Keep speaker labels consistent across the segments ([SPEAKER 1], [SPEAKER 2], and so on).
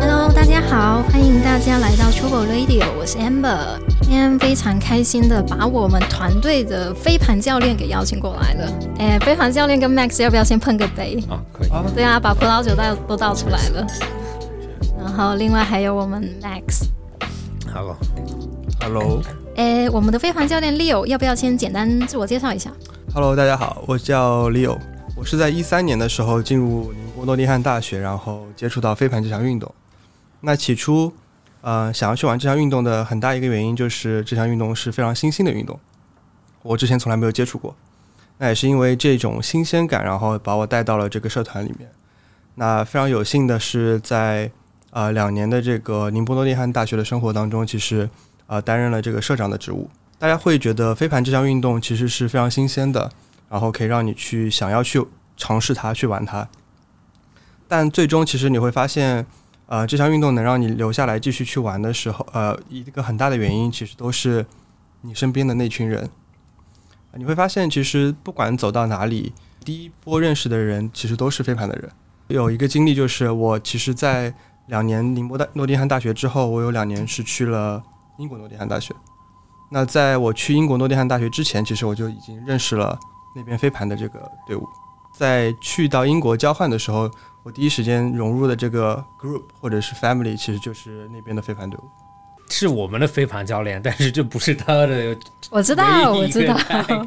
[SPEAKER 1] Hello，大家好，欢迎大家来到 Trouble Radio，我是 Amber。今天非常开心的把我们团队的飞盘教练给邀请过来了。哎，飞盘教练跟 Max 要不要先碰个杯？
[SPEAKER 2] 啊，可以。
[SPEAKER 1] 对啊，把葡萄酒倒都倒出来了。然后另外还有我们 Max。
[SPEAKER 2] Hello。Hello。
[SPEAKER 1] 哎，我们的飞盘教练 Leo 要不要先简单自我介绍一下？
[SPEAKER 3] Hello，大家好，我叫 Leo，我是在一三年的时候进入宁波诺丁汉大学，然后接触到飞盘这项运动。那起初，呃，想要去玩这项运动的很大一个原因就是这项运动是非常新兴的运动，我之前从来没有接触过。那也是因为这种新鲜感，然后把我带到了这个社团里面。那非常有幸的是在，呃两年的这个宁波诺丁汉大学的生活当中，其实呃担任了这个社长的职务。大家会觉得飞盘这项运动其实是非常新鲜的，然后可以让你去想要去尝试它、去玩它。但最终，其实你会发现，呃，这项运动能让你留下来继续去玩的时候，呃，一个很大的原因其实都是你身边的那群人。你会发现，其实不管走到哪里，第一波认识的人其实都是飞盘的人。有一个经历就是，我其实，在两年宁波大诺丁汉大学之后，我有两年是去了英国诺丁汉大学。那在我去英国诺丁汉大学之前，其实我就已经认识了那边飞盘的这个队伍。在去到英国交换的时候，我第一时间融入的这个 group 或者是 family，其实就是那边的飞盘队伍。
[SPEAKER 2] 是我们的飞盘教练，但是这不是他的。
[SPEAKER 1] 我知道，
[SPEAKER 2] 唯
[SPEAKER 1] 我
[SPEAKER 2] 一一
[SPEAKER 1] 知
[SPEAKER 2] 个
[SPEAKER 1] 道，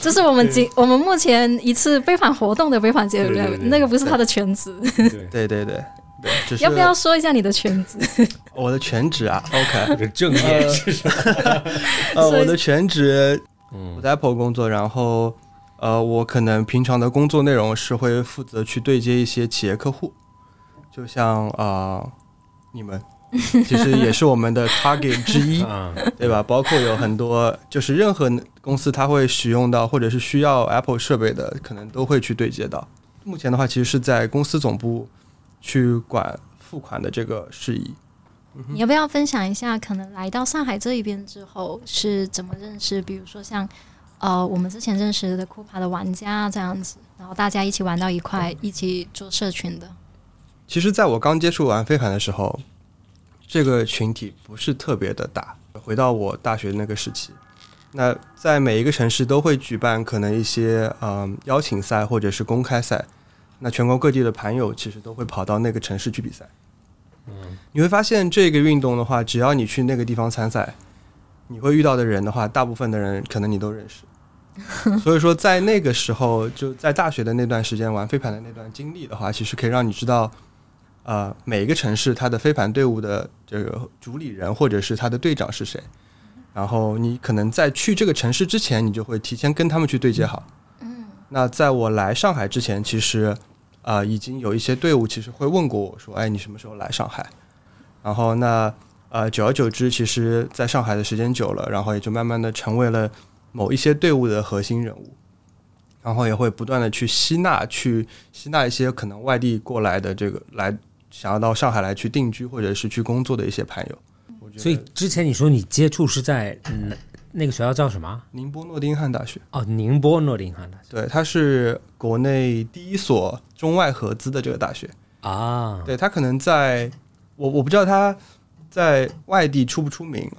[SPEAKER 1] 这是我们仅我们目前一次飞盘活动的飞盘教
[SPEAKER 2] 对对
[SPEAKER 1] 练
[SPEAKER 2] 对，对
[SPEAKER 1] 那个不是他的全职。
[SPEAKER 2] 对，
[SPEAKER 3] 对对对对，只是
[SPEAKER 1] 要不要说一下你的全职？
[SPEAKER 3] 我的全职啊？OK，
[SPEAKER 2] 这正业是什么？
[SPEAKER 3] 呃，
[SPEAKER 1] 所以
[SPEAKER 3] 我的全职我
[SPEAKER 2] 嗯，
[SPEAKER 3] 在 Apple 工作，然后呃，我可能平常的工作内容是会负责去对接一些企业客户，就像啊、呃你们其实也是我们的 target 之一，
[SPEAKER 2] 啊，
[SPEAKER 3] 对吧？包括有很多就是任何公司它会使用到或者是需要 Apple 设备的，可能都会去对接到。目前的话，其实是在公司总部去管付款的这个事宜。
[SPEAKER 2] 嗯
[SPEAKER 1] 你要不要分享一下，可能来到上海这一边之后是怎么认识？比如说像呃，我们之前认识的 Coupa 的玩家这样子，然后大家一起玩到一块，一起做社群的。
[SPEAKER 3] 其实，在我刚接触玩飞盘的时候，这个群体不是特别的大。回到我大学那个时期，那在每一个城市都会举办可能一些嗯、邀请赛或者是公开赛，那全国各地的盘友其实都会跑到那个城市去比赛。嗯，你会发现这个运动的话，只要你去那个地方参赛，你会遇到的人的话，大部分的人可能你都认识。所以说，在那个时候，就在大学的那段时间玩飞盘的那段经历的话，其实可以让你知道，呃，每一个城市它的飞盘队伍的这个主理人或者是他的队长是谁，然后你可能在去这个城市之前，你就会提前跟他们去对接好。嗯，那在我来上海之前，其实呃已经有一些队伍其实会问过我说，哎，你什么时候来上海？然后那呃，久而久之，其实在上海的时间久了，然后也就慢慢的成为了某一些队伍的核心人物，然后也会不断的去吸纳去吸纳一些可能外地过来的这个来想要到上海来去定居或者是去工作的一些盘友。我觉得
[SPEAKER 2] 所以之前你说你接触是在嗯那个学校叫什么？
[SPEAKER 3] 宁波诺丁汉大学，
[SPEAKER 2] 哦，宁波诺丁汉大学
[SPEAKER 3] 对，它是国内第一所中外合资的这个大学。
[SPEAKER 2] 啊，
[SPEAKER 3] 对，它可能在我我不知道它在外地出不出名，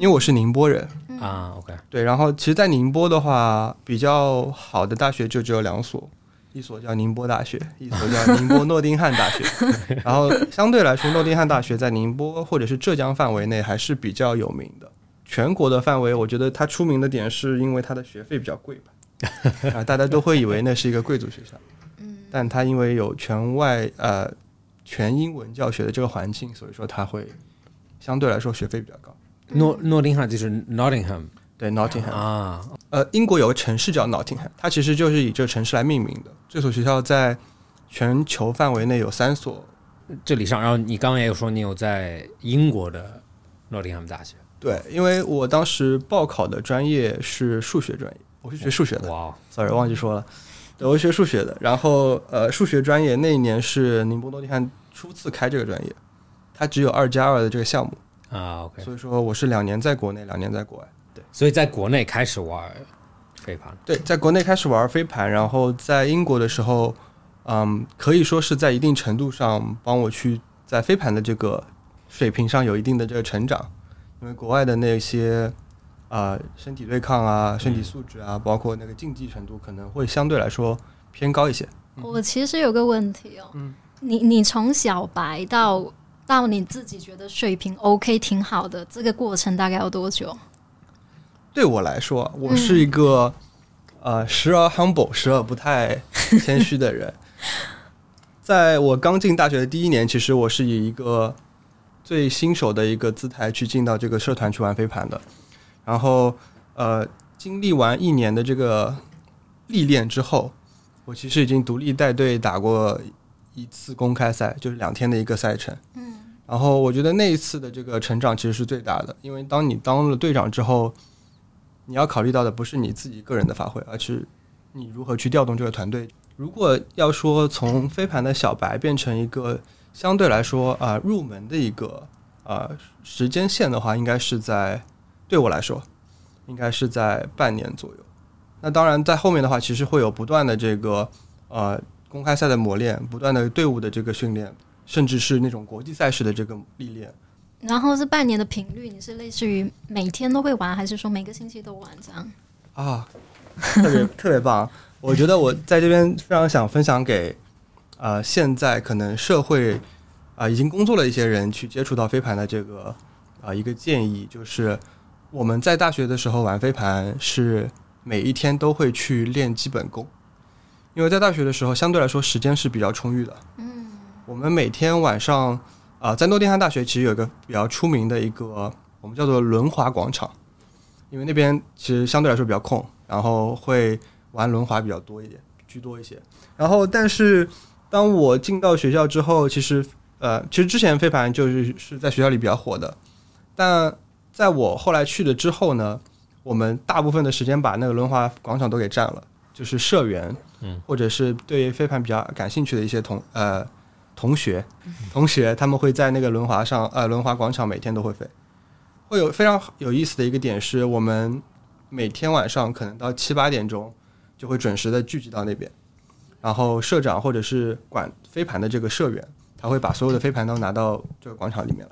[SPEAKER 3] 因为我是宁波人。
[SPEAKER 2] 啊，OK，
[SPEAKER 3] 对，然后其实，在宁波的话，比较好的大学就只有两所，一所叫宁波大学，一所叫宁波诺丁汉大学。然后相对来说，诺丁汉大学在宁波或者是浙江范围内还是比较有名的。全国的范围，我觉得它出名的点是因为它的学费比较贵吧，啊，大家都会以为那是一个贵族学校，但它因为有全外呃全英文教学的这个环境，所以说它会相对来说学费比较高。
[SPEAKER 2] 诺诺丁汉就是 Nottingham
[SPEAKER 3] 对，Nottingham
[SPEAKER 2] 啊，
[SPEAKER 3] 呃，英国有个城市叫诺丁汉，它其实就是以这个城市来命名的。这所学校在全球范围内有三所
[SPEAKER 2] 这里上，然后你刚刚也有说你有在英国的诺丁汉姆大学，
[SPEAKER 3] 对，因为我当时报考的专业是数学专业，我是学数学的
[SPEAKER 2] 哇哦，
[SPEAKER 3] ，sorry 忘记说了，对，我是学数学的。然后呃，数学专业那一年是宁波诺丁汉初次开这个专业，它只有二加二的这个项目，
[SPEAKER 2] 啊，OK，
[SPEAKER 3] 所以说我是两年在国内，两年在国外。
[SPEAKER 2] 所以在国内开始玩飞盘，
[SPEAKER 3] 对，在国内开始玩飞盘，然后在英国的时候，嗯，可以说是在一定程度上帮我去在飞盘的这个水平上有一定的这个成长，因为国外的那些啊、呃身体对抗啊、身体素质啊，包括那个竞技程度，可能会相对来说偏高一些。
[SPEAKER 2] 嗯
[SPEAKER 4] 我其实有个问题哦，你你从小白到到你自己觉得水平 OK 挺好的，这个过程大概要多久？
[SPEAKER 3] 对我来说，我是一个、呃时而 humble，时而不太谦虚的人。在我刚进大学的第一年，其实我是以一个最新手的一个姿态去进到这个社团去玩飞盘的。然后呃，经历完一年的这个历练之后，我其实已经独立带队打过一次公开赛，就是两天的一个赛程。嗯。然后我觉得那一次的这个成长其实是最大的，因为当你当了队长之后，你要考虑到的不是你自己个人的发挥，而是你如何去调动这个团队。如果要说从飞盘的小白变成一个相对来说啊、呃入门的一个呃时间线的话，应该是在对我来说，应该是在半年左右。那当然，在后面的话，其实会有不断的这个呃公开赛的磨练，不断的队伍的这个训练，甚至是那种国际赛事的这个历练。
[SPEAKER 4] 然后是半年的频率，你是类似于每天都会玩，还是说每个星期都玩这样？
[SPEAKER 3] 啊，特别特别棒！ 我觉得我在这边非常想分享给呃现在可能社会啊、已经工作了一些人去接触到飞盘的这个啊、一个建议，就是我们在大学的时候玩飞盘是每一天都会去练基本功，因为在大学的时候相对来说时间是比较充裕的。嗯，我们每天晚上啊、在诺丁汉大学其实有一个比较出名的一个我们叫做轮滑广场。因为那边其实相对来说比较空，然后会玩轮滑比较多一点，居多一些。然后，但是当我进到学校之后，其实呃，其实之前飞盘就是是在学校里比较火的，但在我后来去了之后呢，我们大部分的时间把那个轮滑广场都给占了，就是社员，
[SPEAKER 2] 嗯，
[SPEAKER 3] 或者是对飞盘比较感兴趣的一些同呃同学同学，他们会在那个轮滑上呃轮滑广场每天都会飞。会有非常有意思的一个点是，我们每天晚上可能到七八点钟就会准时的聚集到那边，然后社长或者是管飞盘的这个社员，他会把所有的飞盘都拿到这个广场里面来，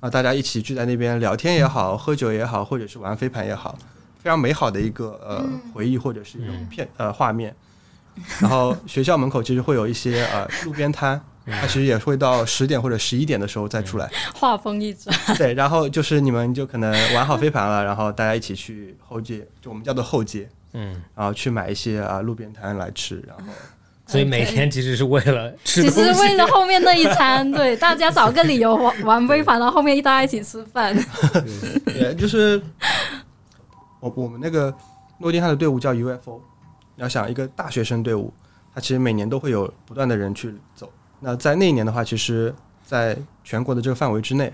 [SPEAKER 3] 然后大家一起聚在那边聊天也好，喝酒也好，或者是玩飞盘也好，非常美好的一个呃回忆或者是一种片呃画面。然后学校门口其实会有一些呃路边摊，它其实也会到十点或者十一点的时候再出来。
[SPEAKER 4] 画风一 转，
[SPEAKER 3] 对，然后就是你们就可能玩好飞盘了，然后大家一起去后街，就我们叫做后街，
[SPEAKER 2] 嗯，
[SPEAKER 3] 然后去买一些啊路边摊来吃，然后
[SPEAKER 2] 哎所以每
[SPEAKER 4] OK
[SPEAKER 2] 天其实是为了吃
[SPEAKER 4] 只
[SPEAKER 2] 东西，
[SPEAKER 4] 是为了后面那一餐， 对，大家找个理由玩玩微盘，然后后面一大家一起吃饭。
[SPEAKER 3] 也就是我我们那个诺丁汉的队伍叫 UFO，你要想一个大学生队伍，它其实每年都会有不断的人去走。那在那一年的话，其实在全国的这个范围之内，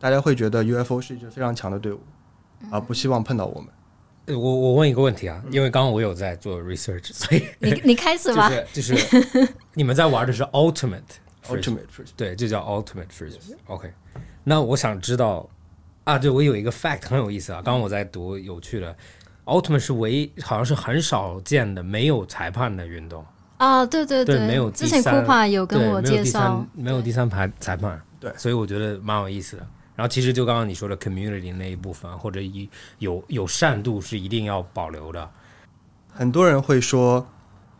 [SPEAKER 3] 大家会觉得 UFO 是一支非常强的队伍，啊，不希望碰到我们。
[SPEAKER 2] 呃我我问一个问题啊，
[SPEAKER 3] 嗯
[SPEAKER 2] 因为刚刚我有在做 research，所以
[SPEAKER 4] 你你开始
[SPEAKER 2] 就
[SPEAKER 4] 吧，
[SPEAKER 2] 是就是 你们在玩的是 ultimate frisbee，
[SPEAKER 3] Ultimate Frisbee
[SPEAKER 2] 对，这叫 ultimate frisbee。OK，那我想知道啊，对我有一个 fact 很有意思啊，刚刚我在读有趣的，ultimate 是唯一好像是很少见的没有裁判的运动，
[SPEAKER 4] 啊，对对
[SPEAKER 2] 对没有第
[SPEAKER 4] 之前
[SPEAKER 2] 三
[SPEAKER 4] Kupa 有
[SPEAKER 2] 对，
[SPEAKER 4] 跟我
[SPEAKER 2] 没有
[SPEAKER 4] 介绍，
[SPEAKER 2] 第三没有第三排裁判，
[SPEAKER 3] 对
[SPEAKER 2] 所以我觉得蛮有意思的。然后其实就刚刚你说的 community 那一部分，或者一有友善度是一定要保留的，
[SPEAKER 3] 很多人会说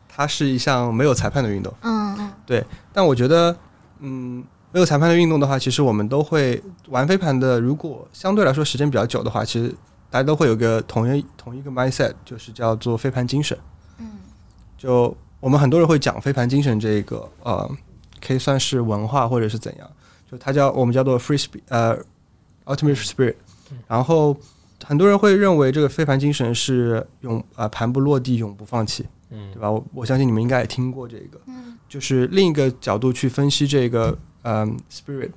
[SPEAKER 3] 它是一项没有裁判的运动，
[SPEAKER 4] 嗯嗯，
[SPEAKER 3] 但我觉得，嗯，没有裁判的运动的话，其实我们都会嗯玩飞盘的。如果相对来说时间比较久的话，其实大家都会有个同一同一个 mindset，就是叫做飞盘精神。嗯，就我们很多人会讲飞盘精神这个，呃，可以算是文化或者是怎样，就它叫我们叫做 free spirit，呃，ultimate spirit。然后很多人会认为这个飞盘精神是永啊、盘不落地，永不放弃，嗯，对吧？我我相信你们应该也听过这个。就是另一个角度去分析这个嗯、spirit。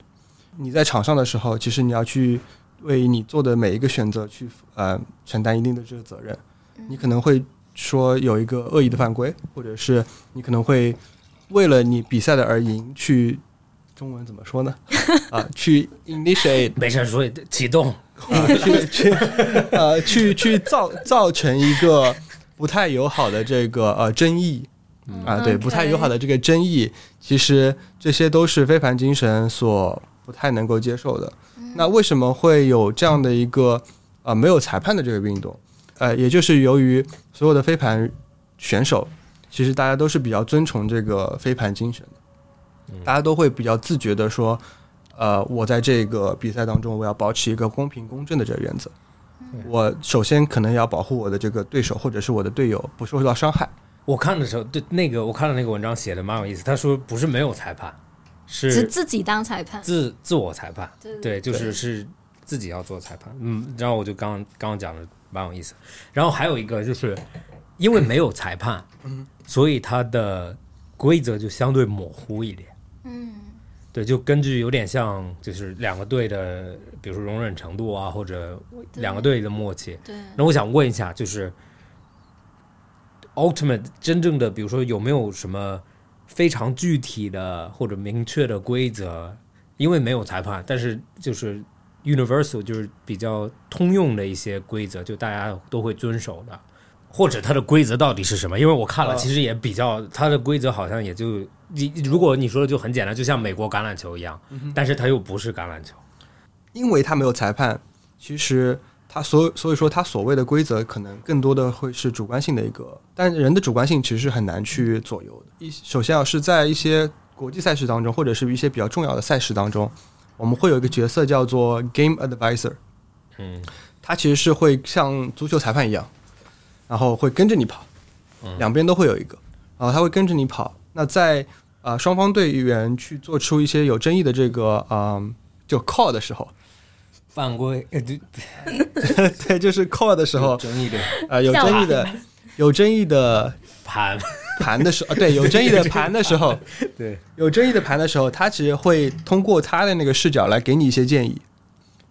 [SPEAKER 3] 你在场上的时候，其实你要去为你做的每一个选择去呃承担一定的这个责任。你可能会说有一个恶意的犯规，或者是你可能会为了你比赛的而赢去。中文怎么说呢？啊、去 initiate
[SPEAKER 2] 没事，所以启动
[SPEAKER 3] 啊，去去呃，去去造造成一个不太友好的这个呃争议啊，对，
[SPEAKER 4] OK
[SPEAKER 3] 不太友好的这个争议，其实这些都是非凡精神所不太能够接受的。那为什么会有这样的一个呃没有裁判的这个运动？呃，也就是由于所有的飞盘选手，其实大家都是比较遵从这个飞盘精神的，大家都会比较自觉的说，呃，我在这个比赛当中，我要保持一个公平公正的这个原则。我首先可能要保护我的这个对手或者是我的队友不受到伤害。
[SPEAKER 2] 我看的时候，对那个我看了那个文章写的蛮有意思，他说不是没有裁判，
[SPEAKER 4] 只
[SPEAKER 2] 是
[SPEAKER 4] 自己当裁判，
[SPEAKER 2] 自自我裁判，
[SPEAKER 4] 对对
[SPEAKER 2] 对，就是是自己要做裁判，嗯，然后我就刚刚刚讲的蛮有意思，然后还有一个就是因为没有裁判，所以它的规则就相对模糊一点，
[SPEAKER 4] 嗯，
[SPEAKER 2] 对，就根据有点像就是两个队的，比如说容忍程度啊，或者两个队的默契，
[SPEAKER 4] 对，
[SPEAKER 2] 那我想问一下，就是 ultimate 真正的，比如说有没有什么非常具体的或者明确的规则？因为没有裁判，但是就是 universal 就是比较通用的一些规则，就大家都会遵守的，或者它的规则到底是什么？因为我看了，其实也比较它的规则好像也就你如果你说的就很简单，就像美国橄榄球一样，但是它又不是橄榄球。
[SPEAKER 3] 因为他没有裁判，其实他所所以说他所谓的规则可能更多的会是主观性的一个，但人的主观性其实是很难去左右的。一首先啊是在一些国际赛事当中，或者是一些比较重要的赛事当中，我们会有一个角色叫做 game advisor，
[SPEAKER 2] 嗯
[SPEAKER 3] 他其实是会像足球裁判一样，然后会跟着你跑，两边都会有一个，然后他会跟着你跑。那在呃双方队员去做出一些有争议的这个嗯、就 call 的时候，
[SPEAKER 2] 犯规，呃，对，
[SPEAKER 3] 对，就是 call 的时候，
[SPEAKER 2] 争议的
[SPEAKER 3] 呃有争议的有争议的
[SPEAKER 2] 盘，
[SPEAKER 3] 盘的时候，啊对，有争议的盘的时候，
[SPEAKER 2] 对。
[SPEAKER 3] 有争议的盘的时候，他其实会通过他的那个视角来给你一些建议，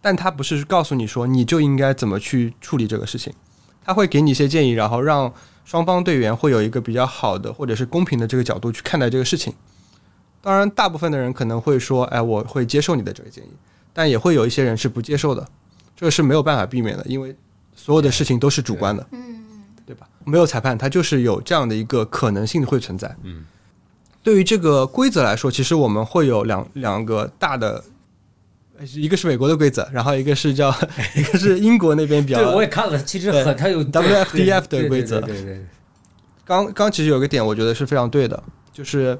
[SPEAKER 3] 但他不是告诉你说你就应该怎么去处理这个事情，他会给你一些建议，然后让双方队员会有一个比较好的或者是公平的这个角度去看待这个事情。当然，大部分的人可能会说，哎，我会接受你的这个建议，但也会有一些人是不接受的，这个是没有办法避免的，因为所有的事情都是主观的，
[SPEAKER 4] 嗯，
[SPEAKER 3] 对吧？没有裁判，它就是有这样的一个可能性会存在。对于这个规则来说，其实我们会有两两个大的，呃一个是美国的规则，然后一个是叫一个是英国那边比较
[SPEAKER 2] 对，我也看了，其实
[SPEAKER 3] 对
[SPEAKER 2] 很它有
[SPEAKER 3] WFDF
[SPEAKER 2] 对
[SPEAKER 3] 的规则嗯
[SPEAKER 2] 对对对对
[SPEAKER 3] 刚刚其实有一个点，我觉得是非常对的，就是，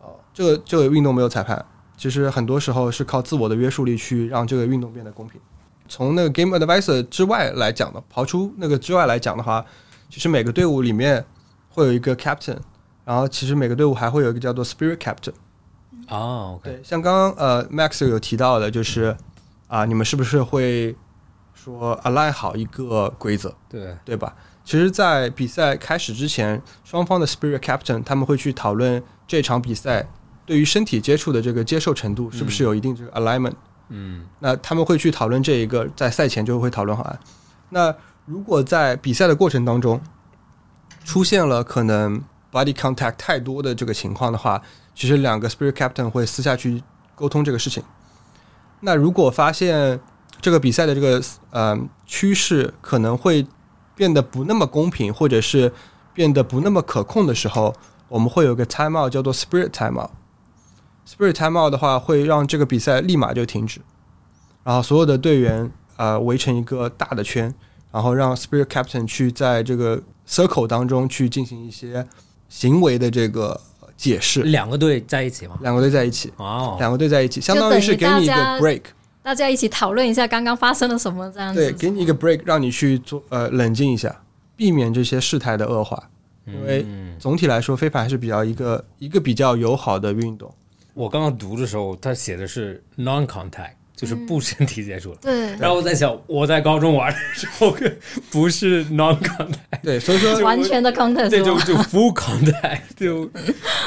[SPEAKER 3] 呃，这个这个运动没有裁判，其实很多时候是靠自我的约束力去让这个运动变得公平。从那个 game advisor 之外来讲的，刨出那个之外来讲的话，其实每个队伍里面会有一个 captain，然后其实每个队伍还会有一个叫做 spirit captain。
[SPEAKER 2] 对哦，OK，
[SPEAKER 3] 对，像刚刚呃 Max 有提到的，就是啊、你们是不是会说 align 好一个规则？
[SPEAKER 2] 对，
[SPEAKER 3] 对吧？其实，在比赛开始之前，双方的 Spirit Captain 他们会去讨论这场比赛对于身体接触的这个接受程度是不是有一定这个 alignment。
[SPEAKER 2] 嗯，
[SPEAKER 3] 那他们会去讨论这一个，在赛前就会讨论好。那如果在比赛的过程当中出现了可能 body contact 太多的这个情况的话，其实两个 Spirit Captain 会私下去沟通这个事情。那如果发现这个比赛的这个呃趋势可能会变得不那么公平，或者是变得不那么可控的时候，我们会有个 timeout 叫做 spirit timeout。spirit timeout 的话，会让这个比赛立马就停止，然后所有的队员呃围成一个大的圈，然后让 spirit captain 去在这个 circle 当中去进行一些行为的这个呃解释。
[SPEAKER 2] 两个队在一起嘛，
[SPEAKER 3] 两个队在一起，
[SPEAKER 2] 哦，
[SPEAKER 3] 两个队在一起，相当于是给你一个
[SPEAKER 4] 就等于大家嗯
[SPEAKER 3] break，
[SPEAKER 4] 大家一起讨论一下刚刚发生了什么，这样子，
[SPEAKER 3] 对，给你一个 break，让你去做呃冷静一下，避免这些事态的恶化。因为
[SPEAKER 2] 嗯，
[SPEAKER 3] 总体来说，飞盘还是比较一个一个比较友好的运动。
[SPEAKER 2] 我刚刚读的时候，他写的是 non contact，就是不身体接触了。
[SPEAKER 4] 对，
[SPEAKER 2] 然后我在想，我在高中玩的时候可不是 non contact，
[SPEAKER 3] 对，所以说
[SPEAKER 4] 完全的 content
[SPEAKER 2] 这
[SPEAKER 4] 是
[SPEAKER 2] 就
[SPEAKER 4] 吗？
[SPEAKER 2] 就 full contact，就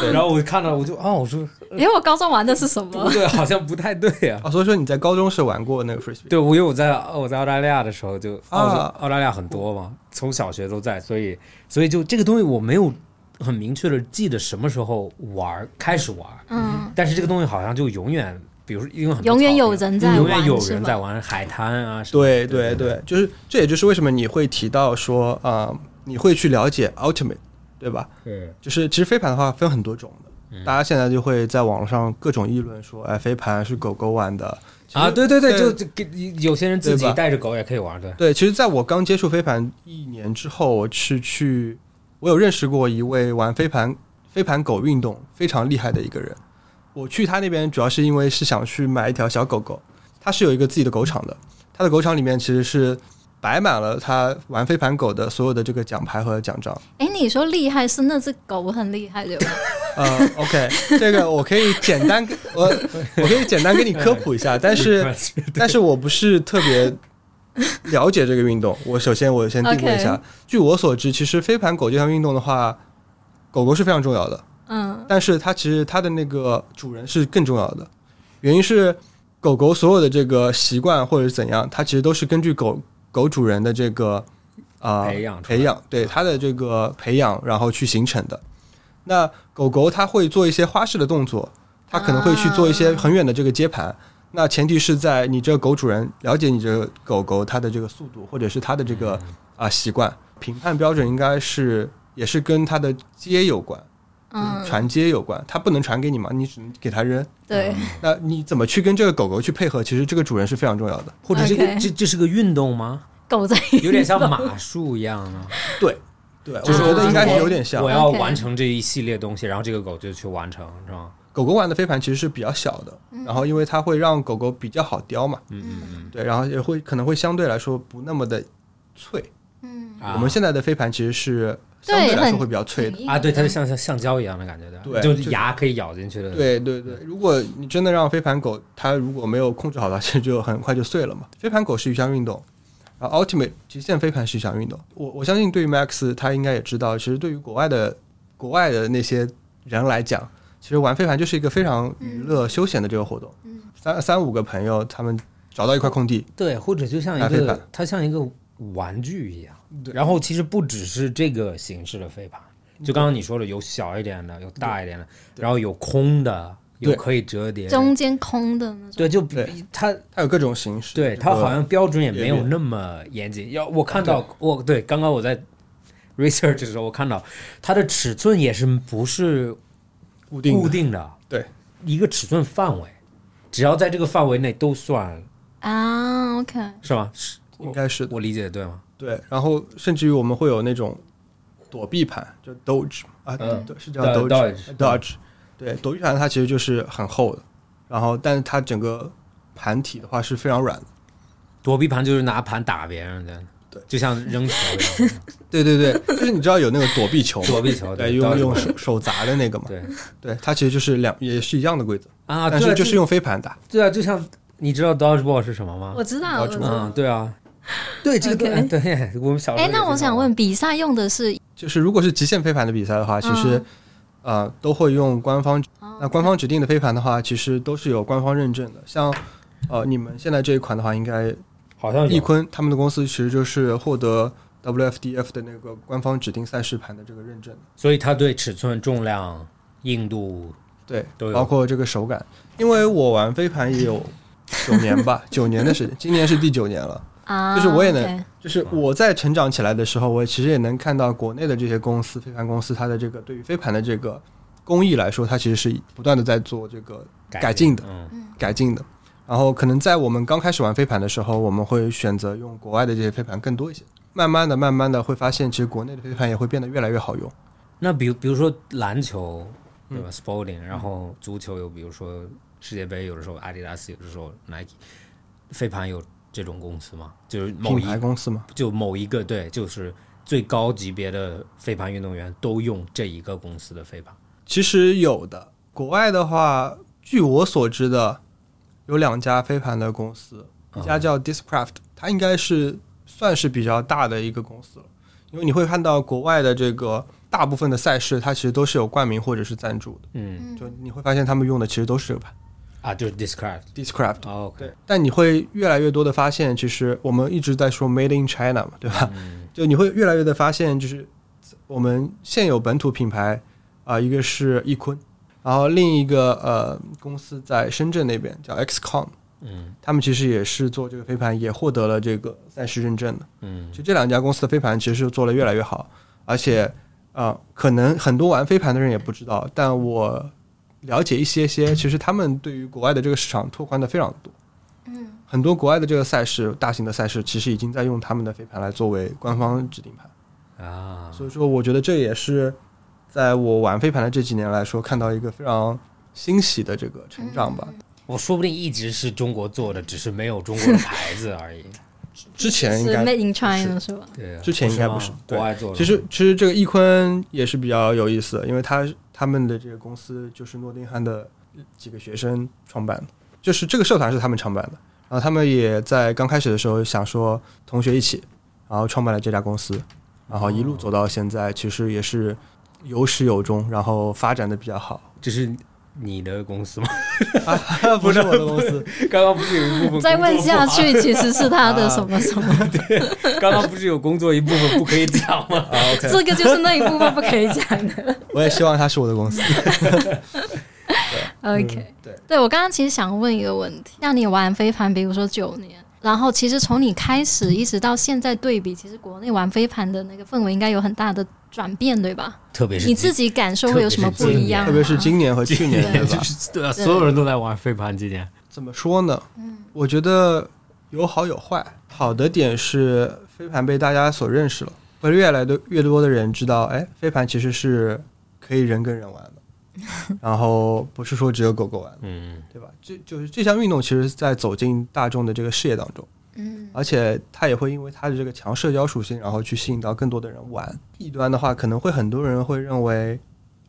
[SPEAKER 2] 对然后我看到我就啊，我说
[SPEAKER 4] 因哎为我高中玩的是什
[SPEAKER 2] 不
[SPEAKER 4] 么？
[SPEAKER 2] 对，好像不太对啊。
[SPEAKER 3] 啊，所以说你在高中是玩过那个 frisbee，
[SPEAKER 2] 对，我因为我在我在澳大利亚的时候就澳洲
[SPEAKER 3] 啊
[SPEAKER 2] 澳大利亚很多嘛，从小学都在，所以所以就这个东西我没有很明确的记得什么时候玩儿开始玩儿，
[SPEAKER 4] 嗯，
[SPEAKER 2] 但是这个东西好像就永远，比如说因为很多
[SPEAKER 4] 永远
[SPEAKER 2] 草
[SPEAKER 4] 有
[SPEAKER 2] 坪
[SPEAKER 4] 人在
[SPEAKER 2] 永远
[SPEAKER 4] 玩
[SPEAKER 2] 有
[SPEAKER 4] 是
[SPEAKER 2] 人
[SPEAKER 4] 吧
[SPEAKER 2] 在玩海滩啊什么的，
[SPEAKER 3] 对对对，就是这也就是为什么你会提到说啊、你会去了解 ultimate，对吧？
[SPEAKER 2] 对
[SPEAKER 3] 就是其实飞盘的话分很多种的，大家现在就会在网上各种议论说，哎，飞盘是狗狗玩的
[SPEAKER 2] 啊，对对对，
[SPEAKER 3] 对
[SPEAKER 2] 就就给有些人自
[SPEAKER 3] 对
[SPEAKER 2] 己
[SPEAKER 3] 吧
[SPEAKER 2] 带着狗也可以玩，对，
[SPEAKER 3] 对，其实在我刚接触飞盘一年之后，我是去，我有认识过一位玩飞盘飞盘狗运动非常厉害的一个人。我去他那边主要是因为是想去买一条小狗狗，他是有一个自己的狗场的，他的狗场里面其实是摆满了他玩飞盘狗的所有的这个奖牌和奖章。
[SPEAKER 4] 哎，你说厉害是那只狗很厉害对吧？
[SPEAKER 3] 呃，OK，这个我可以简单跟我我可以简单给你科普一下，但是但是我不是特别了解这个运动。我首先我先定位一下
[SPEAKER 4] OK
[SPEAKER 3] 据我所知，其实飞盘狗这项运动的话，狗狗是非常重要的，
[SPEAKER 4] 嗯，
[SPEAKER 3] 但是它其实它的那个主人是更重要的。原因是狗狗所有的这个习惯或者是怎样，它其实都是根据狗狗主人的这个啊、
[SPEAKER 2] 培养出来
[SPEAKER 3] 培养对它的这个培养，然后去形成的。那狗狗它会做一些花式的动作，它可能会去做一些很远的这个接盘。那前提是在你这个狗主人了解你这个狗狗它的这个速度，或者是它的这个啊、习惯。评判标准应该是也是跟它的接有关，
[SPEAKER 4] 嗯
[SPEAKER 3] 传接有关，它不能传给你嘛，你只能给它 扔。
[SPEAKER 4] 对，
[SPEAKER 2] 嗯
[SPEAKER 3] 那你怎么去跟这个狗狗去配合？其实这个主人是非常重要的。
[SPEAKER 2] 或者这个
[SPEAKER 4] OK
[SPEAKER 2] 这这是个运动吗？
[SPEAKER 4] 狗在
[SPEAKER 2] 有点像马术一样呢。
[SPEAKER 3] 对，我
[SPEAKER 2] 就是
[SPEAKER 3] 觉得应该是有点像
[SPEAKER 2] 我要
[SPEAKER 4] OK
[SPEAKER 2] 完成这一系列东西，然后这个狗就去完成，是吧？
[SPEAKER 3] 狗狗玩的飞盘其实是比较小的，
[SPEAKER 4] 嗯
[SPEAKER 3] 然后因为它会让狗狗比较好叼嘛，
[SPEAKER 2] 嗯嗯
[SPEAKER 3] 对，然后也会可能会相对来说不那么的脆。
[SPEAKER 4] 嗯，
[SPEAKER 2] 嗯。啊
[SPEAKER 3] 我们现在的飞盘其实是
[SPEAKER 4] 对
[SPEAKER 3] 相对来
[SPEAKER 4] 很
[SPEAKER 3] 说会比较脆的。
[SPEAKER 4] 挺硬
[SPEAKER 2] 啊，对，它就像像橡胶一样的感觉，对吧？
[SPEAKER 3] 对
[SPEAKER 2] 就
[SPEAKER 3] 就是是
[SPEAKER 2] 牙可以咬进去的。，
[SPEAKER 3] 对对对，
[SPEAKER 2] 嗯
[SPEAKER 3] 如果你真的让飞盘狗，它如果没有控制好它，其实就很快就碎了嘛。飞盘狗是一项运动，然后 Ultimate 极限飞盘是一项运动。我我相信对于 Max 他应该也知道，其实对于国外的国外的那些人来讲，其实玩飞盘就是一个非常娱乐休闲的这个活动。三三五个朋友他们找到一块空地，
[SPEAKER 2] 对，或者就像一
[SPEAKER 3] 打飞
[SPEAKER 2] 个
[SPEAKER 3] 盘，
[SPEAKER 2] 它像一个玩具一样。然后其实不只是这个形式的飞盘，
[SPEAKER 3] 嗯
[SPEAKER 2] 就刚刚你说了，有小一点的，有大一点的，然后有空的，有
[SPEAKER 3] 对
[SPEAKER 2] 可以折叠的。
[SPEAKER 4] 中间空的那种，
[SPEAKER 2] 对，就比
[SPEAKER 3] 对
[SPEAKER 2] 它
[SPEAKER 3] 它有各种形式。
[SPEAKER 2] 对
[SPEAKER 3] 这
[SPEAKER 2] 它
[SPEAKER 3] 个
[SPEAKER 2] 好像标准也没有
[SPEAKER 3] 也
[SPEAKER 2] 那么严谨。要我看到我对刚刚我在 research 的时候，我看到它的尺寸也是不是
[SPEAKER 3] 固定
[SPEAKER 2] 固
[SPEAKER 3] 的
[SPEAKER 2] 定的，
[SPEAKER 3] 对，
[SPEAKER 2] 一个尺寸范围，只要在这个范围内都算
[SPEAKER 4] 啊，OK，
[SPEAKER 2] 是吗？是
[SPEAKER 3] 应该是的
[SPEAKER 2] 我理解的对吗？
[SPEAKER 3] 对。然后甚至于我们会有那种躲避盘，就 dodge 啊，
[SPEAKER 2] 嗯
[SPEAKER 3] 对是叫
[SPEAKER 2] Dodge-
[SPEAKER 3] dodge 呃
[SPEAKER 2] Dodge
[SPEAKER 3] Dodge，对，躲避盘它其实就是很厚的，然后但是它整个盘体的话是非常软的。
[SPEAKER 2] 躲避盘就是拿盘打别人的，
[SPEAKER 3] 对，
[SPEAKER 2] 就像扔球一样，
[SPEAKER 3] 对对对，就是你知道有那个躲避球吗，
[SPEAKER 2] 躲避球
[SPEAKER 3] 对，
[SPEAKER 2] 到
[SPEAKER 3] 用
[SPEAKER 2] 时候
[SPEAKER 3] 用手手砸的那个嘛，
[SPEAKER 2] 对
[SPEAKER 3] 对，它其实就是两也是一样的规则，
[SPEAKER 2] 啊，
[SPEAKER 3] 但
[SPEAKER 2] 对啊，
[SPEAKER 3] 是就是用飞盘打。
[SPEAKER 2] 对啊，就像你知道 dodgeball 是什么吗？
[SPEAKER 4] 我知道，我知
[SPEAKER 2] 嗯，
[SPEAKER 4] 道。
[SPEAKER 2] 对啊，对这个
[SPEAKER 4] OK
[SPEAKER 2] 东对，我们小时候
[SPEAKER 4] 哎，
[SPEAKER 2] 也啊
[SPEAKER 4] 那
[SPEAKER 2] 经
[SPEAKER 4] 我
[SPEAKER 2] 常
[SPEAKER 4] 想
[SPEAKER 2] 玩
[SPEAKER 4] 问，比赛用的是
[SPEAKER 3] 就是如果是极限飞盘的比赛的话，其实、呃都会用官方那官方指定的飞盘的话，其实都是有官方认证的，像。呃，你们现在这一款的话，应该
[SPEAKER 2] 好像
[SPEAKER 3] 易
[SPEAKER 2] 有
[SPEAKER 3] 坤他们的公司其实就是获得 WFDF 的那个官方指定赛事盘的这个认证。
[SPEAKER 2] 所以它对尺寸、重量、硬度，
[SPEAKER 3] 对
[SPEAKER 2] 都有，
[SPEAKER 3] 包括这个手感。因为我玩飞盘也有九年吧，九年的时间，今年是第九年了。
[SPEAKER 4] 啊，
[SPEAKER 3] 就是我也能
[SPEAKER 4] OK
[SPEAKER 3] 就是
[SPEAKER 2] 嗯
[SPEAKER 3] 我在成长起来的时候，我其实也能看到国内的这些公司，飞盘公司它的这个对于飞盘的这个工艺来说，它其实是不断的在做这个改进的
[SPEAKER 2] 嗯，
[SPEAKER 3] 改进的。然后可能在我们刚开始玩飞盘的时候，我们会选择用国外的这些飞盘更多一些。慢慢的、慢慢的会发现，其实国内的飞盘也会变得越来越好用。
[SPEAKER 2] 那比如比如说篮球，
[SPEAKER 3] 嗯
[SPEAKER 2] 对吧？Sporting，然后足球有，比如说世界杯，有的时候阿迪达斯，有的时候 Nike，飞盘有这种公司吗？就是某
[SPEAKER 3] 品
[SPEAKER 2] 一
[SPEAKER 3] 牌公司嘛，
[SPEAKER 2] 就某一个对，就是最高级别的飞盘运动员都用这一个公司的飞盘。
[SPEAKER 3] 其实有的。国外的话，据我所知的，有两家飞盘的公司，一家叫 Discraft，它应该是算是比较大的一个公司了，因为你会看到国外的这个大部分的赛事，它其实都是有冠名或者是赞助的，
[SPEAKER 2] 嗯
[SPEAKER 3] 就你会发现他们用的其实都是这个牌
[SPEAKER 2] 啊，就是 describe。
[SPEAKER 3] Discraft。
[SPEAKER 2] OK，
[SPEAKER 3] 但你会越来越多的发现，其实我们一直在说 Made in China 嘛，对吧？
[SPEAKER 2] 嗯
[SPEAKER 3] 就你会越来越的发现，就是我们现有本土品牌啊、一个是易坤，然后另一个呃公司在深圳那边叫 XCOM，
[SPEAKER 2] 嗯
[SPEAKER 3] 他们其实也是做这个飞盘，也获得了这个赛事认证的。
[SPEAKER 2] 嗯
[SPEAKER 3] 就这两家公司的飞盘其实做得越来越好，而且
[SPEAKER 2] 嗯
[SPEAKER 3] 呃，可能很多玩飞盘的人也不知道，但我了解一些些，其实他们对于国外的这个市场拓宽的非常多。嗯，很多国外的这个赛事，大型的赛事其实已经在用他们的飞盘来作为官方指定盘，
[SPEAKER 2] 啊，
[SPEAKER 3] 所以说我觉得这也是在我玩飞盘的这几年来说看到一个非常欣喜的这个成长吧。
[SPEAKER 2] 我说不定一直是中国做的，只是没有中国的牌子而 已。
[SPEAKER 3] 之前应
[SPEAKER 4] 是
[SPEAKER 3] 该
[SPEAKER 4] Made in China 是吧？
[SPEAKER 2] 对啊，
[SPEAKER 3] 之前应该不是
[SPEAKER 2] 吗
[SPEAKER 3] 对
[SPEAKER 2] 国外做的。
[SPEAKER 3] 其实，其实这个易坤也是比较有意思的，因为他他们的这个公司就是诺丁汉的几个学生创办的，就是这个社团是他们创办的。然后他们也在刚开始的时候想说同学一起，然后创办了这家公司，然后一路走到现在，其实也是有始有终，然后发展的比较好。
[SPEAKER 2] 这是你的公司吗？
[SPEAKER 3] 不是我的公司，
[SPEAKER 2] 刚刚不是有一部分
[SPEAKER 4] 再
[SPEAKER 2] 工作
[SPEAKER 4] 问下去，其实是他
[SPEAKER 3] 啊
[SPEAKER 4] 的什么什么，
[SPEAKER 2] 不， 刚刚不是有工作一部分不可以讲吗？
[SPEAKER 3] 啊，OK，
[SPEAKER 4] 这个就是那一部分不可以讲 的。
[SPEAKER 3] 我也希望他是我的公司。
[SPEAKER 4] OK，
[SPEAKER 3] 嗯对
[SPEAKER 4] 对我刚刚其实想问一个问题，像你玩飞盘，比如说九年，然后其实从你开始一直到现在对比，其实国内玩飞盘的那个氛围应该有很大的转变，对吧？
[SPEAKER 2] 特别是
[SPEAKER 4] 你自己感受会有什么不一样啊吗？
[SPEAKER 3] 特别是今年和去年，对吧
[SPEAKER 2] 就？是对啊，所有人都在玩飞盘，今年
[SPEAKER 3] 怎么说呢？嗯，我觉得有好有坏。好的点是飞盘被大家所认识了，会越来的越多的人知道，哎，飞盘其实是可以人跟人玩的，然后不是说只有狗狗玩，
[SPEAKER 2] 嗯
[SPEAKER 3] 对吧？这就是这项运动其实在走进大众的这个视野当中，
[SPEAKER 4] 嗯
[SPEAKER 3] 而且它也会因为它的这个强社交属性，然后去吸引到更多的人玩。异端的话，可能会很多人会认为，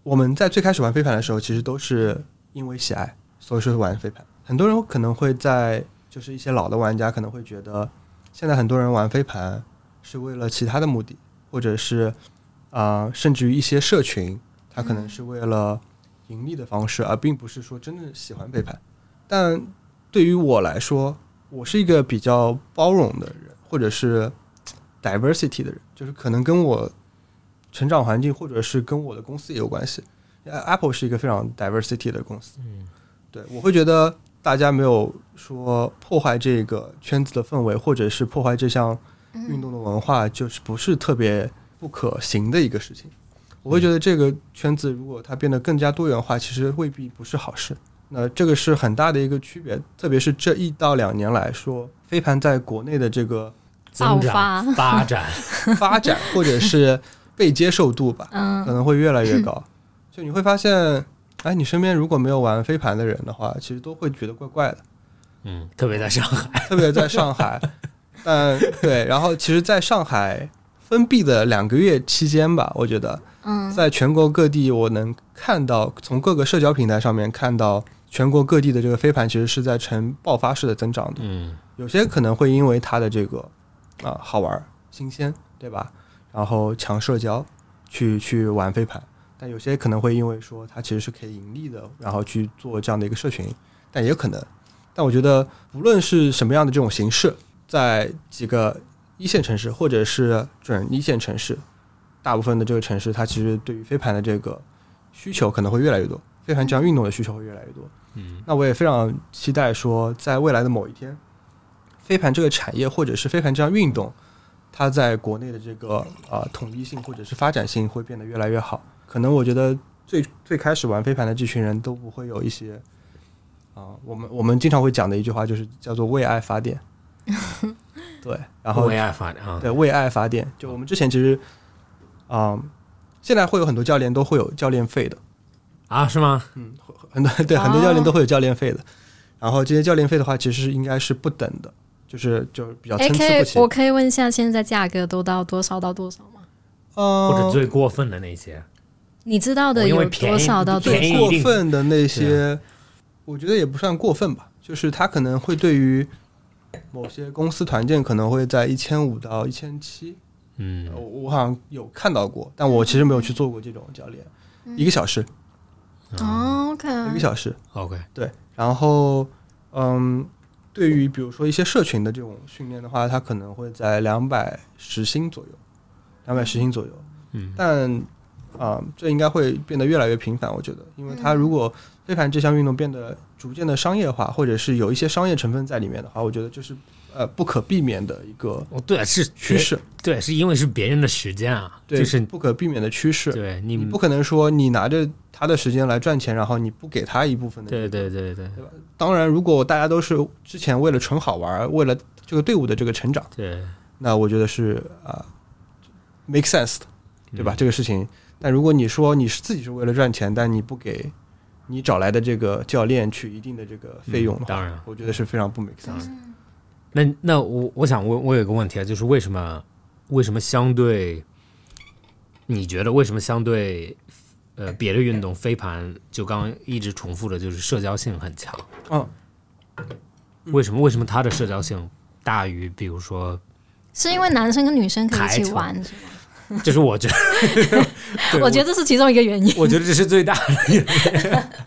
[SPEAKER 3] 我们在最开始玩飞盘的时候，其实都是因为喜爱，所以说玩飞盘。很多人可能会在就是一些老的玩家可能会觉得，现在很多人玩飞盘是为了其他的目的，或者是啊、呃甚至于一些社群，它可能是为了盈利的方式，而并不是说真正喜欢飞盘。但对于我来说，我是一个比较包容的人，或者是 diversity 的人，就是可能跟我成长环境，或者是跟我的公司也有关系。呃 Apple 是一个非常 diversity 的公司，
[SPEAKER 2] 嗯，
[SPEAKER 3] 对我会觉得大家没有说破坏这个圈子的氛围，或者是破坏这项运动的文化，就是不是特别不可行的一个事情。我
[SPEAKER 4] 嗯
[SPEAKER 3] 会觉得这个圈子如果它变得更加多元化，其实未必不是好事。那这个是很大的一个区别，特别是这一到两年来说，飞盘在国内的这个
[SPEAKER 2] 增长
[SPEAKER 4] 爆发
[SPEAKER 2] 发展，
[SPEAKER 3] 发 展或者是被接受度吧，可
[SPEAKER 4] 嗯，
[SPEAKER 3] 能会越来越高。就你会发现，哎，你身边如果没有玩飞盘的人的话，其实都会觉得怪怪的。
[SPEAKER 2] 嗯，特别在上海，
[SPEAKER 3] 特别在上 海。但对，然后其实在上海封闭的两个月期间吧，我觉得，
[SPEAKER 4] 嗯，
[SPEAKER 3] 在全国各地，我能看到从各个社交平台上面看到全国各地的这个飞盘，其实是在呈爆发式的增长的。
[SPEAKER 2] 嗯
[SPEAKER 3] 有些可能会因为它的这个啊、好玩儿、新鲜，对吧？然后强社交去去玩飞盘，但有些可能会因为说它其实是可以盈利的，然后去做这样的一个社群，但也有可能。但我觉得无论是什么样的这种形式，在几个一线城市或者是准一线城市，大部分的这个城市，它其实对于飞盘的这个需求可能会越来越多，飞盘这项运动的需求会越来越多。
[SPEAKER 2] 嗯
[SPEAKER 3] 那我也非常期待说，在未来的某一天，飞盘这个产业或者是飞盘这项运动，它在国内的这个呃统一性或者是发展性会变得越来越好。可能我觉得最最开始玩飞盘的这群人都不会有一些啊、我们我们经常会讲的一句话就是叫做为爱 发电。对，然后
[SPEAKER 2] 为爱发展啊，
[SPEAKER 3] 对为爱发电，就我们之前其实，啊、现在会有很多教练都会有教练费的。
[SPEAKER 2] 啊是吗？
[SPEAKER 3] 很多对
[SPEAKER 4] 哦
[SPEAKER 3] 很多教练都会有教练费的，然后这些教练费的话，其实应该是不等的，就是就是比较
[SPEAKER 4] 哎，
[SPEAKER 3] 啊参
[SPEAKER 4] 可
[SPEAKER 3] 差不
[SPEAKER 4] 以，
[SPEAKER 3] 齐
[SPEAKER 4] 我，可以问一下现在价格都到多少到多少吗？
[SPEAKER 3] 嗯
[SPEAKER 2] 或者最过分的那些，
[SPEAKER 4] 你知道的
[SPEAKER 2] 我因为
[SPEAKER 4] 有
[SPEAKER 2] 便宜
[SPEAKER 4] 多少到多
[SPEAKER 2] 便宜
[SPEAKER 4] 少？
[SPEAKER 3] 最过分的那些，我觉得也不算过分吧，就是它可能会对于某些公司团建可能会在一千五到一千七，
[SPEAKER 2] 嗯
[SPEAKER 3] 我我好像有看到过，但我其实没有去做过这种教练，一个小时，
[SPEAKER 4] 哦，OK，
[SPEAKER 3] 一个小时，
[SPEAKER 2] ，OK，
[SPEAKER 3] 对，然后嗯，对于比如说一些社群的这种训练的话，它可能会在两百时薪左右，两百时薪左右。
[SPEAKER 2] 嗯
[SPEAKER 3] 但啊、这应该会变得越来越频繁，我觉得，因为它如果飞盘这项运动变得逐渐的商业化，或者是有一些商业成分在里面的话，我觉得这是呃不可避免的一个
[SPEAKER 2] 哦对，是
[SPEAKER 3] 趋
[SPEAKER 2] 别，
[SPEAKER 3] 势，
[SPEAKER 2] 对，是因为是别人的时间啊，
[SPEAKER 3] 哎对，
[SPEAKER 2] 就是
[SPEAKER 3] 不可避免的趋势。
[SPEAKER 2] 对你
[SPEAKER 3] 你不可能说你拿着他的时间来赚钱，然后你不给他一部分的
[SPEAKER 2] 对对对对
[SPEAKER 3] 当然，如果大家都是之前为了纯好玩儿，为了这个队伍的这个成长，
[SPEAKER 2] 对，
[SPEAKER 3] 那我觉得是啊、m a k e sense 的，
[SPEAKER 2] 嗯
[SPEAKER 3] 对吧？这个事情。但如果你说你是自己是为了赚钱，但你不给你找来的这个教练去一定的这个费用的
[SPEAKER 2] 嗯
[SPEAKER 3] 话，
[SPEAKER 2] 当然
[SPEAKER 3] 我觉得是非常不 make sense 的。
[SPEAKER 2] 那那我我想问，我有一个问题啊，就是为什么为什么相对你觉得为什么相对呃别的运动飞盘就刚刚一直重复的就是社交性很强？
[SPEAKER 3] 嗯，
[SPEAKER 2] 为什么为什么它的社交性大于比如说，
[SPEAKER 4] 是因为男生跟女生可以一
[SPEAKER 2] 开
[SPEAKER 4] 起
[SPEAKER 2] 车
[SPEAKER 4] 玩，是吗
[SPEAKER 2] 这是我觉得对，
[SPEAKER 4] 我觉得这是其中一个原因。
[SPEAKER 2] 我觉得这是最大的原因。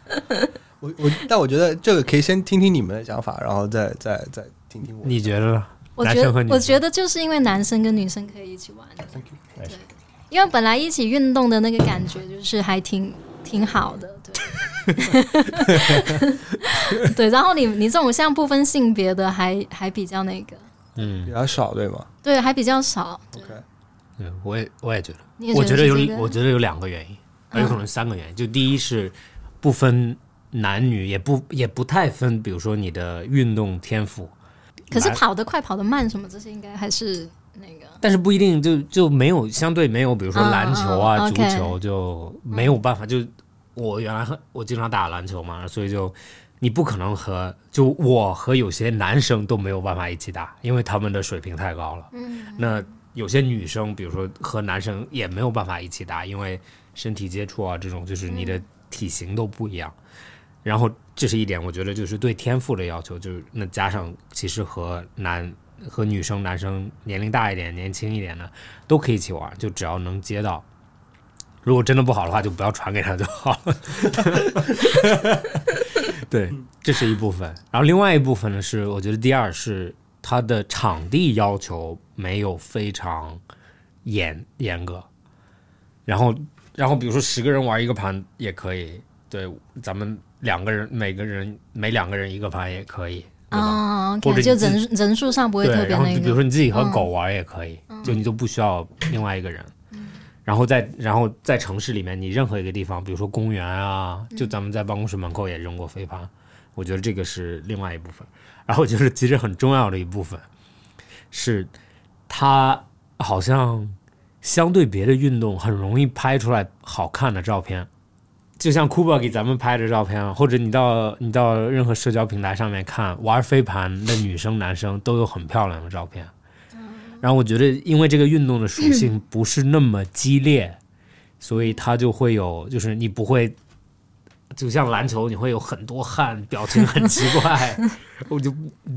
[SPEAKER 3] 我我但我觉得这个可以先听听你们的想法，然后再再再听听我。
[SPEAKER 2] 你觉得呢？
[SPEAKER 4] 我
[SPEAKER 2] 男
[SPEAKER 4] 觉
[SPEAKER 2] 生和
[SPEAKER 4] 得
[SPEAKER 2] 女，生
[SPEAKER 4] 我觉得就是因为男生跟女生可以一起玩，
[SPEAKER 3] Thank you
[SPEAKER 4] 因为本来一起运动的那个感觉就是还挺挺好的，对。 对，然后你你这种像不分性别的还还比较那个，
[SPEAKER 2] 嗯
[SPEAKER 3] 比，较少对吗
[SPEAKER 4] 对，还比较少。对
[SPEAKER 3] ？OK，
[SPEAKER 2] 对，我也我也觉得，
[SPEAKER 4] 你也
[SPEAKER 2] 我觉
[SPEAKER 4] 得
[SPEAKER 2] 得有
[SPEAKER 4] 是这个嗯
[SPEAKER 2] 我觉得有两个原因，啊有可能三个原因。就第一是不分男女，也不也不太分，比如说你的运动天赋，
[SPEAKER 4] 可是
[SPEAKER 2] 来
[SPEAKER 4] 跑得快、跑得慢什么这些应该还是那个。
[SPEAKER 2] 但是不一定就就没有相对没有，比如说
[SPEAKER 4] 啊
[SPEAKER 2] 篮球
[SPEAKER 4] 啊
[SPEAKER 2] 啊、足
[SPEAKER 4] OK
[SPEAKER 2] 球就没有办法。就我原来很我经常打篮球嘛，所以就你不可能和就我和有些男生都没有办法一起打，因为他们的水平太高了。嗯，那有些女生，比如说和男生也没有办法一起打，因为身体接触啊这种，就是你的体型都不一样。然后这是一点，我觉得就是对天赋的要求，就是那加上其实和男和女生、男生年龄大一点、年轻一点的都可以一起玩，就只要能接到。如果真的不好的话，就不要传给他就好了。对，这是一部分。然后另外一部分呢是，我觉得第二是它的场地要求没有非常严严格。然后，然后比如说十个人玩一个盘也可以，对，咱们两个人每个人每两个人一个盘也可以，对吧？
[SPEAKER 4] 啊
[SPEAKER 2] 嗯或者
[SPEAKER 4] ，OK，
[SPEAKER 2] 你
[SPEAKER 4] 就
[SPEAKER 2] 自
[SPEAKER 4] 人人数上不会
[SPEAKER 2] 对，
[SPEAKER 4] 特别
[SPEAKER 2] 然后
[SPEAKER 4] 那
[SPEAKER 2] 就比如
[SPEAKER 4] 个。嗯
[SPEAKER 2] 说你自己和狗玩也可以，就你就不需要另外一个人。
[SPEAKER 4] 嗯
[SPEAKER 2] 然后在然后在城市里面，你任何一个地方，比如说公园啊，
[SPEAKER 4] 嗯
[SPEAKER 2] 就咱们在办公室门口也扔过飞盘，我觉得这个是另外一部分。然后我觉得其实很重要的一部分是，它好像相对别的运动很容易拍出来好看的照片。就像 Kuba 给咱们拍的照片，或者你到你到任何社交平台上面看，玩飞盘的女生、男生都有很漂亮的照片。然后我觉得，因为这个运动的属性不是那么激烈，所以它就会有，就是你不会，就像篮球，你会有很多汗，表情很奇怪。我就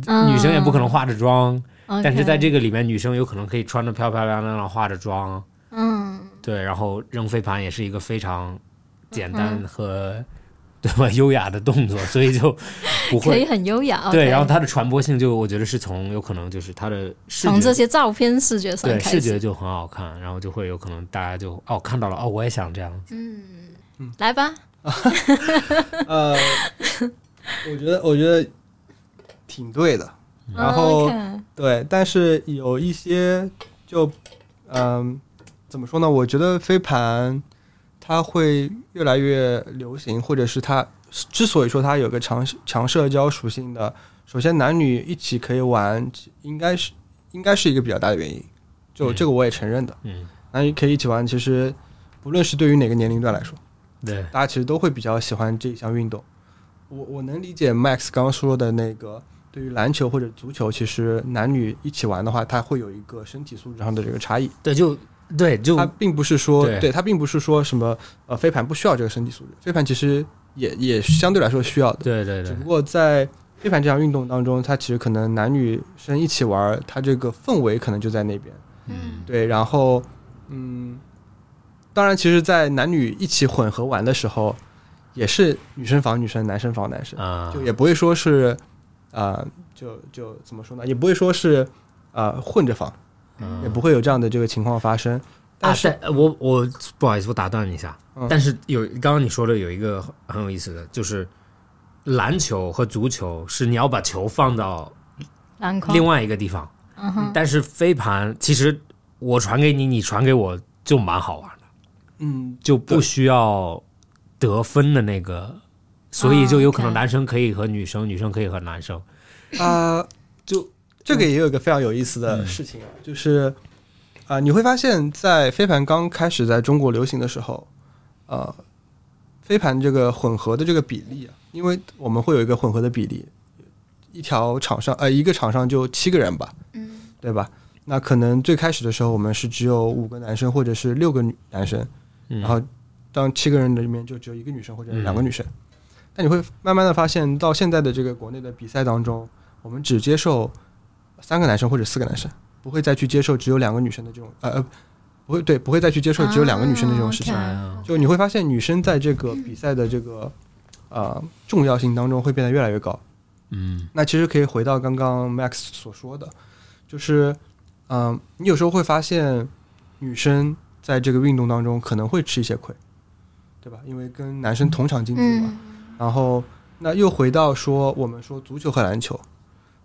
[SPEAKER 4] 嗯
[SPEAKER 2] 女生也不可能化着妆，但是在这
[SPEAKER 4] 个，
[SPEAKER 2] 个里面，女生有可能可以穿着漂漂亮亮的化着妆，嗯，对，然后扔飞盘也是一个非常简
[SPEAKER 4] 嗯
[SPEAKER 2] 单和、对吧 优雅的动作，所以就不
[SPEAKER 4] 可以
[SPEAKER 2] 会
[SPEAKER 4] 很优雅。
[SPEAKER 2] 对，
[SPEAKER 4] OK
[SPEAKER 2] 然后它的传播性就我觉得是从有可能就是它的视
[SPEAKER 4] 从这
[SPEAKER 2] 觉
[SPEAKER 4] 些照片视觉上
[SPEAKER 2] 对
[SPEAKER 4] 开
[SPEAKER 2] 视
[SPEAKER 4] 始
[SPEAKER 2] 觉。就很好看，然后就会有可能大家就哦看到了哦我也想这样
[SPEAKER 4] 嗯
[SPEAKER 2] 子，
[SPEAKER 4] 来吧，
[SPEAKER 3] 呃，我觉得我觉得挺对的，然后。
[SPEAKER 4] 嗯 OK
[SPEAKER 3] 对，但是有一些就，嗯、怎么说呢？我觉得飞盘它会越来越流行，或者是它之所以说它有个强强社交属性的，首先男女一起可以玩，应该是应该是一个比较大的原因。就
[SPEAKER 2] 嗯
[SPEAKER 3] 这个我也承认的，
[SPEAKER 2] 嗯，
[SPEAKER 3] 男女可以一起玩，其实不论是对于哪个年龄段来说，
[SPEAKER 2] 对，
[SPEAKER 3] 大家其实都会比较喜欢这项运动。我我能理解 Max 刚刚说的那个，对于篮球或者足球，其实男女一起玩的话，它会有一个身体素质上的这个差异。
[SPEAKER 2] 对就对就
[SPEAKER 3] 它并不是说，
[SPEAKER 2] 对
[SPEAKER 3] 对它并不是说什么呃，飞盘不需要这个身体素质，飞盘其实也也相对来说需要的，
[SPEAKER 2] 对对
[SPEAKER 3] 只
[SPEAKER 2] 对
[SPEAKER 3] 不过在飞盘这项运动当中，它其实可能男女生一起玩儿，它这个氛围可能就在那边。
[SPEAKER 4] 嗯
[SPEAKER 3] 对，然后嗯，当然，其实，在男女一起混合玩的时候，也是女生防女生，男生防男生，
[SPEAKER 2] 啊，
[SPEAKER 3] 就也不会说是呃，就就怎么说呢，也不会说是呃混着防，
[SPEAKER 2] 嗯
[SPEAKER 3] 也不会有这样的这个情况发生。但是，
[SPEAKER 2] 啊、但我我不好意思，我打断你一下。
[SPEAKER 3] 嗯
[SPEAKER 2] 但是有刚刚你说的有一个很有意思的，就是篮球和足球是你要把球放到
[SPEAKER 4] 篮筐，
[SPEAKER 2] 另外一个地方，
[SPEAKER 4] 嗯哼，
[SPEAKER 2] 但是飞盘其实我传给你，你传给我就蛮好玩的，
[SPEAKER 3] 嗯，
[SPEAKER 2] 就不需要得分的那个，所
[SPEAKER 3] 哦
[SPEAKER 2] 以就有可能
[SPEAKER 4] OK
[SPEAKER 2] 男生可以和女生，女生可以和男生。
[SPEAKER 3] 啊，就 这个也有一个非常有意思的事情啊，就是啊、你会发现在飞盘刚开始在中国流行的时候，呃，飞盘这个混合的这个比例啊，因为我们会有一个混合的比例，一条场上呃一个场上就七个人吧，
[SPEAKER 1] 嗯，
[SPEAKER 3] 对吧？那可能最开始的时候我们是只有五个男生或者是六个女男生，
[SPEAKER 2] 嗯
[SPEAKER 3] 然后当七个人里面就只有一个女生或者两个女生。但你会慢慢的发现，到现在的这个国内的比赛当中，我们只接受三个男生或者四个男生，不会再去接受只有两个女生的这种呃呃，不会对，不会再去接受只有两个女生的这种事情。
[SPEAKER 4] 啊
[SPEAKER 2] 嗯
[SPEAKER 3] 就你会发现，女生在这个比赛的这个呃重要性当中会变得越来越高。
[SPEAKER 2] 嗯
[SPEAKER 3] 那其实可以回到刚刚 Max 所说的，就是，嗯、你有时候会发现女生在这个运动当中可能会吃一些亏，对吧？因为跟男生同场竞技嘛。
[SPEAKER 4] 嗯
[SPEAKER 3] 然后，那又回到说我们说足球和篮球，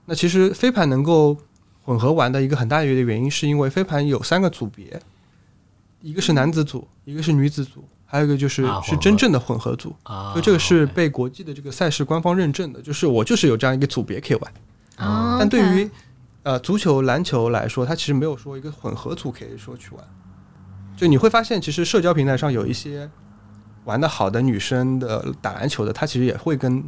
[SPEAKER 3] 那其实飞盘能够混合玩的一个很大的一个原因，是因为飞盘有三个组别，一个是男子组，一个是女子组，还有一个就是
[SPEAKER 2] 嗯啊
[SPEAKER 3] 是
[SPEAKER 2] 混合
[SPEAKER 3] 真正的混合组。
[SPEAKER 2] 啊
[SPEAKER 3] 就这个是
[SPEAKER 2] OK
[SPEAKER 3] 被国际的这个赛事官方认证的，就是我就是有这样一个组别可以玩。
[SPEAKER 4] 哦
[SPEAKER 3] 但对
[SPEAKER 4] OK
[SPEAKER 3] 于呃足球、篮球来说，它其实没有说一个混合组可以说去玩。就你会发现，其实社交平台上有一些玩的好的女生的打篮球的，她其实也会跟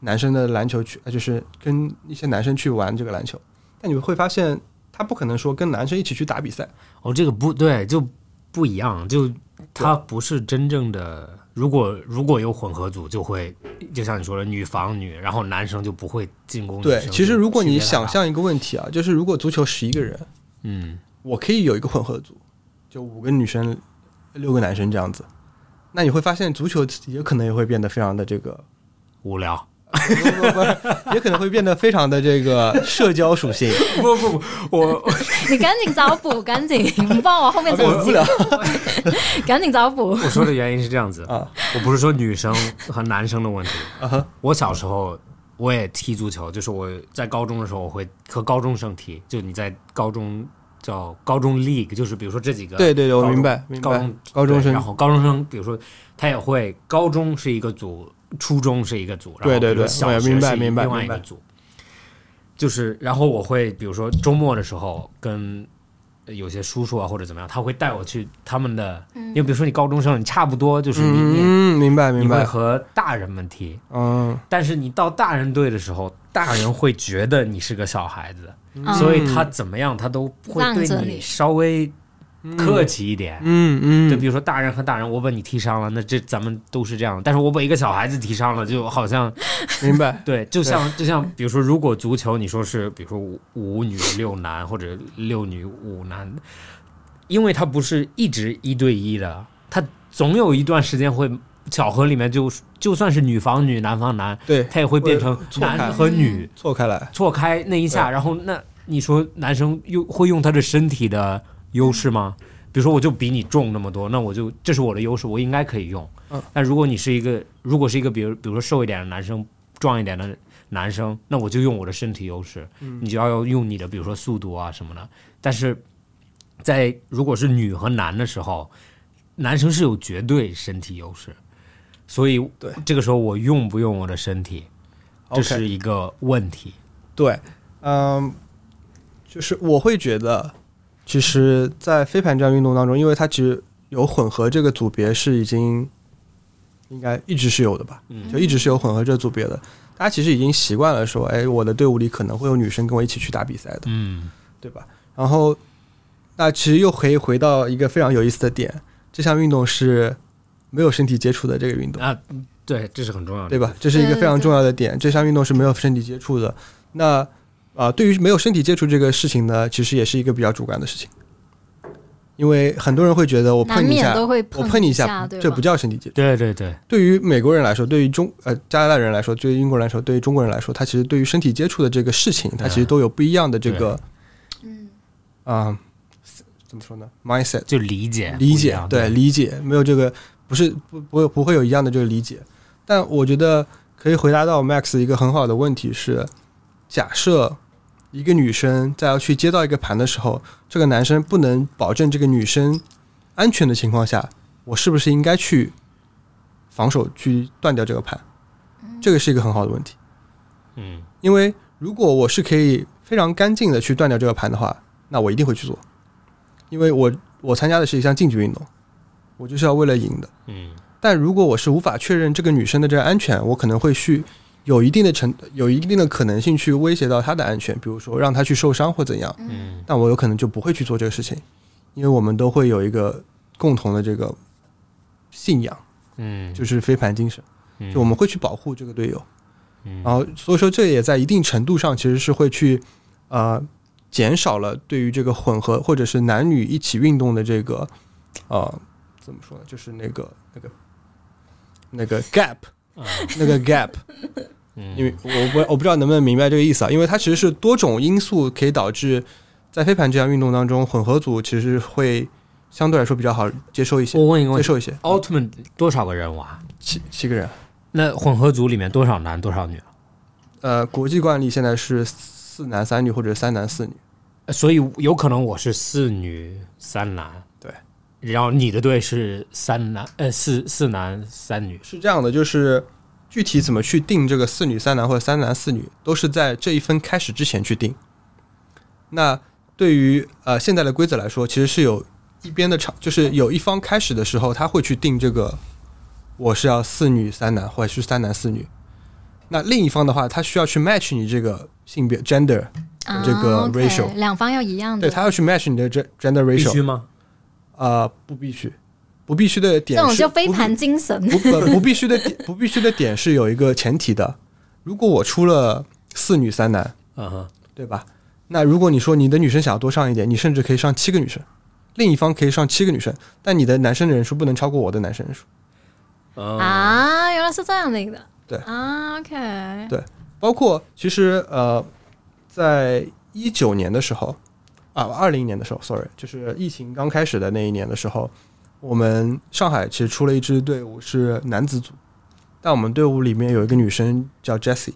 [SPEAKER 3] 男生的篮球去，呃就是跟一些男生去玩这个篮球。但你会发现，她不可能说跟男生一起去打比赛。
[SPEAKER 2] 哦，这个不对，就不一样，就它不是真正的。如果如果有混合组，就会就像你说的，女防女，然后男生就不会进攻女
[SPEAKER 3] 对
[SPEAKER 2] 生，
[SPEAKER 3] 其实如果
[SPEAKER 2] 就
[SPEAKER 3] 你
[SPEAKER 2] 区别太大
[SPEAKER 3] 想，象一个问题啊，就是如果足球十一个人，
[SPEAKER 2] 嗯，
[SPEAKER 3] 我可以有一个混合组，就五个女生、六个男生这样子。那你会发现，足球也可能也会变得非常的这个，
[SPEAKER 2] 无 聊。
[SPEAKER 3] 不不不，也可能会变得非常的这个社交属性，
[SPEAKER 2] 不不不，我
[SPEAKER 4] 你赶紧找补，赶紧，你帮我后面怎么
[SPEAKER 3] 很无聊
[SPEAKER 4] 记赶紧 找补。
[SPEAKER 2] 我说的原因是这样子，
[SPEAKER 3] 啊
[SPEAKER 2] 我不是说女生和男生的问题。
[SPEAKER 3] 啊哈
[SPEAKER 2] 我小时候我也踢足球，就是我在高中的时候，我会和高中生踢，就你在高中叫高中 league，就是比如说这几个
[SPEAKER 3] 对对对，我
[SPEAKER 2] 高中
[SPEAKER 3] 明白明
[SPEAKER 2] 高
[SPEAKER 3] 白
[SPEAKER 2] 中。
[SPEAKER 3] 高中
[SPEAKER 2] 对
[SPEAKER 3] 生
[SPEAKER 2] 然后高中生，比如说他也会，高中是一个组，初中是一个组，然
[SPEAKER 3] 对
[SPEAKER 2] 后
[SPEAKER 3] 对
[SPEAKER 2] 比如说
[SPEAKER 3] 对
[SPEAKER 2] 小
[SPEAKER 3] 我也
[SPEAKER 2] 学
[SPEAKER 3] 明白
[SPEAKER 2] 是一
[SPEAKER 3] 明白
[SPEAKER 2] 另外一
[SPEAKER 3] 明
[SPEAKER 2] 个
[SPEAKER 3] 白
[SPEAKER 2] 组，就是然后我会比如说周末的时候跟有些叔叔啊或者怎么样，他会带我去他们的，
[SPEAKER 4] 嗯
[SPEAKER 2] 因为比如说你高中生，你差不多就是你、你
[SPEAKER 3] 嗯，明白
[SPEAKER 2] 你
[SPEAKER 3] 明
[SPEAKER 2] 会
[SPEAKER 3] 白，
[SPEAKER 2] 和大人们踢，
[SPEAKER 3] 嗯，
[SPEAKER 2] 但是你到大人队的时候，大人会觉得你是个小孩子，
[SPEAKER 4] 嗯
[SPEAKER 2] 所以他怎么样他都会
[SPEAKER 4] 让着
[SPEAKER 2] 对
[SPEAKER 4] 你
[SPEAKER 2] 稍微客气一点，
[SPEAKER 3] 嗯
[SPEAKER 2] 就
[SPEAKER 3] 嗯，
[SPEAKER 2] 比如说大人和大人，我把你踢伤了，那这咱们都是这样的。但是我把一个小孩子踢伤了，就好 像
[SPEAKER 3] 明白，
[SPEAKER 2] 对，就像就像比如说，如果足球你说是比如说五五女六男或者六女五男，因为它不是一直一对一的，它总有一段时间会巧合里面就就算是女防女男防男，
[SPEAKER 3] 对，
[SPEAKER 2] 它也会变成
[SPEAKER 3] 会错开嗯
[SPEAKER 2] 男和女
[SPEAKER 3] 错开来，
[SPEAKER 2] 错开那一下，然后那你说男生用会用他的身体的优势吗？比如说我就比你重那么多，那我就这是我的优势，我应该可以用。
[SPEAKER 3] 嗯
[SPEAKER 2] 但如果你是一个如果是一个比如比如说瘦一点的男生，壮一点的男生，那我就用我的身体优势，
[SPEAKER 3] 嗯
[SPEAKER 2] 你就要用你的比如说速度啊什么的。但是在如果是女和男的时候，男生是有绝对身体优势，所以
[SPEAKER 3] 对
[SPEAKER 2] 这个时候我用不用我的身体，这
[SPEAKER 3] OK
[SPEAKER 2] 是一个问题。
[SPEAKER 3] 对，嗯，就是我会觉得，其实，在飞盘这样运动当中，因为它其实有混合这个组别是已经应该一直是有的吧，
[SPEAKER 2] 嗯
[SPEAKER 3] 就一直是有混合这个组别的。大家其实已经习惯了说，哎，我的队伍里可能会有女生跟我一起去打比赛的，
[SPEAKER 2] 嗯
[SPEAKER 3] 对吧？然后，那其实又可以回到一个非常有意思的点，这项运动是没有身体接触的这个运动。
[SPEAKER 2] 啊，对，这是很重要的，
[SPEAKER 3] 对吧？这是一
[SPEAKER 4] 嗯
[SPEAKER 3] 个非常重要的点。这项运动是没有身体接触的。那啊、对于没有身体接触这个事情呢，其实也是一个比较主观的事情，因为很多人会觉得我
[SPEAKER 4] 难
[SPEAKER 3] 碰你一
[SPEAKER 4] 免
[SPEAKER 3] 下，
[SPEAKER 4] 都会
[SPEAKER 3] 我碰你
[SPEAKER 4] 一
[SPEAKER 3] 一下，
[SPEAKER 4] 对吧？
[SPEAKER 3] 这不叫身体接触。
[SPEAKER 2] 对对对，
[SPEAKER 3] 对于美国人来说，对于中呃加拿大人来说，对于英国人来说，对于中国人来说，他其实对于身体接触的这个事情，他其实都有不一样的这个
[SPEAKER 4] 嗯，
[SPEAKER 3] 啊、怎么说呢？mindset
[SPEAKER 2] 就理解
[SPEAKER 3] 理
[SPEAKER 2] 不一
[SPEAKER 3] 解
[SPEAKER 2] 样，
[SPEAKER 3] 对理解没有这个不是不不会不会有一样的这个理解，但我觉得可以回答到 Max 一个很好的问题是：假设一个女生在要去接到一个盘的时候，这个男生不能保证这个女生安全的情况下，我是不是应该去防守去断掉这个盘？这个是一个很好的问题，
[SPEAKER 2] 嗯，
[SPEAKER 3] 因为如果我是可以非常干净的去断掉这个盘的话，那我一定会去做，因为我我参加的是一项竞技运动，我就是要为了赢的。
[SPEAKER 2] 嗯
[SPEAKER 3] 但如果我是无法确认这个女生的这个安全，我可能会去有一定的程有一定的可能性去威胁到她的安全，比如说让她去受伤或怎样。
[SPEAKER 2] 嗯
[SPEAKER 3] 但我有可能就不会去做这个事情，因为我们都会有一个共同的这个信仰，
[SPEAKER 2] 嗯，
[SPEAKER 3] 就是飞盘精神，就我们会去保护这个队友。
[SPEAKER 2] 嗯
[SPEAKER 3] 然后所以说这也在一定程度上其实是会去呃减少了对于这个混合或者是男女一起运动的这个呃怎么说呢，就是那个那个那个 gap
[SPEAKER 2] 啊
[SPEAKER 3] 那个 gap，
[SPEAKER 2] 嗯
[SPEAKER 3] 因为我不我不知道能不能明白这个意思啊，因为它其实是多种因素可以导致在飞盘这项运动当中，混合组其实会相对来说比较好接受一些，
[SPEAKER 2] 我问一个问
[SPEAKER 3] 接
[SPEAKER 2] 题，
[SPEAKER 3] 受一些。
[SPEAKER 2] 奥特曼多少个人物啊？
[SPEAKER 3] 七七个人，
[SPEAKER 2] 那混合组里面多少男多少女啊？
[SPEAKER 3] 呃，国际惯例现在是四男三女或者三男四女。
[SPEAKER 2] 所以有可能我是四女三男，
[SPEAKER 3] 对，
[SPEAKER 2] 然后你的队是三男呃四四男三女，
[SPEAKER 3] 是这样的，就是具体怎么去定这个四女三男或者三男四女，都是在这一分开始之前去定。那对于呃现在的规则来说，其实是有一边的场，就是有一方开始的时候，他会去定这个我是要四女三男，或者是三男四女。那另一方的话，他需要去 match 你这个性别 gender，
[SPEAKER 4] 啊
[SPEAKER 3] 这个
[SPEAKER 4] OK，
[SPEAKER 3] ratio
[SPEAKER 4] 两方要一样的，
[SPEAKER 3] 对他要去 match 你的 gen- gender
[SPEAKER 2] 必须
[SPEAKER 3] ratio，
[SPEAKER 2] 吗？
[SPEAKER 3] 呃，不必须，不必须的
[SPEAKER 4] 这
[SPEAKER 3] 点
[SPEAKER 4] 种
[SPEAKER 3] 是
[SPEAKER 4] 就飞
[SPEAKER 3] 不必
[SPEAKER 4] 盘精神。
[SPEAKER 3] 不不不必须的点，不必须的点是有一个前提的。如果我出了四女三男，
[SPEAKER 2] 嗯哼，
[SPEAKER 3] 对吧？那如果你说你的女生想要多上一点，你甚至可以上七个女生，另一方可以上七个女生，但你的男生的人数不能超过我的男生人数。
[SPEAKER 2] 嗯
[SPEAKER 4] 啊，原来是这样的一个。
[SPEAKER 3] 对
[SPEAKER 4] 啊，OK，
[SPEAKER 3] 包括其实呃，在一九年的时候啊，二零年的时候，sorry，就是疫情刚开始的那一年的时候，我们上海其实出了一支队伍是男子组，但我们队伍里面有一个女生叫 Jessie，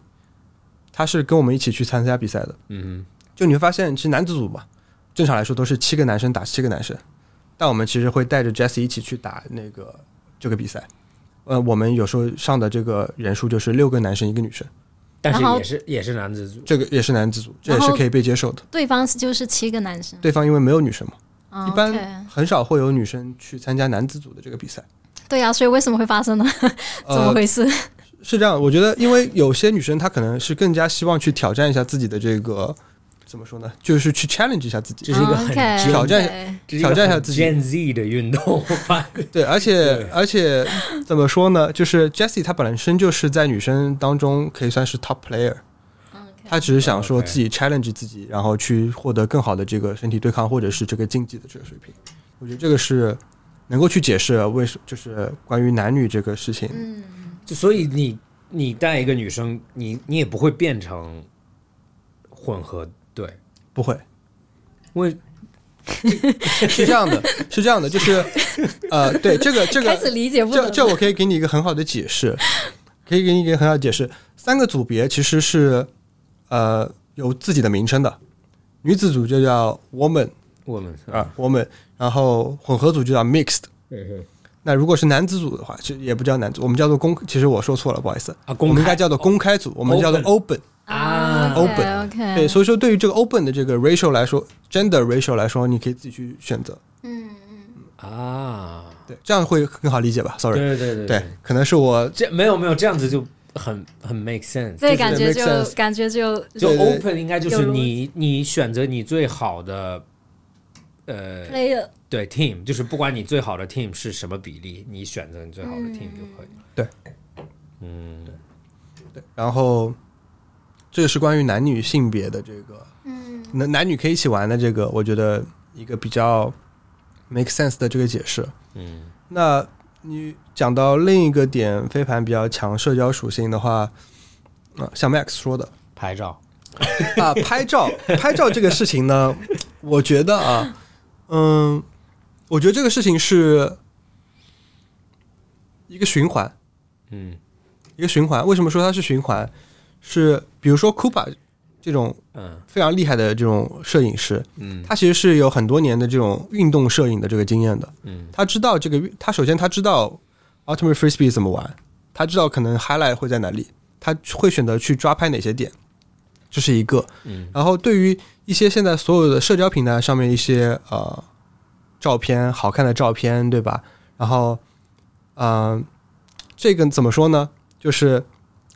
[SPEAKER 3] 她是跟我们一起去参加比赛的。
[SPEAKER 2] 嗯
[SPEAKER 3] 就你会发现，其实男子组嘛，正常来说都是七个男生打七个男生，但我们其实会带着 Jesse 一起去打那个这个比赛。呃，我们有时候上的这个人数就是六个男生一个女生，
[SPEAKER 2] 哼，但是
[SPEAKER 4] 然后
[SPEAKER 2] 也是也是男子组，
[SPEAKER 3] 这个也是男子组，这也
[SPEAKER 4] 然后嗯
[SPEAKER 3] 是可以被接受的。
[SPEAKER 4] 对方是就是七个男生，
[SPEAKER 3] 对方因为没有女生嘛，
[SPEAKER 4] 啊
[SPEAKER 3] 一般
[SPEAKER 4] OK
[SPEAKER 3] 很少会有女生去参加男子组的这个比赛。
[SPEAKER 4] 对啊，所以为什么会发生呢？怎么
[SPEAKER 3] 呃，
[SPEAKER 4] 回事？
[SPEAKER 3] 是这样，我觉得因为有些女生她可能是更加希望去挑战一下自己的这个怎么说呢，就是去 challenge 一下自己
[SPEAKER 2] 这。是一个很
[SPEAKER 4] 哦 OK，
[SPEAKER 3] 挑战
[SPEAKER 4] OK
[SPEAKER 2] 这是个
[SPEAKER 3] 挑战一下
[SPEAKER 2] 很
[SPEAKER 3] 自己
[SPEAKER 2] Gen Z 的运动，
[SPEAKER 3] 对，而且
[SPEAKER 2] 对
[SPEAKER 3] 而且怎么说呢？就是 Jessie 她本身就是在女生当中可以算是 top player，她
[SPEAKER 4] 嗯
[SPEAKER 3] 只是想说
[SPEAKER 2] 哦 OK
[SPEAKER 3] 自己 challenge 自己，然后去获得更好的这个身体对抗或者是这个竞技的这个水平。我觉得这个是能够去解释为什就是关于男女这个事情。
[SPEAKER 4] 嗯，
[SPEAKER 2] 就所以你你带一个女生，你你也不会变成混合队，
[SPEAKER 3] 不会
[SPEAKER 2] 为
[SPEAKER 3] 是这样的，是这样的，就是呃，对这个这个
[SPEAKER 4] 开始理解不
[SPEAKER 3] 这
[SPEAKER 4] 了。
[SPEAKER 3] 这我可以给你一个很好的解释，可以给你一个很好的解释。三个组别其实是呃有自己的名称的，女子组就叫 woman
[SPEAKER 2] 我们
[SPEAKER 3] 啊 woman，然后混合组就叫 mixed。那如果是男子组的话，其实也不叫男子，我们叫做公。其实我说错了，不好意思，
[SPEAKER 2] 啊，
[SPEAKER 3] 我
[SPEAKER 2] 公
[SPEAKER 3] 们
[SPEAKER 2] 开哦
[SPEAKER 3] 应该叫做公开组，我们叫做 open。
[SPEAKER 2] 啊
[SPEAKER 3] open
[SPEAKER 4] OK，
[SPEAKER 3] 对，所以说对于这个 open 的这个 ratio 来说，gender ratio 来说，你可以自己去选择。
[SPEAKER 4] 嗯嗯，
[SPEAKER 2] 啊，
[SPEAKER 3] 对，这样会更好理解吧？Sorry，
[SPEAKER 2] 对对对
[SPEAKER 3] 对，可能是我
[SPEAKER 2] 这没有没有这样子就很很 make sense。
[SPEAKER 4] 这感觉
[SPEAKER 3] 就是 make
[SPEAKER 4] 就
[SPEAKER 3] sense
[SPEAKER 4] 感觉就
[SPEAKER 2] 就
[SPEAKER 3] 对对
[SPEAKER 2] open 应该就是你你选择你最好的，呃，
[SPEAKER 4] player
[SPEAKER 2] 对嗯 team，就是不管你最好的 team 是什么比例，你选择你最好的 team 就可以了。嗯，
[SPEAKER 3] 然后这个是关于男女性别的这个，嗯，男男女可以一起玩的这个，我觉得一个比较 make sense 的这个解释。
[SPEAKER 2] 嗯，
[SPEAKER 3] 那你讲到另一个点，飞盘比较强社交属性的话，啊、像 Max 说的
[SPEAKER 2] 拍照，
[SPEAKER 3] 啊，拍照，拍照这个事情呢，我觉得啊，嗯，我觉得这个事情是一个循环，
[SPEAKER 2] 嗯
[SPEAKER 3] 一个循环。为什么说它是循环？是比如说 Kuba 这种
[SPEAKER 2] 嗯
[SPEAKER 3] 非常厉害的这种摄影师，
[SPEAKER 2] 嗯
[SPEAKER 3] 他其实是有很多年的这种运动摄影的这个经验的。
[SPEAKER 2] 嗯
[SPEAKER 3] 他知道这个运，他首先他知道 Ultimate Frisbee 怎么玩，他知道可能 highlight 会在哪里，他会选择去抓拍哪些点，这是一个。
[SPEAKER 2] 嗯
[SPEAKER 3] 然后对于一些现在所有的社交平台上面一些呃照片，好看的照片，对吧？然后，嗯、这个怎么说呢？就是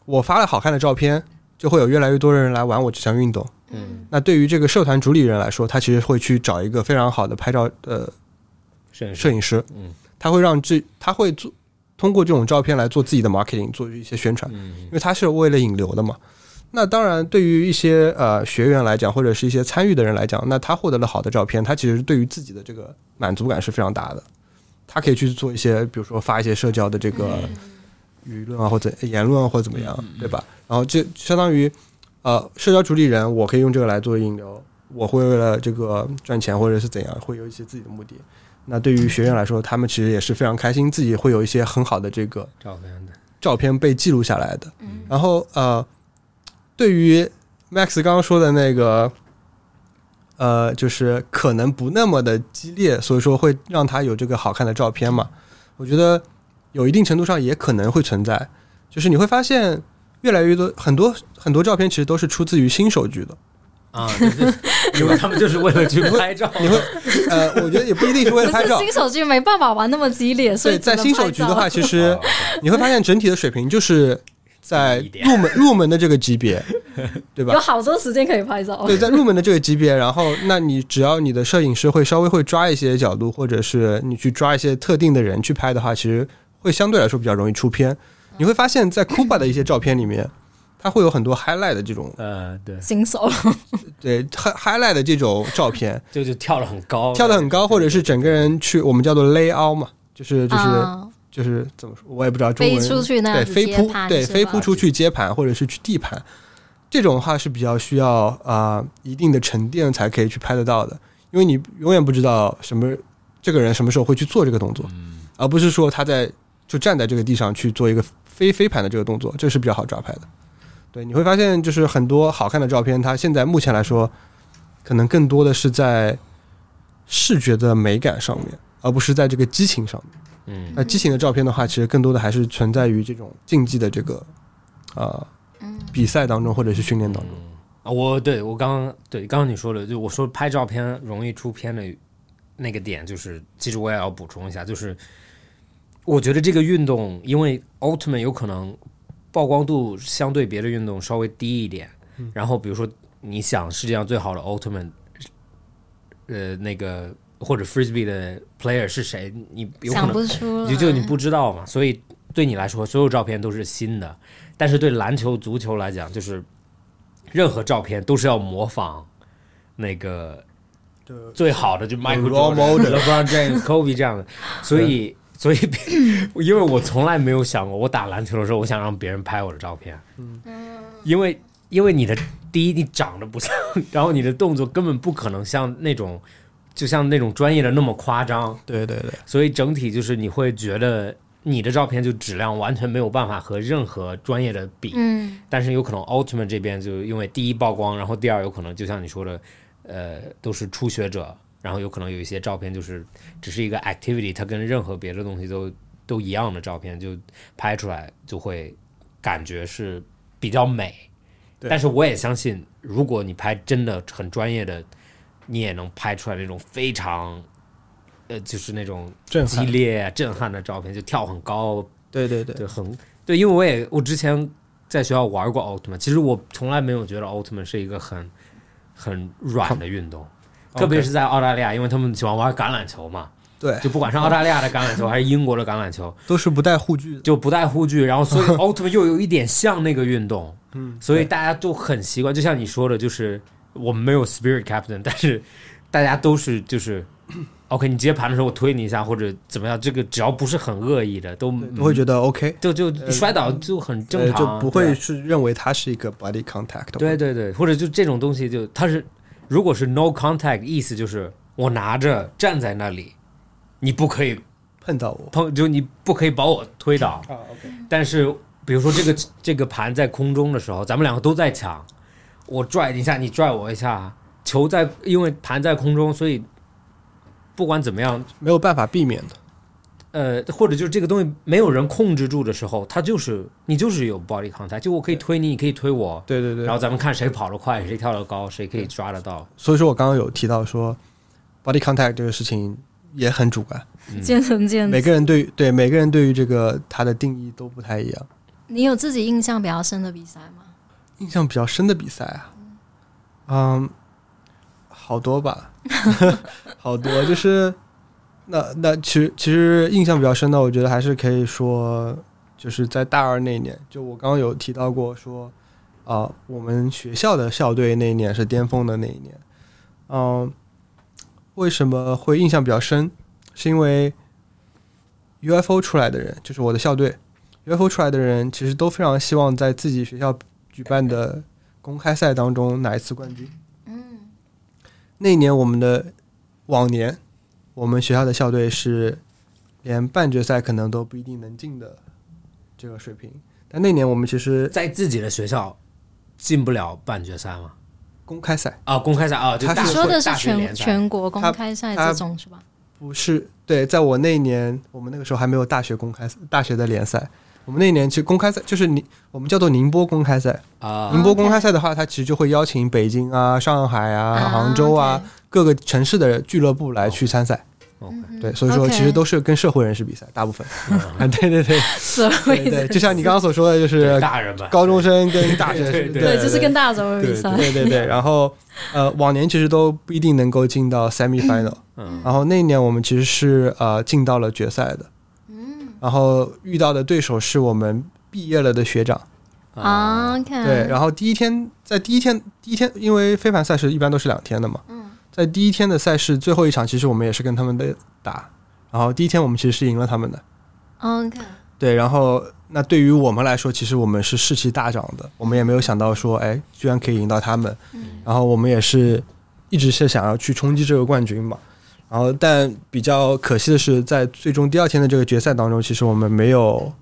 [SPEAKER 3] 我发了好看的照片，就会有越来越多的人来玩我这项运动。
[SPEAKER 2] 嗯，
[SPEAKER 3] 那对于这个社团主理人来说，他其实会去找一个非常好的拍照呃
[SPEAKER 2] 摄影师
[SPEAKER 3] 摄影师，
[SPEAKER 2] 嗯
[SPEAKER 3] 他会让这他会做通过这种照片来做自己的 marketing，做一些宣传。
[SPEAKER 2] 嗯
[SPEAKER 3] 因为它是为了引流的嘛。那当然，对于一些呃学员来讲，或者是一些参与的人来讲，那他获得了好的照片，他其实对于自己的这个满足感是非常大的。他可以去做一些，比如说发一些社交的这个
[SPEAKER 2] 嗯
[SPEAKER 3] 舆论啊，或者言论啊，或者怎么样，对吧？然后这相当于呃，社交主理人，我可以用这个来做引流，我会为了这个赚钱或者是怎样，会有一些自己的目的。那对于学员来说，他们其实也是非常开心，自己会有一些很好的这个
[SPEAKER 2] 照片的，
[SPEAKER 3] 照片被记录下来的。然后呃，对于 Max 刚刚说的那个，呃，就是可能不那么的激烈，所以说会让他有这个好看的照片嘛。我觉得有一定程度上也可能会存在，就是你会发现越来越多很多很多照片其实都是出自于新手局的。
[SPEAKER 2] 啊，就是因为他们就是为了去拍照，
[SPEAKER 3] 你会 呃，我觉得也不一定是为了
[SPEAKER 4] 可
[SPEAKER 3] 拍
[SPEAKER 4] 是
[SPEAKER 3] 照。
[SPEAKER 4] 新手剧没办法玩那么激烈，所
[SPEAKER 3] 对，
[SPEAKER 4] 以
[SPEAKER 3] 在新手局的话，其实
[SPEAKER 2] 哦
[SPEAKER 3] 你会发现整体的水平就是在
[SPEAKER 2] 低一点
[SPEAKER 3] 入门入门的这个级 别，对吧
[SPEAKER 4] 有？好多时间可以拍照。
[SPEAKER 3] 对，在入门的这个级别，然后那你只要你的摄影师会稍微会抓一些角度，或者是你去抓一些特定的人去拍的话，其实会相对来说比较容易出片。你会发现在 Kuba 的一些照片里面，它会有很多 highlight 的这种
[SPEAKER 2] 呃，对，
[SPEAKER 4] 新手，
[SPEAKER 3] 对 hi- highlight 的这种照片，
[SPEAKER 2] 就就跳得很高，
[SPEAKER 3] 跳得很高，或者是整个人去我们叫做 lay out 嘛，就是就是、
[SPEAKER 4] 啊
[SPEAKER 3] 就是怎么说，我也不知道中
[SPEAKER 4] 飞
[SPEAKER 3] 文
[SPEAKER 4] 出去那
[SPEAKER 3] 对
[SPEAKER 4] 样子
[SPEAKER 3] 飞
[SPEAKER 4] 接
[SPEAKER 3] 扑
[SPEAKER 4] 盘，
[SPEAKER 3] 对
[SPEAKER 4] 是
[SPEAKER 3] 飞
[SPEAKER 4] 吧
[SPEAKER 3] 扑出去接盘或者是去地盘，这种的话是比较需要啊、一定的沉淀才可以去拍得到的，因为你永远不知道什么这个人什么时候会去做这个动作，而不是说他在就站在这个地上去做一个飞飞盘的这个动作，这是比较好抓拍的。对，你会发现就是很多好看的照片，它现在目前来说，可能更多的是在视觉的美感上面，而不是在这个激情上面。
[SPEAKER 2] 嗯，
[SPEAKER 3] 那激情的照片的话，其实更多的还是存在于这种竞技的这个呃比赛当中，或者是训练当中。
[SPEAKER 2] 啊，我对我刚刚对刚刚你说了，就我说拍照片容易出片的那个点，就是其实我也要补充一下，就是我觉得这个运动，因为 Ultimate 有可能曝光度相对别的运动稍微低一点，
[SPEAKER 3] 嗯
[SPEAKER 2] 然后比如说你想世界上最好的 Ultimate，呃，那个或者 Frisbee 的 player 是谁，你有可
[SPEAKER 4] 想
[SPEAKER 2] 能
[SPEAKER 4] 不出来，
[SPEAKER 2] 就就你不知道嘛，所以对你来说，所有照片都是新的。但是对篮球、足球来讲，就是任何照片都是要模仿那个最好的，就 Michael
[SPEAKER 3] role
[SPEAKER 2] Jordan、LeBron James、Kobe 这样的。所以，所以因为我从来没有想过，我打篮球的时候，我想让别人拍我的照片，
[SPEAKER 4] 嗯
[SPEAKER 2] 因为因为你的第一，你长得不像，然后你的动作根本不可能像那种。就像那种专业的那么夸张，
[SPEAKER 3] 对对对，
[SPEAKER 2] 所以整体就是你会觉得你的照片就质量完全没有办法和任何专业的比，
[SPEAKER 4] 嗯，
[SPEAKER 2] 但是有可能 Ultimate 这边就因为第一曝光，然后第二有可能就像你说的，呃，都是初学者，然后有可能有一些照片就是只是一个 activity，它跟任何别的东西都都一样的照片，就拍出来就会感觉是比较美。
[SPEAKER 3] 对
[SPEAKER 2] 但是我也相信，如果你拍真的很专业的，你也能拍出来那种非常，呃，就是那种
[SPEAKER 3] 震
[SPEAKER 2] 激
[SPEAKER 3] 撼，
[SPEAKER 2] 烈、啊震撼的照片，就跳很高，
[SPEAKER 3] 对对对，
[SPEAKER 2] 对，很对，因为我也我之前在学校玩过奥特曼，其实我从来没有觉得奥特曼是一个很很软的运动，特别是在澳大利亚，因为他们喜欢玩橄榄球嘛，
[SPEAKER 3] 对，
[SPEAKER 2] 就不管是澳大利亚的橄榄球还是英国的橄榄球，
[SPEAKER 3] 都是不带护具的。
[SPEAKER 2] 就不带护具，然后 所以奥特曼又有一点像那个运动，
[SPEAKER 3] 嗯，
[SPEAKER 2] 所以大家都很习惯。就像你说的，就是我们没有 Spirit Captain，但是大家都是就是 OK，你接盘的时候我推你一下或者怎么样，这个只要不是很恶意的，都
[SPEAKER 3] 都会觉得 OK，
[SPEAKER 2] 就就摔倒就很嗯正
[SPEAKER 3] 呃
[SPEAKER 2] 常，
[SPEAKER 3] 就不会是认为它是一个 body contact。
[SPEAKER 2] 对对对，或者就这种东西就，它是如果是 no contact，意思就是我拿着站在那里，你不可以
[SPEAKER 3] 碰到我
[SPEAKER 2] 碰，就你不可以把我推倒。
[SPEAKER 3] 啊，OK，
[SPEAKER 2] 但是比如说这个这个盘在空中的时候，咱们两个都在抢，我拽你一下，你拽我一下，球在因为盘在空中，所以不管怎么样，
[SPEAKER 3] 没有办法避免的。
[SPEAKER 2] 呃，或者就是这个东西没有人控制住的时候，它就是你就是有 body contact，就我可以推你，你可以推我。
[SPEAKER 3] 对对对
[SPEAKER 2] 然后咱们看谁跑得快，谁跳得高，谁可以抓得到。
[SPEAKER 3] 所以说我刚刚有提到说，body contact 这个事情也很主观，
[SPEAKER 4] 见仁见
[SPEAKER 3] 嗯每
[SPEAKER 4] 智。
[SPEAKER 3] 个人对对每个人对于这个它的定义都不太一样。
[SPEAKER 4] 你有自己印象比较深的比赛吗？
[SPEAKER 3] 印象比较深的比赛啊，嗯，好多 吧，好多就是那那其实其实印象比较深的，我觉得还是可以说，就是在大二那一年，就我刚刚有提到过说，啊、我们学校的校队那一年是巅峰的那一年，嗯，为什么会印象比较深？是因为 UFO 出来的人，就是我的校队。UFO 出来的人其实都非常希望在自己学校举办的公开赛当中拿一次冠军。
[SPEAKER 4] 嗯，
[SPEAKER 3] 那一年我们的往年，我们学校的校队是连半决赛可能都不一定能进的这个水平。但那年我们其实
[SPEAKER 2] 在自己的学校进不了半决赛吗？
[SPEAKER 3] 公开赛
[SPEAKER 2] 啊，公开赛啊，就
[SPEAKER 3] 他
[SPEAKER 2] 大
[SPEAKER 4] 你
[SPEAKER 2] 学
[SPEAKER 4] 说的是
[SPEAKER 2] 大学
[SPEAKER 4] 全
[SPEAKER 2] 联赛
[SPEAKER 4] 全国公开赛
[SPEAKER 3] 他
[SPEAKER 4] 这种是吧？
[SPEAKER 3] 不是对，在我那一年，我们那个时候还没有大学公开赛，大学的联赛。我们那一年其实公开赛就是宁，我们叫做宁波公开赛。
[SPEAKER 2] 啊
[SPEAKER 3] 宁波公开赛的话，它其实就会邀请北京啊、上海啊、杭州啊
[SPEAKER 4] OK
[SPEAKER 3] 各个城市的俱乐部来去参赛。
[SPEAKER 2] ，OK，
[SPEAKER 4] 嗯
[SPEAKER 3] 对，所以说
[SPEAKER 4] OK
[SPEAKER 3] 其实都是跟社会人士比赛，大部分。啊， 对对对
[SPEAKER 4] 社会
[SPEAKER 3] 对对，
[SPEAKER 4] 人，
[SPEAKER 3] 就像你刚刚所说的，就
[SPEAKER 2] 对
[SPEAKER 3] 是
[SPEAKER 2] 大人们
[SPEAKER 3] 高中生跟大学生，
[SPEAKER 2] 对对对
[SPEAKER 4] 对，就是跟大洲人比赛。
[SPEAKER 3] 对对对。然后呃，往年其实都不一定能够进到 semi final，
[SPEAKER 2] 嗯
[SPEAKER 3] 然后那一年我们其实是呃进到了决赛的，
[SPEAKER 4] 嗯
[SPEAKER 3] 然后遇到的对手是我们毕业了的学长。
[SPEAKER 4] 啊，OK。
[SPEAKER 3] 对，然后第一天在第一天第一天，因为飞盘赛事一般都是两天的嘛，
[SPEAKER 4] 嗯
[SPEAKER 3] 在第一天的赛事最后一场，其实我们也是跟他们的打，然后第一天我们其实是赢了他们的。
[SPEAKER 4] ，OK。
[SPEAKER 3] 对，然后那对于我们来说，其实我们是士气大涨的，我们也没有想到说，哎，居然可以赢到他们。
[SPEAKER 4] 嗯
[SPEAKER 3] 然后我们也是一直是想要去冲击这个冠军嘛。然后，但比较可惜的是，在最终第二天的这个决赛当中，其实我们没有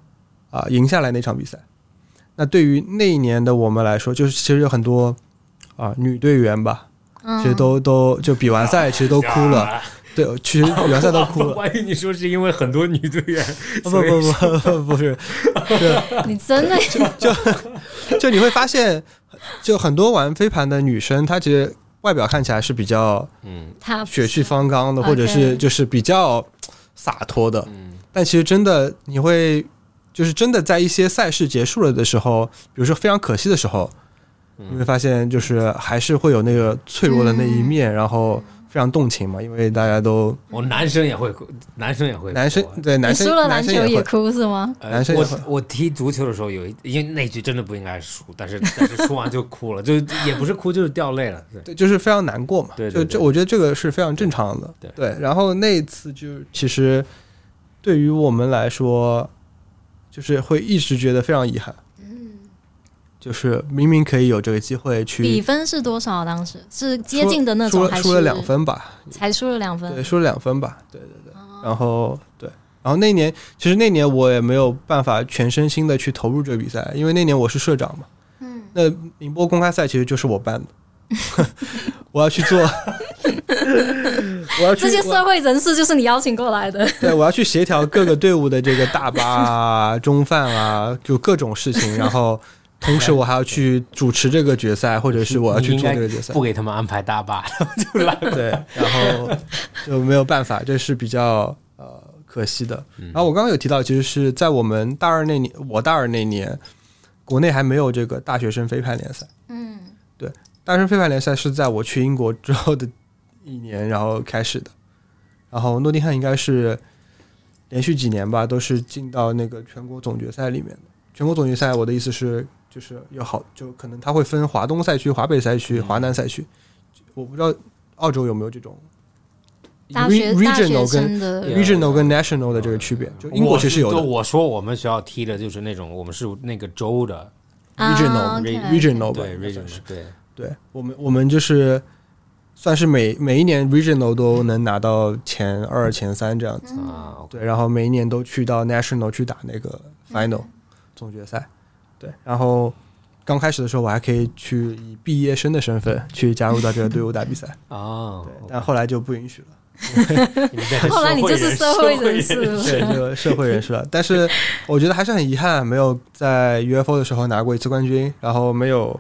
[SPEAKER 3] 啊、赢下来那场比赛。那对于那一年的我们来说，就是其实有很多啊、女队员吧，
[SPEAKER 4] 嗯，
[SPEAKER 3] 其实都都就比完赛其实都哭了，
[SPEAKER 2] 啊，
[SPEAKER 3] 对，其实比完赛 都哭了。哦
[SPEAKER 2] 万一你说是因为很多女队员，
[SPEAKER 3] 不不不不不是，
[SPEAKER 4] 你真的
[SPEAKER 3] 就你会发现，就很多玩飞盘的女生，她其实外表看起来是比较
[SPEAKER 2] 嗯
[SPEAKER 4] 他
[SPEAKER 3] 血气方刚的，或者
[SPEAKER 4] OK
[SPEAKER 3] 是就是比较洒脱的。
[SPEAKER 2] 嗯
[SPEAKER 3] 但其实真的，你会就是真的在一些赛事结束了的时候，比如说非常可惜的时候，你会
[SPEAKER 2] 嗯，
[SPEAKER 3] 发现就是还是会有那个脆弱的那一面，然后非常动情嘛，因为大家都
[SPEAKER 2] 我男生也会哭，男生也会哭，
[SPEAKER 3] 男生对男
[SPEAKER 4] 你
[SPEAKER 3] 生
[SPEAKER 4] 输了
[SPEAKER 3] 男
[SPEAKER 4] 篮
[SPEAKER 3] 生
[SPEAKER 4] 球
[SPEAKER 3] 也
[SPEAKER 4] 也
[SPEAKER 3] 会
[SPEAKER 4] 哭是吗？
[SPEAKER 2] 呃
[SPEAKER 3] 男生也
[SPEAKER 2] 我
[SPEAKER 3] 会
[SPEAKER 2] 我踢足球的时候有一，因为那局真的不应该输，但是 但是输完就哭了，就也不是哭，就是掉泪了。对
[SPEAKER 3] 对，就是非常难过嘛。
[SPEAKER 2] 对对对
[SPEAKER 3] 就这，我觉得这个是非常正常的。
[SPEAKER 2] 对
[SPEAKER 3] 然后那一次就其实对于我们来说，就是会一直觉得非常遗憾，
[SPEAKER 4] 嗯，
[SPEAKER 3] 就是明明可以有这个机会
[SPEAKER 4] 比
[SPEAKER 3] 去
[SPEAKER 4] 分是多少？啊当时是接
[SPEAKER 3] 输
[SPEAKER 4] 近的那
[SPEAKER 3] 输
[SPEAKER 4] 种，
[SPEAKER 3] 了
[SPEAKER 4] 还是
[SPEAKER 3] 输了两，分吧，
[SPEAKER 4] 才输了两分。哦
[SPEAKER 3] 对，输了两分吧，对对对。然后对，然后那年其实那年我也没有办法全身心的去投入这个比赛，因为那年我是社长嘛。
[SPEAKER 4] 嗯，
[SPEAKER 3] 那宁波公开赛其实就是我办的， 我要去做， 我要去
[SPEAKER 4] 这些
[SPEAKER 3] 我
[SPEAKER 4] 社会人士就是你邀请过来的。
[SPEAKER 3] 对，我要去协调各个队伍的这个大巴啊、中饭啊，就各种事情，然后同时我还要去主持这个决赛，或者是我要去做这个决赛
[SPEAKER 2] 不。给他们安排大巴，就来
[SPEAKER 3] 对，然后就没有办法，这是比较呃可惜的。然后我刚刚有提到，其实是在我们大二那年，我大二那年，国内还没有这个大学生飞盘联赛。
[SPEAKER 4] 嗯
[SPEAKER 3] 大学生飞盘联赛是在我去英国之后的一年，然后开始的。然后诺丁汉应该是连续几年吧，都是进到那个全国总决赛里面的。全国总决赛，我的意思是，就是有好，就可能它会分华东赛区、华北赛
[SPEAKER 4] 嗯
[SPEAKER 3] 区、华南赛区。我不知道澳洲有没有这种
[SPEAKER 4] 大学
[SPEAKER 3] re-
[SPEAKER 4] 大学
[SPEAKER 3] regional 跟
[SPEAKER 4] 生的
[SPEAKER 3] regional 跟 national 的这个区别，就 英国其实有
[SPEAKER 2] 我
[SPEAKER 3] 的
[SPEAKER 2] 是我说我们学校踢的就是那种，我们是那个州的，
[SPEAKER 4] 啊
[SPEAKER 3] regional
[SPEAKER 4] OK
[SPEAKER 3] regional 吧
[SPEAKER 2] 对
[SPEAKER 3] 应该算
[SPEAKER 2] region
[SPEAKER 3] 是
[SPEAKER 2] 对，
[SPEAKER 3] 对我们我们就是算是每每一年 regional 都能拿到前二、前三这样
[SPEAKER 4] 嗯
[SPEAKER 3] 子，
[SPEAKER 2] 啊，
[SPEAKER 3] 对，然后每一年都去到 national 去打那个
[SPEAKER 2] 嗯
[SPEAKER 3] final 总决赛，对，然后刚开始的时候我还可以去以毕业生的身份去加入到这个队伍打比赛，
[SPEAKER 2] 啊
[SPEAKER 3] 对，，但后来就不允许了。
[SPEAKER 2] 你们这是
[SPEAKER 4] 后来你就是社
[SPEAKER 2] 社
[SPEAKER 4] 会
[SPEAKER 2] 人
[SPEAKER 4] 人士了，
[SPEAKER 3] 对，就社会人士了。但是我觉得还是很遗憾，没有在 UFO 的时候拿过一次冠军，然后没有，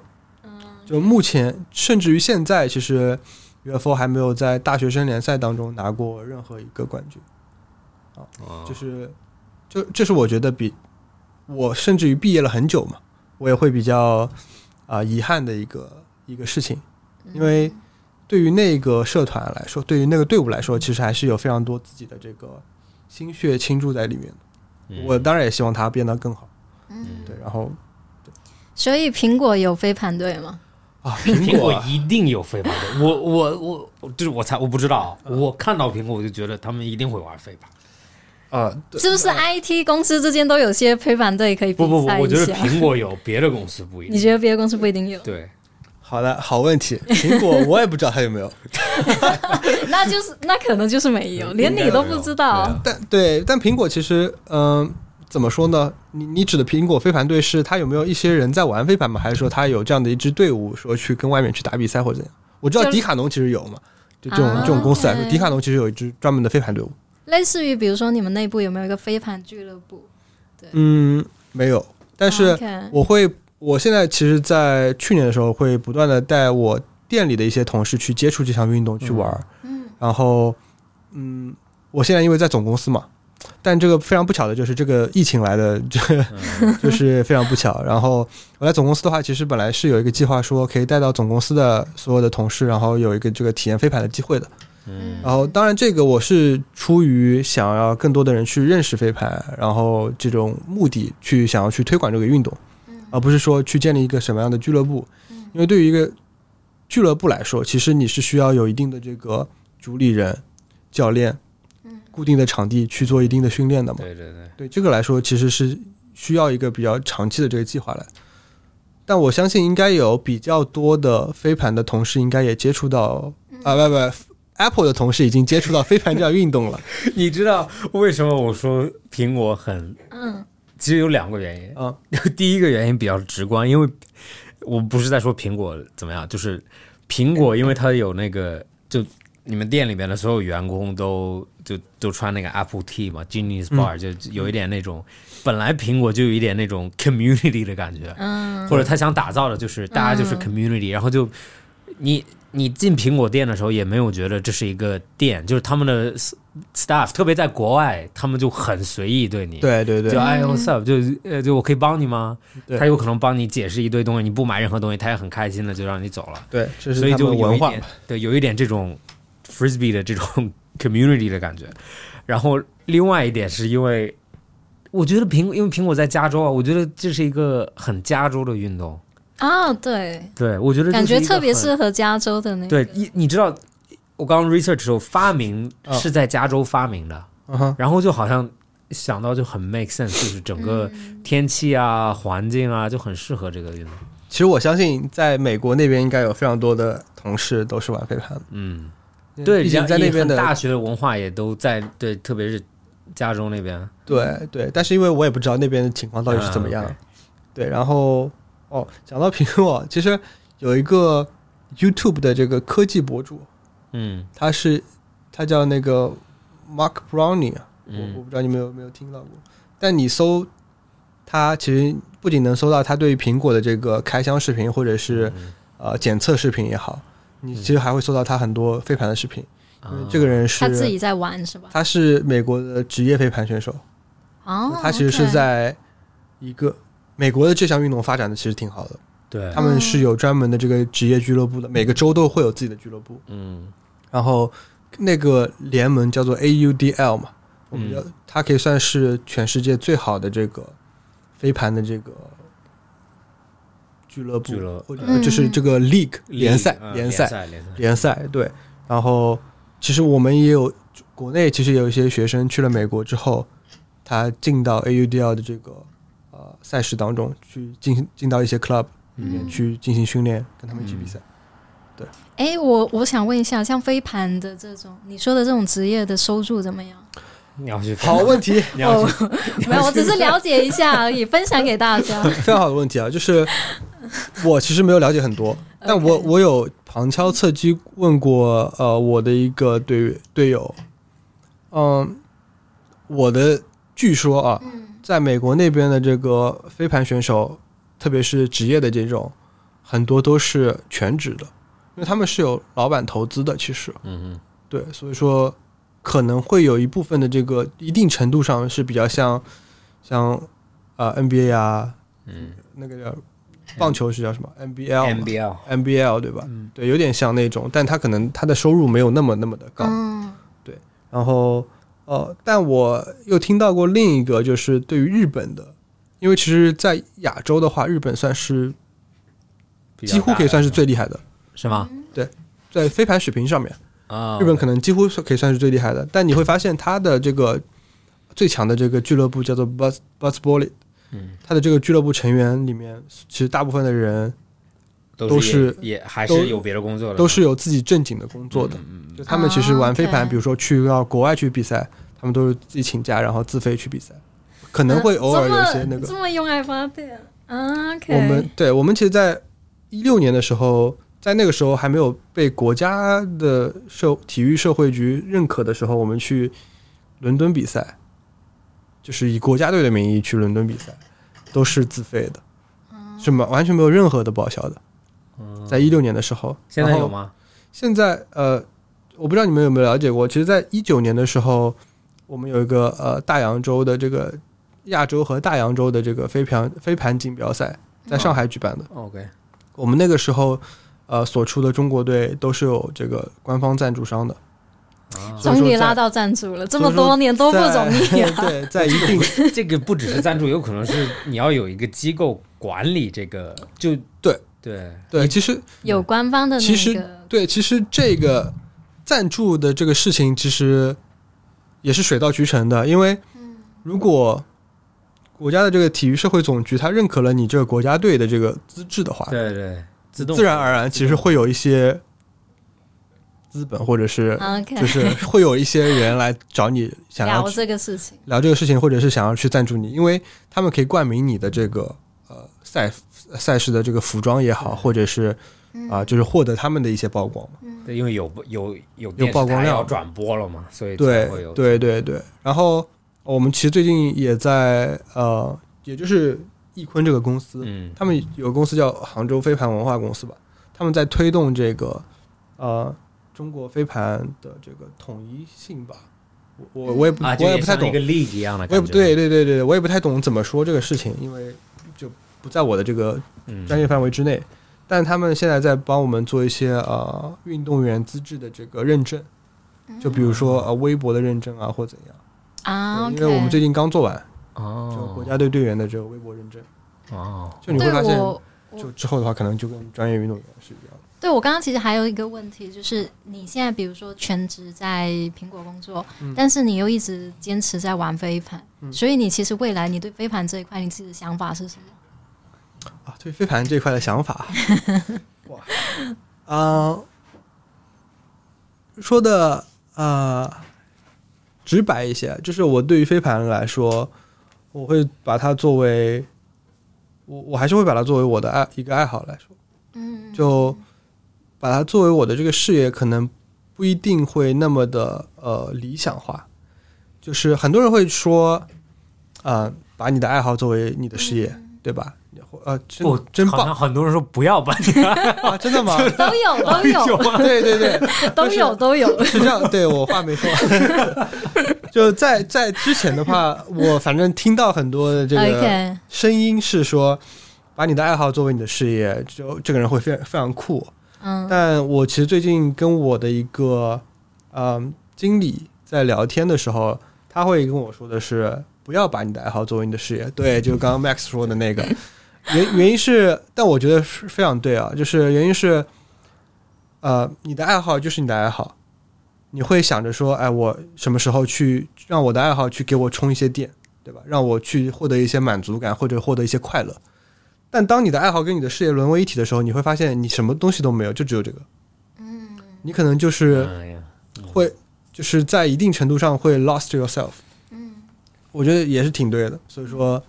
[SPEAKER 3] 就目前甚至于现在，其实 UFO 还没有在大学生联赛当中拿过任何一个冠军。
[SPEAKER 2] 啊
[SPEAKER 3] 就是，就这是我觉得比我甚至于毕业了很久嘛，我也会比较啊、遗憾的一个一个事情，因为对于那个社团来说，对于那个队伍来说，其实还是有非常多自己的这个心血倾注在里面的。
[SPEAKER 2] 嗯
[SPEAKER 3] 我当然也希望它变得更好，
[SPEAKER 4] 嗯，
[SPEAKER 3] 对，然后
[SPEAKER 4] 所以苹果有飞盘队吗？
[SPEAKER 3] 啊，苹
[SPEAKER 2] 苹
[SPEAKER 3] 果
[SPEAKER 2] 果
[SPEAKER 3] 啊
[SPEAKER 2] 一定有飞盘的，我我我我就是我才我不知道，啊我看到苹果我就觉得他们一定会玩飞盘。
[SPEAKER 3] 啊，对
[SPEAKER 4] 是不是 IT 公司之间都有些飞盘队可以比
[SPEAKER 2] 不不不，
[SPEAKER 4] 赛
[SPEAKER 2] 我觉
[SPEAKER 4] 一
[SPEAKER 2] 得
[SPEAKER 4] 下？
[SPEAKER 2] 苹果有，别的公司不一
[SPEAKER 4] 你
[SPEAKER 2] 定。
[SPEAKER 4] 觉得别的公司不 一定有？
[SPEAKER 2] 对，
[SPEAKER 3] 好的，好问题，苹果我也不知道它有没有，
[SPEAKER 4] 那就是那可能就是没有，
[SPEAKER 2] 嗯
[SPEAKER 4] 连你都
[SPEAKER 2] 应该没
[SPEAKER 4] 不
[SPEAKER 2] 有
[SPEAKER 4] 知道。啊
[SPEAKER 3] 但对，但苹果其实，嗯、怎么说呢？你你指的苹果飞盘队是它有没有一些人在玩飞盘吗？还是说它有这样的一支队伍，说去跟外面去打比赛或者怎样？我知道
[SPEAKER 4] 就是
[SPEAKER 3] 迪卡侬其实有嘛，就这种、
[SPEAKER 4] 啊
[SPEAKER 3] 这种公司来说，
[SPEAKER 4] 对
[SPEAKER 3] 迪卡侬其实有一支专门的飞盘队伍。
[SPEAKER 4] 类似于比如说你们内部有没有一个飞盘俱乐部？
[SPEAKER 3] 嗯，没有，但是
[SPEAKER 4] OK
[SPEAKER 3] 我会，我现在其实，在去年的时候会不断的带我店里的一些同事去接触这项运动去玩儿，
[SPEAKER 4] 嗯
[SPEAKER 3] 然后，嗯，我现在因为在总公司嘛，但这个非常不巧的就是这个疫情来的，这个 就是非常不巧。然后我在总公司的话，其实本来是有一个计划，说可以带到总公司的所有的同事，然后有一个这个体验飞盘的机会的。
[SPEAKER 2] 嗯
[SPEAKER 3] 然后，当然这个我是出于想要更多的人去认识飞盘，然后这种目的去想要去推广这个运动，而不是说去建立一个什么样的俱乐部。因为对于一个俱乐部来说，其实你是需要有一定的这个主理人、教练、固定的场地去做一定的训练的嘛。
[SPEAKER 2] 对对对，
[SPEAKER 3] 对这个来说，其实是需要一个比较长期的这个计划来。但我相信，应该有比较多的飞盘的同事，应该也接触到啊，不不，Apple 的同事已经接触到飞盘这项运动了。
[SPEAKER 2] 你知道为什么我说苹果很？
[SPEAKER 4] 嗯，
[SPEAKER 2] 其实有两个原因，
[SPEAKER 3] 嗯，
[SPEAKER 2] 第一个原因比较直观，因为我不是在说苹果怎么样，就是苹果，因为它有那个，就你们店里面的所有员工都就都穿那个 Apple T 嘛，Genius Bar，、就有一点那种，本来苹果就有一点那种 community 的感觉，嗯，或者他想打造的就是大家就是 community，、然后就你。你进苹果店的时候也没有觉得这是一个店，就是他们的 s- staff，特别在国外，他们就很随意对你。
[SPEAKER 3] 对对对
[SPEAKER 2] 就，哎 what's up，就呃就我可以帮你吗？
[SPEAKER 3] 对
[SPEAKER 2] 他有可能帮你解释一堆东西，你不买任何东西，他也很开心的就让你走了，
[SPEAKER 3] 对，这
[SPEAKER 2] 所
[SPEAKER 3] 是
[SPEAKER 2] 以
[SPEAKER 3] 他
[SPEAKER 2] 就
[SPEAKER 3] 们
[SPEAKER 2] 有
[SPEAKER 3] 文
[SPEAKER 2] 一
[SPEAKER 3] 化
[SPEAKER 2] 点
[SPEAKER 3] 嘛。
[SPEAKER 2] 对有一点这种 frisbee 的这种 community 的感觉。然后另外一点是因为我觉得苹果，因为苹果在加州啊，我觉得这是一个很加州的运动，
[SPEAKER 4] 啊，对，
[SPEAKER 2] 对我觉得这
[SPEAKER 4] 感
[SPEAKER 2] 是一
[SPEAKER 4] 觉
[SPEAKER 2] 个
[SPEAKER 4] 特别
[SPEAKER 2] 很
[SPEAKER 4] 适合加州的那个。
[SPEAKER 2] 对，你你知道，我刚刚 research 的时候，发明是在加州发明的，
[SPEAKER 3] 嗯哼，
[SPEAKER 2] 然后就好像想到就很 make sense，就是整个天气啊、环境啊就很适合这个运动。
[SPEAKER 3] 其实我相信，在美国那边应该有非常多的同事都是玩飞盘的。
[SPEAKER 2] 嗯，对，
[SPEAKER 3] 毕竟在那边的
[SPEAKER 2] 很大学的文化也都在对，特别是加州那边。啊
[SPEAKER 3] 对对，但是因为我也不知道那边的情况到底是怎么
[SPEAKER 2] 嗯
[SPEAKER 3] 样。对，然后哦，讲到苹果，其实有一个 YouTube 的这个科技博主，
[SPEAKER 2] 嗯
[SPEAKER 3] 他是他叫那个 Mark Browning，啊我
[SPEAKER 2] 嗯
[SPEAKER 3] 我不知道你们有没有听到过，但你搜他，其实不仅能搜到他对于苹果的这个开箱视频，或者是呃检测视频也好，你其实还会搜到他很多飞盘的视频，因
[SPEAKER 2] 啊
[SPEAKER 3] 为嗯这个人是
[SPEAKER 4] 他自己在玩是吧？
[SPEAKER 3] 他是美国的职业飞盘选手，
[SPEAKER 4] 哦，
[SPEAKER 3] 他其实是
[SPEAKER 4] OK
[SPEAKER 3] 在一个美国的这项运动发展的其实挺好的，
[SPEAKER 2] 对
[SPEAKER 3] 他，们是有专门的这个职业俱乐部的，每个州都会有自己的俱乐部，
[SPEAKER 2] 嗯
[SPEAKER 3] 然后那个联盟叫做 AUDL 嘛，我们
[SPEAKER 2] 嗯
[SPEAKER 3] 叫、它可以算是全世界最好的这个飞盘的这个俱乐部，
[SPEAKER 2] 俱乐
[SPEAKER 3] 或者、
[SPEAKER 4] 嗯
[SPEAKER 3] 就是这个 league 联赛、
[SPEAKER 2] 嗯
[SPEAKER 3] 联
[SPEAKER 2] 联
[SPEAKER 3] 赛
[SPEAKER 2] 赛联赛
[SPEAKER 3] 联赛对。然后其实我们也有国内其实也有一些学生去了美国之后，他进到 AUDL 的这个呃赛事当中去进行进到一些 club 里面
[SPEAKER 4] 嗯
[SPEAKER 3] 去进行训练，跟他们一起比赛。
[SPEAKER 4] 哎，我我想问一下，像飞盘的这种，你说的这种职业的收入怎么 样？哦
[SPEAKER 2] 你要去
[SPEAKER 3] 好问题，
[SPEAKER 2] 你要去
[SPEAKER 4] 没有，我只是了解一下而已，分享给大家。
[SPEAKER 3] 非常好的问题啊，就是我其实没有了解很 多，但我
[SPEAKER 4] OK
[SPEAKER 3] 我有旁敲侧击问过呃我的一个队队友，嗯，我的据说啊，
[SPEAKER 4] 嗯
[SPEAKER 3] 在美国那边的这个飞盘选手，特别是职业的这种，很多都是全职的，因为他们是有老板投资的，其实
[SPEAKER 2] 嗯嗯
[SPEAKER 3] 对，所以说可能会有一部分的这个一定程度上是比较像像呃 NBA 啊，
[SPEAKER 2] 嗯
[SPEAKER 3] 那个叫棒球是叫什么 NBL 嘛
[SPEAKER 2] NBL
[SPEAKER 3] NBL 对吧？对，有点像那种，但他可能他的收入没有那么那么的高。
[SPEAKER 4] 嗯
[SPEAKER 3] 然后呃，但我又听到过另一个，就是对于日本的，因为其实，在亚洲的话，日本算是
[SPEAKER 2] 比较
[SPEAKER 3] 几乎可以算是
[SPEAKER 2] 大
[SPEAKER 3] 最厉害的，
[SPEAKER 2] 的是吗？
[SPEAKER 3] 在飞盘水平上面，
[SPEAKER 2] 啊，
[SPEAKER 3] 日本可能几乎算可以算是最厉害的。但你会发现，他的这个最强的这个俱乐部叫做 Buzz Buzz b o l l y
[SPEAKER 2] 嗯
[SPEAKER 3] 他的这个俱乐部成员里面，其实大部分的人
[SPEAKER 2] 都
[SPEAKER 3] 是
[SPEAKER 2] 也也还
[SPEAKER 3] 都
[SPEAKER 2] 是有别的工作的，
[SPEAKER 3] 都是有自己正经的工作的。
[SPEAKER 2] 嗯哦
[SPEAKER 3] 就他们其实玩飞盘，
[SPEAKER 4] OK
[SPEAKER 3] 比如说去到国外去比赛，他们都是自己请假，然后自费去比赛，可能会偶尔有一些那
[SPEAKER 4] 呃这么
[SPEAKER 3] 个。
[SPEAKER 4] 这么用爱发电。啊 OK，
[SPEAKER 3] 我们对我们其实，在一六年的时候，在那个时候还没有被国家的社体育社会局认可的时候，我们去伦敦比赛，就是以国家队的名义去伦敦比赛，都是自费的，是吗？完全没有任何的报销的。在一六年的时候，
[SPEAKER 2] 嗯现在
[SPEAKER 3] 然后
[SPEAKER 2] 有吗？
[SPEAKER 3] 现在呃，我不知道你们有没有了解过，其实，在一九年的时候，我们有一个呃大洋洲的这个亚洲和大洋洲的这个飞盘飞盘锦标赛，在
[SPEAKER 4] 嗯
[SPEAKER 3] 上海举办的。
[SPEAKER 2] OK，
[SPEAKER 3] 我们那个时候呃所出的中国队都是有这个官方赞助商的，
[SPEAKER 2] 啊
[SPEAKER 3] 所以
[SPEAKER 4] 终
[SPEAKER 3] 说
[SPEAKER 4] 于
[SPEAKER 3] 在
[SPEAKER 4] 拉到赞助了，这
[SPEAKER 3] 这
[SPEAKER 4] 么多年多不容易啊！
[SPEAKER 3] 对，在一 定
[SPEAKER 2] 这个不只是赞助，有可能是你要有一个机构管理这 个，就
[SPEAKER 3] 对
[SPEAKER 2] 对，
[SPEAKER 3] 对，其实
[SPEAKER 4] 有官方的
[SPEAKER 3] 其
[SPEAKER 4] 那
[SPEAKER 3] 实
[SPEAKER 4] 个，
[SPEAKER 3] 对，其实这个赞助的这个事情，其实也是水到渠成的，因为如果国家的这个体育社会总局它认可了你这个国家队的这个资质的话，
[SPEAKER 2] 对对，自动
[SPEAKER 3] 啊自然而然其实会有一些资本或者是
[SPEAKER 4] 啊 OK，
[SPEAKER 3] 就是会有一些人来找你想要
[SPEAKER 4] 聊这个事情，
[SPEAKER 3] 聊这个事情，或者是想要去赞助你，因为他们可以冠名你的这个呃赛赛事的这个服装也好，或者是啊、就是获得他们的一些曝光。
[SPEAKER 2] 对，因为有有有电视
[SPEAKER 3] 曝光
[SPEAKER 2] 台
[SPEAKER 3] 量
[SPEAKER 2] 要转播了嘛，所以才
[SPEAKER 3] 对
[SPEAKER 2] 会有
[SPEAKER 3] 对对对。然后我们其实最近也在呃，也就是易坤这个公司，
[SPEAKER 2] 嗯
[SPEAKER 3] 他们有个公司叫杭州飞盘文化公司吧，他们在推动这个呃中国飞盘的这个统一性吧。我我我也不、
[SPEAKER 2] 啊，就
[SPEAKER 3] 我也
[SPEAKER 2] 也
[SPEAKER 3] 不太
[SPEAKER 2] 像
[SPEAKER 3] 懂
[SPEAKER 2] 一个，league 一样的
[SPEAKER 3] 我
[SPEAKER 2] 感
[SPEAKER 3] 也不
[SPEAKER 2] 觉，
[SPEAKER 3] 对对对对，我也不太懂怎么说这个事情，因为就不在我的这个
[SPEAKER 2] 嗯，
[SPEAKER 3] 专业范围之内。但他们现在在帮我们做一些呃运动员资质的这个认证，
[SPEAKER 4] 嗯
[SPEAKER 3] 就比如说呃微博的认证啊，或怎样。
[SPEAKER 4] 啊
[SPEAKER 3] 对
[SPEAKER 4] OK，
[SPEAKER 3] 因为我们最近刚做完，就
[SPEAKER 2] 哦
[SPEAKER 3] 国家队队员的这个微博认证，
[SPEAKER 2] 哦，
[SPEAKER 3] 就你会
[SPEAKER 4] 对
[SPEAKER 3] 发现，
[SPEAKER 4] 我
[SPEAKER 3] 就之后的话，可能就跟专业运动员是一样的。
[SPEAKER 4] 对我刚刚其实还有一个问题，就是你现在比如说全职在苹果工作，
[SPEAKER 3] 嗯
[SPEAKER 4] 但是你又一直坚持在玩飞盘，
[SPEAKER 3] 嗯
[SPEAKER 4] 所以你其实未来你对飞盘这一块你自己的想法是什么？
[SPEAKER 3] 啊，对飞盘这一块的想 法，哇，啊、说的呃直白一些，就是我对于飞盘来说，我会把它作为，我我还是会把它作为我的爱一个爱好来说，
[SPEAKER 4] 嗯，
[SPEAKER 3] 就把它作为我的这个事业，可能不一定会那么的呃理想化。就是很多人会说，啊、把你的爱好作为你的事业，
[SPEAKER 4] 嗯
[SPEAKER 3] 对吧？呃，真
[SPEAKER 2] 不，
[SPEAKER 3] 真
[SPEAKER 2] 好
[SPEAKER 3] 棒
[SPEAKER 2] 像很多人说不要吧，
[SPEAKER 3] 啊！真的吗？
[SPEAKER 4] 都有都有
[SPEAKER 3] 对对对，
[SPEAKER 4] 都有 都有，
[SPEAKER 3] 是这样。对我话没错， 就在在之前的话，我反正听到很多的这个
[SPEAKER 4] OK，
[SPEAKER 3] 声音是说，把你的爱好作为你的事业，就这个人会非常非常酷。
[SPEAKER 4] 嗯
[SPEAKER 3] 但我其实最近跟我的一个嗯，经理在聊天的时候，他会跟我说的是，不要把你的爱好作为你的事业。对，就是刚刚 Max 说的那个原原因是，但我觉得是非常对啊，就是原因是，呃，你的爱好就是你的爱好，你会想着说，哎，我什么时候去让我的爱好去给我充一些电，对吧？让我去获得一些满足感或者获得一些快乐。但当你的爱好跟你的事业沦为一体的时候，你会发现你什么东西都没有，就只有这个。嗯，你可能就是。
[SPEAKER 2] 哎呀，
[SPEAKER 3] 会就是在一定程度上会 lost yourself。嗯，我觉得也是挺对的。所以说，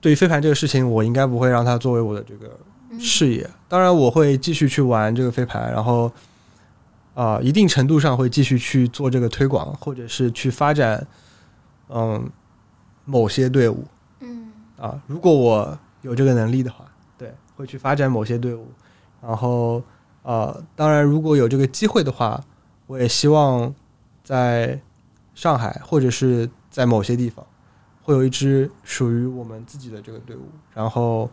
[SPEAKER 3] 对于飞盘这个事情，我应该不会让它作为我的这个
[SPEAKER 4] 嗯
[SPEAKER 3] 事业。当然，我会继续去玩这个飞盘，然后啊、一定程度上会继续去做这个推广，或者是去发展嗯某些队伍。嗯，啊，如果我有这个能力的话，对，会去发展某些队伍。然后呃，当然，如果有这个机会的话，我也希望在上海或者是在某些地方，会有一支属于我们自己的这个队伍，然后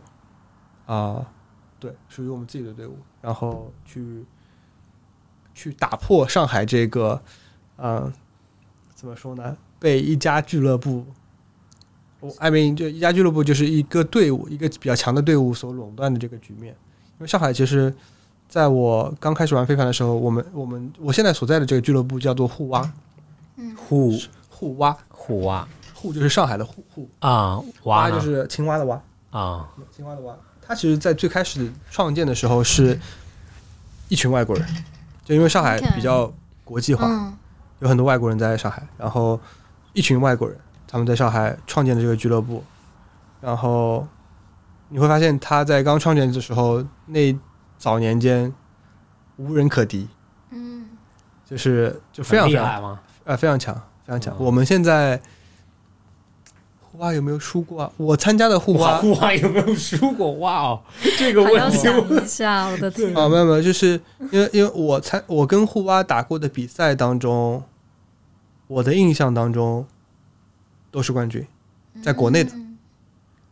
[SPEAKER 3] 啊、对，属于我们自己的队伍，然后去去打破上海这个，嗯、怎么说呢？被一家俱乐部，我艾明就一家俱乐部就是一个队伍，一个比较强的队伍所垄断的这个局面。因为上海其实，在我刚开始玩飞盘的时候，我们我们我现在所在的这个俱乐部叫做沪蛙，
[SPEAKER 2] 虎
[SPEAKER 3] 沪蛙
[SPEAKER 2] 虎蛙
[SPEAKER 3] 沪就是上海的沪沪，
[SPEAKER 2] 啊，
[SPEAKER 3] 蛙
[SPEAKER 2] 蛙
[SPEAKER 3] 就
[SPEAKER 2] 呢
[SPEAKER 3] 是青蛙的蛙，
[SPEAKER 2] 啊，
[SPEAKER 3] 青蛙的蛙。它其实，在最开始创建的时候
[SPEAKER 2] 嗯
[SPEAKER 3] 是一群外国人，就因为上海
[SPEAKER 4] OK
[SPEAKER 3] 比较国际化，
[SPEAKER 4] 嗯
[SPEAKER 3] 有很多外国人在上海，然后一群外国人他们在上海创建的这个俱乐部，然后你会发现他在刚创建的时候，那早年间无人可敌，
[SPEAKER 4] 嗯，
[SPEAKER 3] 就是就非常
[SPEAKER 2] 很
[SPEAKER 3] 非
[SPEAKER 2] 厉
[SPEAKER 3] 常
[SPEAKER 2] 害吗？
[SPEAKER 3] 呃，非常强，非常强。
[SPEAKER 2] 嗯
[SPEAKER 3] 我们现在互蛙有没有输过啊？我参加的互蛙
[SPEAKER 2] 哇，虎蛙有没有输过？哇哦，这个
[SPEAKER 4] 还
[SPEAKER 2] 问
[SPEAKER 4] 要
[SPEAKER 2] 题
[SPEAKER 4] 想一下，我的天，
[SPEAKER 3] 啊，没有没有，就是因为因为我参我跟互蛙打过的比赛当中，我的印象当中都是冠军，在国内的。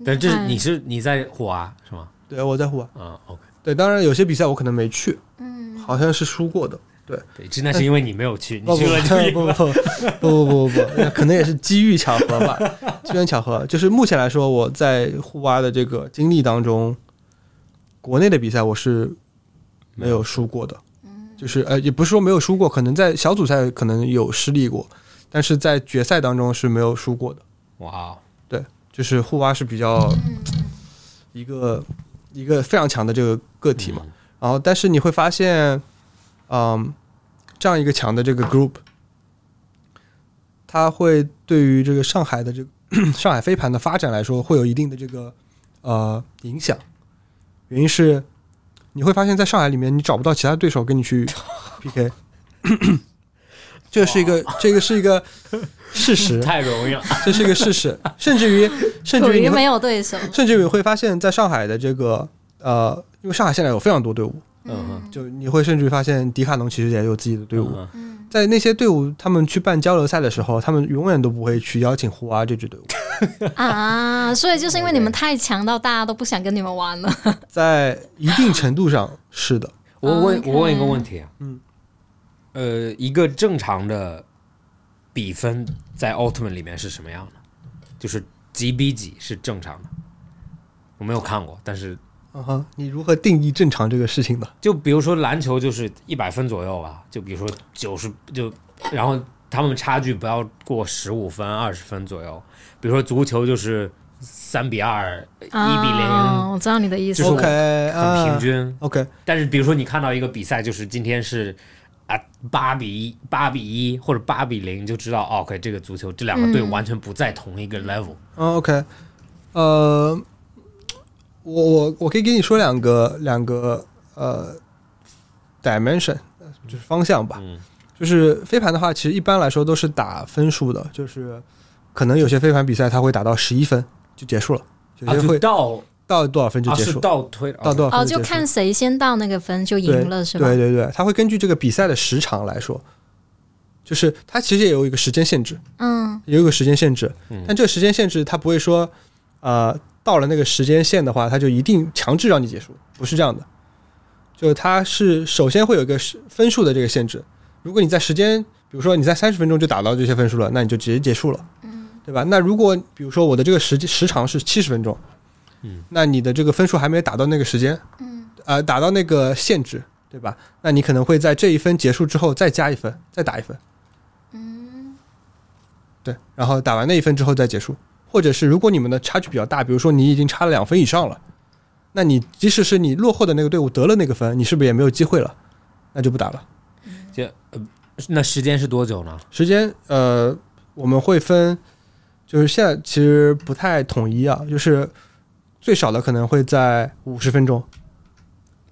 [SPEAKER 2] 但这是
[SPEAKER 4] 哎
[SPEAKER 2] 你是你在虎蛙是吗？
[SPEAKER 3] 对，我在互蛙。
[SPEAKER 2] 啊，OK，
[SPEAKER 3] 对，当然有些比赛我可能没去，
[SPEAKER 4] 嗯，
[SPEAKER 3] 好像是输过的。
[SPEAKER 2] 对，这那是因为你没有去，你
[SPEAKER 3] 不不
[SPEAKER 2] 去了 就赢
[SPEAKER 3] 不不
[SPEAKER 2] 了。
[SPEAKER 3] 不不不不不，可能也是机遇巧合吧，机缘巧合。就是目前来说，我在互蛙的这个经历当中，国内的比赛我是没有输过的，就是呃，也不是说没有输过，可能在小组赛可能有失利过，但是在决赛当中是没有输过的。
[SPEAKER 2] 哇哦，
[SPEAKER 3] 就是互蛙是比较一个一个非常强的这个个体嘛。然后，但是你会发现，嗯，这样一个强的这个 group，它会对于这个上海的这个 上海飞盘的发展来说，会有一定的这个呃影响。原因是你会发现在上海里面，你找不到其他对手跟你去 PK。这是一个，这个是一个事实，
[SPEAKER 2] 太容易了。
[SPEAKER 3] 这是一个事实，甚至于，甚
[SPEAKER 4] 属
[SPEAKER 3] 至于你
[SPEAKER 4] 于
[SPEAKER 3] 会
[SPEAKER 4] 没有对手，
[SPEAKER 3] 甚至于会发现，在上海的这个呃，因为上海现在有非常多队伍，
[SPEAKER 2] 嗯
[SPEAKER 3] 就你会甚至于发现迪卡侬其实也有自己的队伍。
[SPEAKER 2] 嗯
[SPEAKER 3] 在那些队伍他们去办交流赛的时候，他们永远都不会去邀请胡蛙这支 队伍。
[SPEAKER 4] 啊，所以就是因为你们太强到大家都不想跟你们玩了。
[SPEAKER 3] 在一定程度上是的，
[SPEAKER 2] 我问
[SPEAKER 4] OK
[SPEAKER 2] 我问一个问题啊，
[SPEAKER 3] 嗯，
[SPEAKER 2] 呃，一个正常的比分在奥特曼里面是什么样的？就是几比几是正常的？我没有看过，但是
[SPEAKER 3] 嗯哼，你如何定义正常这个事情呢？
[SPEAKER 2] 就比如说篮球就是一百分左右吧，就比如说九十就，然后他们差距不要过十五分、二十分左右。比如说足球就是三比二、一比
[SPEAKER 4] 啊
[SPEAKER 2] 零，
[SPEAKER 4] 我知道你的意思。
[SPEAKER 2] 就是我
[SPEAKER 3] OK 啊
[SPEAKER 2] 很平均。
[SPEAKER 3] OK，
[SPEAKER 2] 但是比如说你看到一个比赛，就是今天是啊八比一、八比一或者八比零，就知道哦 OK 这个足球这两个队完全不在同一个 level。
[SPEAKER 3] 嗯，OK，呃，我我我可以给你说两个两个呃 dimension，呃就是方向吧。
[SPEAKER 2] 嗯
[SPEAKER 3] 就是飞盘的话，其实一般来说都是打分数的，就是可能有些飞盘比赛它会打到十一分就结束了，有
[SPEAKER 2] 啊，
[SPEAKER 3] 些
[SPEAKER 2] 就
[SPEAKER 3] 会
[SPEAKER 2] 到
[SPEAKER 3] 到多少分就
[SPEAKER 2] 啊
[SPEAKER 3] 结
[SPEAKER 2] 是
[SPEAKER 3] 束，
[SPEAKER 2] 倒推
[SPEAKER 3] 到多少
[SPEAKER 4] 哦，
[SPEAKER 3] 分结
[SPEAKER 4] 就
[SPEAKER 3] 束。
[SPEAKER 4] 看谁先到那个分就赢了，是吧？
[SPEAKER 3] 对对对，它会根据这个比赛的时长来说，就是它其实也有一个时间限制，
[SPEAKER 4] 嗯
[SPEAKER 3] 也有一个时间限制
[SPEAKER 2] 嗯，
[SPEAKER 3] 但这个时间限制它不会说，呃，到了那个时间线的话，它就一定强制让你结束，不是这样的。就它是首先会有一个时分数的这个限制，如果你在时间，比如说你在三十分钟就打到这些分数了，那你就直接结束了，
[SPEAKER 4] 嗯
[SPEAKER 3] 对吧？那如果比如说我的这个时时长是七十分钟，
[SPEAKER 2] 嗯，
[SPEAKER 3] 那你的这个分数还没打到那个时间，
[SPEAKER 4] 嗯，
[SPEAKER 3] 呃，打到那个限制，对吧？那你可能会在这一分结束之后再加一分，再打一分，
[SPEAKER 4] 嗯，
[SPEAKER 3] 对，然后打完那一分之后再结束，或者是如果你们的差距比较大，比如说你已经差了两分以上了，那你即使是你落后的那个队伍得了那个分，你是不是也没有机会了？那就不打了。
[SPEAKER 2] 那时间是多久呢？
[SPEAKER 3] 时间呃，我们会分，就是现在其实不太统一啊，就是最少的可能会在五十分钟，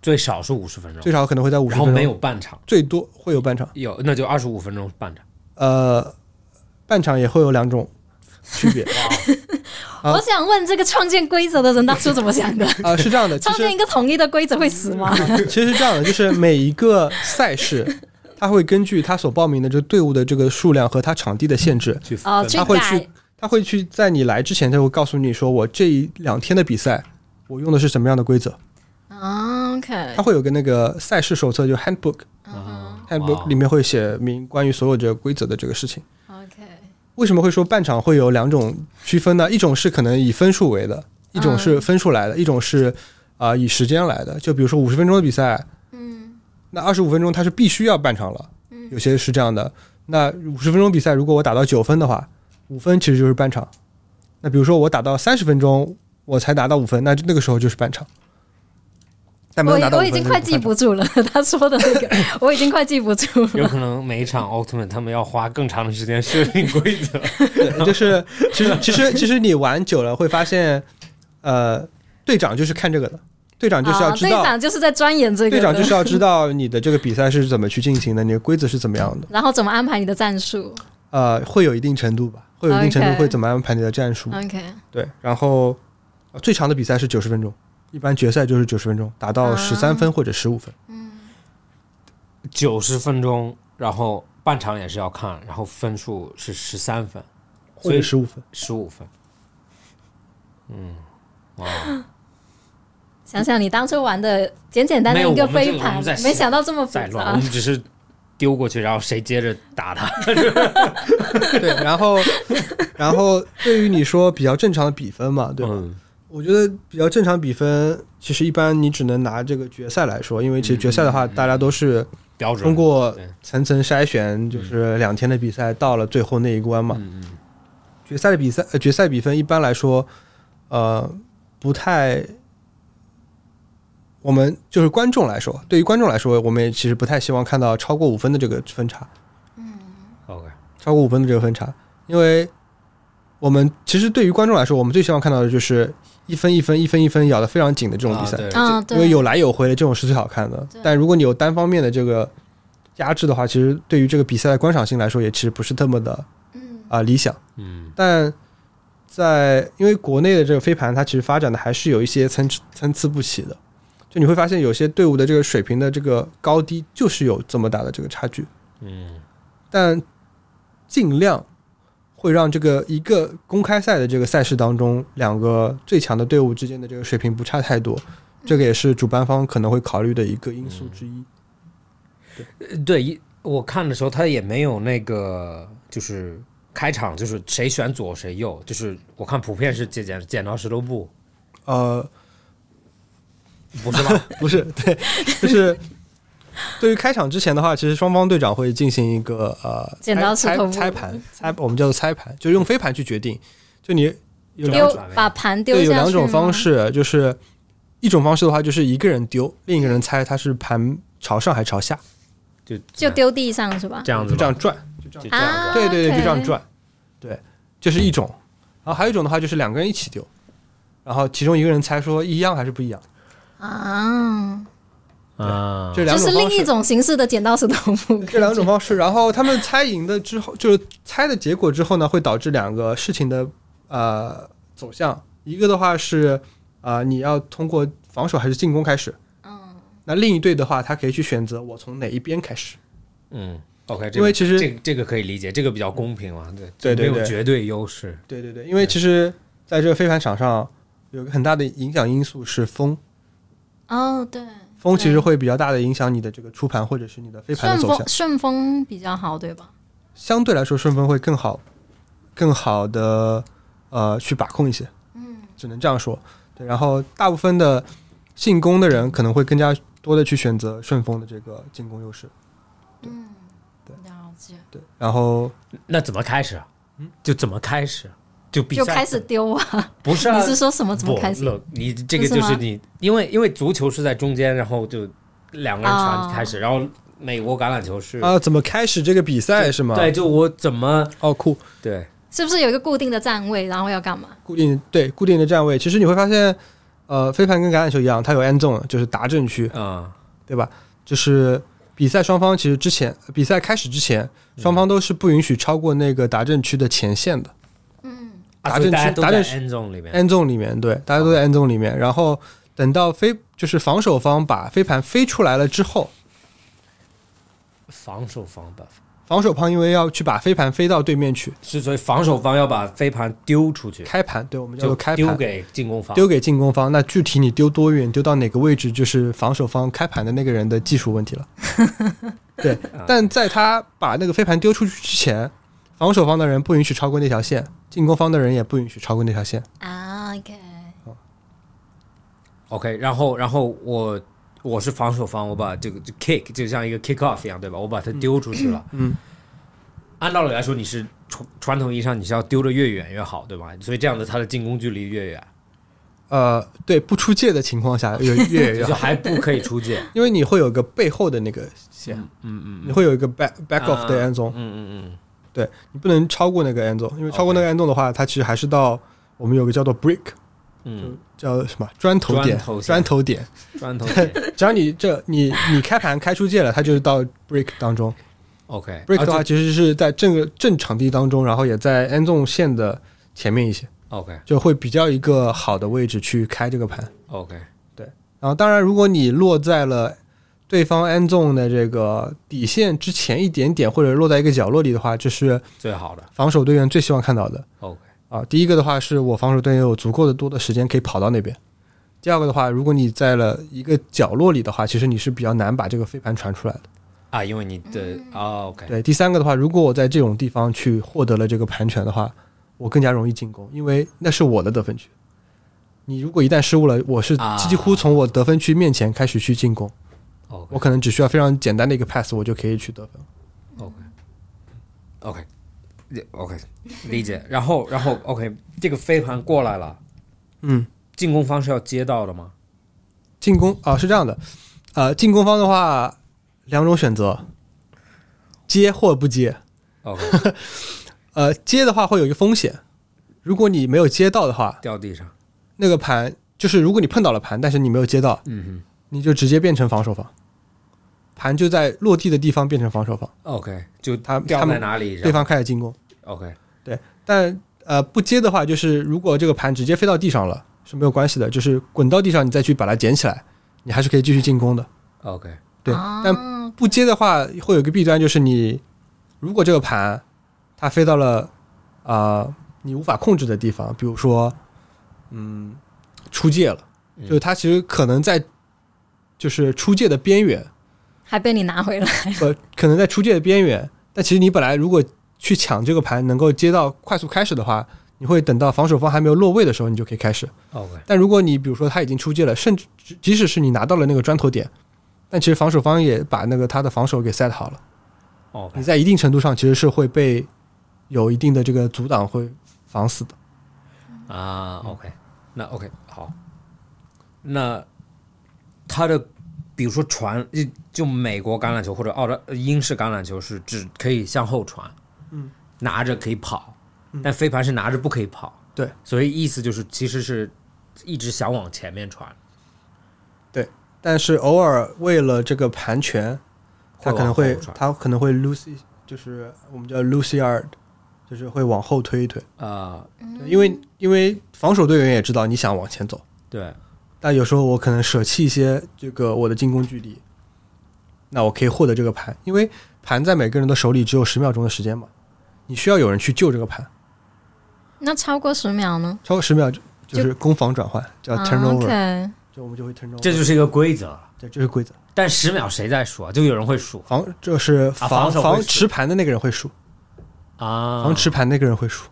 [SPEAKER 2] 最少是五十分钟
[SPEAKER 3] 最，少可能会在五十
[SPEAKER 2] 然后
[SPEAKER 3] 分
[SPEAKER 2] 没
[SPEAKER 3] 钟，
[SPEAKER 2] 有半场，
[SPEAKER 3] 最多会有半场，
[SPEAKER 2] 有那就二十五分钟半场。
[SPEAKER 3] 呃，半场也会有两种区 别啊
[SPEAKER 4] 我想问这个创建规则的人当初怎么想的？
[SPEAKER 3] 啊、是这样 的，其
[SPEAKER 4] 创
[SPEAKER 3] 实
[SPEAKER 4] 建一个统一的规则会死 吗？
[SPEAKER 3] 其实是这样的，就是每一个赛事，它会根据它所报名的这个队伍的这个数量和它场地的限制，
[SPEAKER 2] 去分
[SPEAKER 4] 哦，去
[SPEAKER 3] 他会
[SPEAKER 4] 改
[SPEAKER 3] 去，它会去在你来之前，它会告诉你说，我这一两天的比赛，我用的是什么样的规则，
[SPEAKER 4] 啊，OK，
[SPEAKER 3] 它会有个那个赛事手册，就 handbook。
[SPEAKER 2] 啊
[SPEAKER 3] handbook 里面会写明关于所有这个规则的这个事情。
[SPEAKER 4] OK，
[SPEAKER 3] 为什么会说半场会有两种区分呢？一种是可能以分数为的，一种
[SPEAKER 4] 嗯
[SPEAKER 3] 是分数来的，一种是啊、呃以时间来的。就比如说五十分钟的比赛，
[SPEAKER 4] 嗯
[SPEAKER 3] 那二十五分钟它是必须要半场了，有
[SPEAKER 4] 嗯
[SPEAKER 3] 些是这样的。那五十分钟比赛，如果我打到九分的话，五分其实就是半场。那比如说我打到三十分钟，我才拿到五分，那那个时候就是半场。但没
[SPEAKER 4] 我
[SPEAKER 3] 有
[SPEAKER 4] 已
[SPEAKER 3] 拿到
[SPEAKER 4] 我
[SPEAKER 3] 5
[SPEAKER 4] 已
[SPEAKER 3] 分
[SPEAKER 4] 经
[SPEAKER 3] 就
[SPEAKER 4] 快
[SPEAKER 3] 是
[SPEAKER 4] 记
[SPEAKER 3] 半场
[SPEAKER 4] 不住了， 他说的那 个我已经快记不住了。
[SPEAKER 2] 有可能每一场奥特曼他们要花更长的时间设定规 则。
[SPEAKER 3] 对，就是其实其实其实你玩久了会发现，呃，队长就是看这个的，队长就是要
[SPEAKER 4] 啊，
[SPEAKER 3] 知
[SPEAKER 4] 队
[SPEAKER 3] 道，
[SPEAKER 4] 长就是在钻研这个的，
[SPEAKER 3] 队长就是 要知道你的这个比赛是怎么去进行的，你的规则是怎么样的，
[SPEAKER 4] 然后怎么安排你的战术
[SPEAKER 3] 呃，会有一定程度吧，会有一定程度
[SPEAKER 4] OK 嗯
[SPEAKER 3] 会怎么安排你的战术
[SPEAKER 4] ？OK，
[SPEAKER 3] 对，然后呃最长的比赛是九十分钟，一般决赛就是九十分钟，打到
[SPEAKER 4] 啊
[SPEAKER 3] 十三分或者十五分，
[SPEAKER 2] 九十分钟，然后半场也是要看，然后分数是十三分、
[SPEAKER 3] 或者十五分，
[SPEAKER 2] 十五分。 嗯，哇，
[SPEAKER 4] 想想你当初玩的简简单
[SPEAKER 2] 没
[SPEAKER 4] 单
[SPEAKER 2] 有
[SPEAKER 4] 一
[SPEAKER 2] 我们这
[SPEAKER 4] 飞
[SPEAKER 2] 个我
[SPEAKER 4] 盘
[SPEAKER 2] 们在，
[SPEAKER 4] 没想到这么复
[SPEAKER 2] 再乱，我
[SPEAKER 4] 杂
[SPEAKER 2] 们。只是丢过去，然后谁接着打他？
[SPEAKER 3] 对，然后然后对于你说比较正常的比分嘛，对吧？
[SPEAKER 2] 嗯，
[SPEAKER 3] 我觉得比较正常比分，其实一般你只能拿这个决赛来说，因为其实决赛的话，大家都是
[SPEAKER 2] 标准
[SPEAKER 3] 通过
[SPEAKER 2] 嗯对
[SPEAKER 3] 层层筛选，就是两天的比赛到了最后那一关嘛。
[SPEAKER 2] 嗯嗯
[SPEAKER 3] 决赛的比赛，呃，决赛比分一般来说，呃，不太。我们就是观众来说，对于观众来说，我们也其实不太希望看到超过五分的这个分差，
[SPEAKER 2] ，OK，
[SPEAKER 3] 超过五分的这个分差，因为我们其实对于观众来说，我们最希望看到的就是一分一分一分一分咬得非常紧的这种比赛。
[SPEAKER 2] 啊对
[SPEAKER 4] 啊，
[SPEAKER 3] 因为
[SPEAKER 4] 对，
[SPEAKER 3] 有来有回的这种是最好看的
[SPEAKER 4] 对。
[SPEAKER 3] 但如果你有单方面的这个压制的话，其实对于这个比赛的观赏性来说，也其实不是那么的
[SPEAKER 4] 嗯
[SPEAKER 3] 啊、理想。
[SPEAKER 2] 嗯
[SPEAKER 3] 但在因为国内的这个飞盘，它其实发展的还是有一些参参差不齐的。就你会发现，有些队伍的这个水平的这个高低，就是有这么大的这个差距。
[SPEAKER 2] 嗯，
[SPEAKER 3] 但尽量会让这个一个公开赛的这个赛事当中，两个最强的队伍之间的这个水平不差太多，这个也是主办方可能会考虑的一个因素之一。
[SPEAKER 2] 呃对，一我看的时候他也没有那个就是。开场就是谁选左谁右，就是我看普遍是剪剪剪刀石头布，
[SPEAKER 3] 呃，
[SPEAKER 2] 不是 吧？
[SPEAKER 3] 不是，对，就是对于开场之前的话，其实双方队长会进行一个呃
[SPEAKER 4] 剪刀石
[SPEAKER 3] 猜
[SPEAKER 4] 头
[SPEAKER 3] 猜
[SPEAKER 4] 布
[SPEAKER 3] 猜盘，猜我们叫做猜盘，就是用飞盘去决定，就你有两
[SPEAKER 4] 丢
[SPEAKER 3] 种。
[SPEAKER 4] 把盘丢
[SPEAKER 3] 对，
[SPEAKER 4] 下去
[SPEAKER 3] 有两种
[SPEAKER 4] 吗
[SPEAKER 3] 方，式，就是一种方式的话，就是一个人丢，另一个人猜他是盘朝上还朝下，
[SPEAKER 2] 就
[SPEAKER 4] 就丢地上是吧？
[SPEAKER 2] 这样子吧，
[SPEAKER 3] 就这样转。
[SPEAKER 2] 就这样子
[SPEAKER 4] 啊，
[SPEAKER 3] 对对对，就
[SPEAKER 4] OK
[SPEAKER 3] 这样。转。对，这是一种。然后还有一种的话，就是两个人一起丢，然后其中一个人猜说一样还是不一样，
[SPEAKER 4] 啊，
[SPEAKER 2] 啊，
[SPEAKER 3] 这
[SPEAKER 4] 就
[SPEAKER 3] 两
[SPEAKER 4] 是
[SPEAKER 3] 种
[SPEAKER 4] 另
[SPEAKER 3] 方
[SPEAKER 4] 一
[SPEAKER 3] 式。
[SPEAKER 4] 种形式的剪刀石头布。
[SPEAKER 3] 这两种方式，然后他们猜赢的之后，就是猜的结果之后呢，会导致两个事情的呃走向。一个的话是啊、呃你要通过防守还是进攻开始，
[SPEAKER 4] 嗯，
[SPEAKER 3] 那另一队的话，他可以去选择我从哪一边开始。
[SPEAKER 2] 嗯，OK，这
[SPEAKER 3] 因为
[SPEAKER 2] 个
[SPEAKER 3] 其实
[SPEAKER 2] 这个这个可以理解，这个比较公平嘛，对，
[SPEAKER 3] 对对
[SPEAKER 2] 没有
[SPEAKER 3] 对
[SPEAKER 2] 绝对优势，
[SPEAKER 3] 对对对，因为其实在这个飞盘场上有一个很大的影响因素是风，
[SPEAKER 4] 哦，对，
[SPEAKER 3] 风其实
[SPEAKER 4] 对
[SPEAKER 3] 会比较大的影响你的这个出盘或者是你的飞盘
[SPEAKER 4] 顺
[SPEAKER 3] 的走
[SPEAKER 4] 风
[SPEAKER 3] 向。
[SPEAKER 4] 顺风比较好，对吧？
[SPEAKER 3] 相对来说，顺风会更好，更好的呃去把控一些。嗯，只能这样说。对，然后大部分的进攻的人可能会更加多的去选择顺风的这个进攻优势。
[SPEAKER 4] 了解，
[SPEAKER 3] 对，然后
[SPEAKER 2] 那怎么开始啊？就怎么开始？就比
[SPEAKER 4] 就
[SPEAKER 2] 赛
[SPEAKER 4] 开始丢啊！
[SPEAKER 2] 不是啊？
[SPEAKER 4] 你是说什么？怎么开始？
[SPEAKER 2] 不，look，你这个
[SPEAKER 4] 不
[SPEAKER 2] 就是
[SPEAKER 4] 吗
[SPEAKER 2] 是你，因为因为足球是在中间，然后就两个人传
[SPEAKER 4] 哦
[SPEAKER 2] 开始，然后美国橄榄球是，
[SPEAKER 3] 啊，怎么开始这个比赛是吗？
[SPEAKER 2] 对，，就我怎么
[SPEAKER 3] 哦，酷，
[SPEAKER 2] 对
[SPEAKER 4] 是不是有一个固定的站位，然后要干嘛？
[SPEAKER 3] 固定对固定的站位。其实你会发现，呃，飞盘跟橄榄球一样，它有 end zone，就是达阵区。
[SPEAKER 2] 啊、
[SPEAKER 3] 对吧？就是比赛双方其实之前比赛开始之前，双
[SPEAKER 2] 嗯
[SPEAKER 3] 方都是不允许超过那个达阵区的前线的
[SPEAKER 2] 啊
[SPEAKER 3] 达
[SPEAKER 2] 所以
[SPEAKER 3] 阵区
[SPEAKER 2] 大家都
[SPEAKER 3] 达
[SPEAKER 2] 在
[SPEAKER 3] 阵区
[SPEAKER 2] end zone 里面
[SPEAKER 3] end zone 里面，对，大家都在 end zone 里面。然后等到飞就是防守方把飞盘飞出来了之后，
[SPEAKER 2] 防守方吧，
[SPEAKER 3] 防守方因为要去把飞盘飞到对面去
[SPEAKER 2] 是所以防守方要把飞盘丢出去，
[SPEAKER 3] 开盘，对我们叫
[SPEAKER 2] 就
[SPEAKER 3] 做开
[SPEAKER 2] 丢
[SPEAKER 3] 盘。
[SPEAKER 2] 给进攻方，
[SPEAKER 3] 丢给进攻方，那具体你丢多远，丢到哪个位置，就是防守方开盘的那个人的技术问 题了。对，
[SPEAKER 2] 啊
[SPEAKER 3] 但在他把那个飞盘丢出去之前，防守方的人不允许超过那条线，进攻方的人也不允许超过那条线。
[SPEAKER 4] 啊，OK，
[SPEAKER 2] OK，然后然后我我是防守方，我把这个就 kick 就像一个 kick off 一样，对吧？我把它丢出去了。
[SPEAKER 3] 嗯，
[SPEAKER 2] 按道理来说，你是传传统意义上你是要丢的越远越好，对吧？所以这样子它的进攻距离越远，
[SPEAKER 3] 呃，对，不出界的情况下，越越远越
[SPEAKER 2] 就
[SPEAKER 3] 好，
[SPEAKER 2] 还不可以出 界。
[SPEAKER 3] 因为你会有个背后的那个线，嗯嗯，你会有一个 back back off 的 end zone，、
[SPEAKER 2] 啊嗯嗯
[SPEAKER 3] 对你不能超过那个 end zone，因为超过那个 end zone 的话，它其实还是到我们有个叫做 brick，
[SPEAKER 2] 嗯
[SPEAKER 3] 叫什么砖头点
[SPEAKER 2] 砖头，线
[SPEAKER 3] 砖头点，
[SPEAKER 2] 嗯，砖 头界
[SPEAKER 3] 只要你这你你开盘开出界了，它就是到 break 当中。
[SPEAKER 2] OK，
[SPEAKER 3] break
[SPEAKER 2] 啊
[SPEAKER 3] 的话其实是在正个正场地当中，然后也在 end zone 线的前面一些，
[SPEAKER 2] 就 OK
[SPEAKER 3] 就会比较一个好的位置去开这个盘。
[SPEAKER 2] OK，
[SPEAKER 3] 然后当然，如果你落在了对方 end zone 的这个底线之前一点点，或者落在一个角落里的话，这是
[SPEAKER 2] 最好的
[SPEAKER 3] 防守队员最希望看到的。
[SPEAKER 2] OK，
[SPEAKER 3] 啊，第一个的话是我防守队员有足够的多的时间可以跑到那边。第二个的话，如果你在了一个角落里的话，其实你是比较难把这个飞盘传出来的。
[SPEAKER 2] 啊，因为你的啊 OK，
[SPEAKER 3] 对，第三个的话，如果我在这种地方去获得了这个盘权的话，我更加容易进攻，因为那是我的得分区。你如果一旦失误了，我是
[SPEAKER 2] 啊
[SPEAKER 3] 几乎从我得分区面前开始去进攻，
[SPEAKER 2] OK
[SPEAKER 3] 我可能只需要非常简单的一个 pass，我就可以去得分。
[SPEAKER 2] OK OK 理解。然后然后 OK，这个飞盘过来了，
[SPEAKER 3] 嗯，
[SPEAKER 2] 进攻方是要接到的吗？
[SPEAKER 3] 进攻啊、是这样的，呃，进攻方的话两种选择，接或不接。
[SPEAKER 2] OK，
[SPEAKER 3] 呃，接的话会有一个风险，如果你没有接到的话，
[SPEAKER 2] 掉地上。
[SPEAKER 3] 那个盘就是如果你碰到了盘，但是你没有接到，
[SPEAKER 2] 嗯
[SPEAKER 3] 你就直接变成防守方，盘就在落地的地方变成防守方，
[SPEAKER 2] 哼，OK，就
[SPEAKER 3] 他
[SPEAKER 2] 掉
[SPEAKER 3] 他
[SPEAKER 2] 在
[SPEAKER 3] 们
[SPEAKER 2] 哪里？
[SPEAKER 3] 对方开始进攻。
[SPEAKER 2] OK，
[SPEAKER 3] 但呃不接的话，就是如果这个盘直接飞到地上了是没有关系的，就是滚到地上你再去把它捡起来，你还是可以继续进攻的。
[SPEAKER 2] OK，
[SPEAKER 3] 对，但
[SPEAKER 4] 但
[SPEAKER 3] 不接的话会有一个弊端，就是你如果这个盘它飞到了啊、呃你无法控制的地方，比如说嗯出界了，
[SPEAKER 2] 嗯
[SPEAKER 3] 就是它其实可能在就是出界的边缘。
[SPEAKER 4] 还被你拿回来，
[SPEAKER 3] 呃，可能在出界的边缘。但其实你本来如果去抢这个盘，能够接到快速开始的话，你会等到防守方还没有落位的时候，你就可以开始。
[SPEAKER 2] OK，
[SPEAKER 3] 但如果你比如说他已经出界了，甚至即即使是你拿到了那个砖头点，但其实防守方也把那个他的防守给 set 好了。
[SPEAKER 2] 哦
[SPEAKER 3] 你在一定程度上其实是会被有一定的这个阻挡会防死的。嗯
[SPEAKER 2] 啊，OK，那 OK 好，那他的比如说传，就就美国橄榄球或者澳洲英式橄榄球是只可以向后传，
[SPEAKER 3] 嗯，
[SPEAKER 2] 拿着可以跑，但飞盘是拿着不可以跑，
[SPEAKER 3] 对，
[SPEAKER 2] 所以意思就是其实是一直想往前面传，
[SPEAKER 3] 但是偶尔为了这个盘权，他可能
[SPEAKER 2] 往
[SPEAKER 3] 会
[SPEAKER 2] 后传
[SPEAKER 3] 他可能会 lose，一就是我们叫 lose yard，就是会往后推一推。
[SPEAKER 2] 啊，
[SPEAKER 3] 对因为因为防守队员也知道你想往前走，
[SPEAKER 2] 对，
[SPEAKER 3] 但有时候我可能舍弃一些这个我的进攻距离，那我可以获得这个盘，因为盘在每个人的手里只有十秒钟的时间嘛，你需要有人去救这个盘，
[SPEAKER 4] 那超过十秒呢
[SPEAKER 3] 超过十秒就就是攻防转换叫啊
[SPEAKER 4] 啊
[SPEAKER 2] 啊
[SPEAKER 3] turnover，、
[SPEAKER 4] OK，
[SPEAKER 3] 就我们就会 turn over。
[SPEAKER 2] 这就是一个规则。
[SPEAKER 3] 对，这是规则。
[SPEAKER 2] 但十秒谁在数啊？就有人会数
[SPEAKER 3] 防就是
[SPEAKER 2] 啊
[SPEAKER 3] 防
[SPEAKER 2] 防守会
[SPEAKER 3] 防
[SPEAKER 2] 输
[SPEAKER 3] 持盘的那个人会输，
[SPEAKER 2] 啊
[SPEAKER 3] 防持盘那个人会输。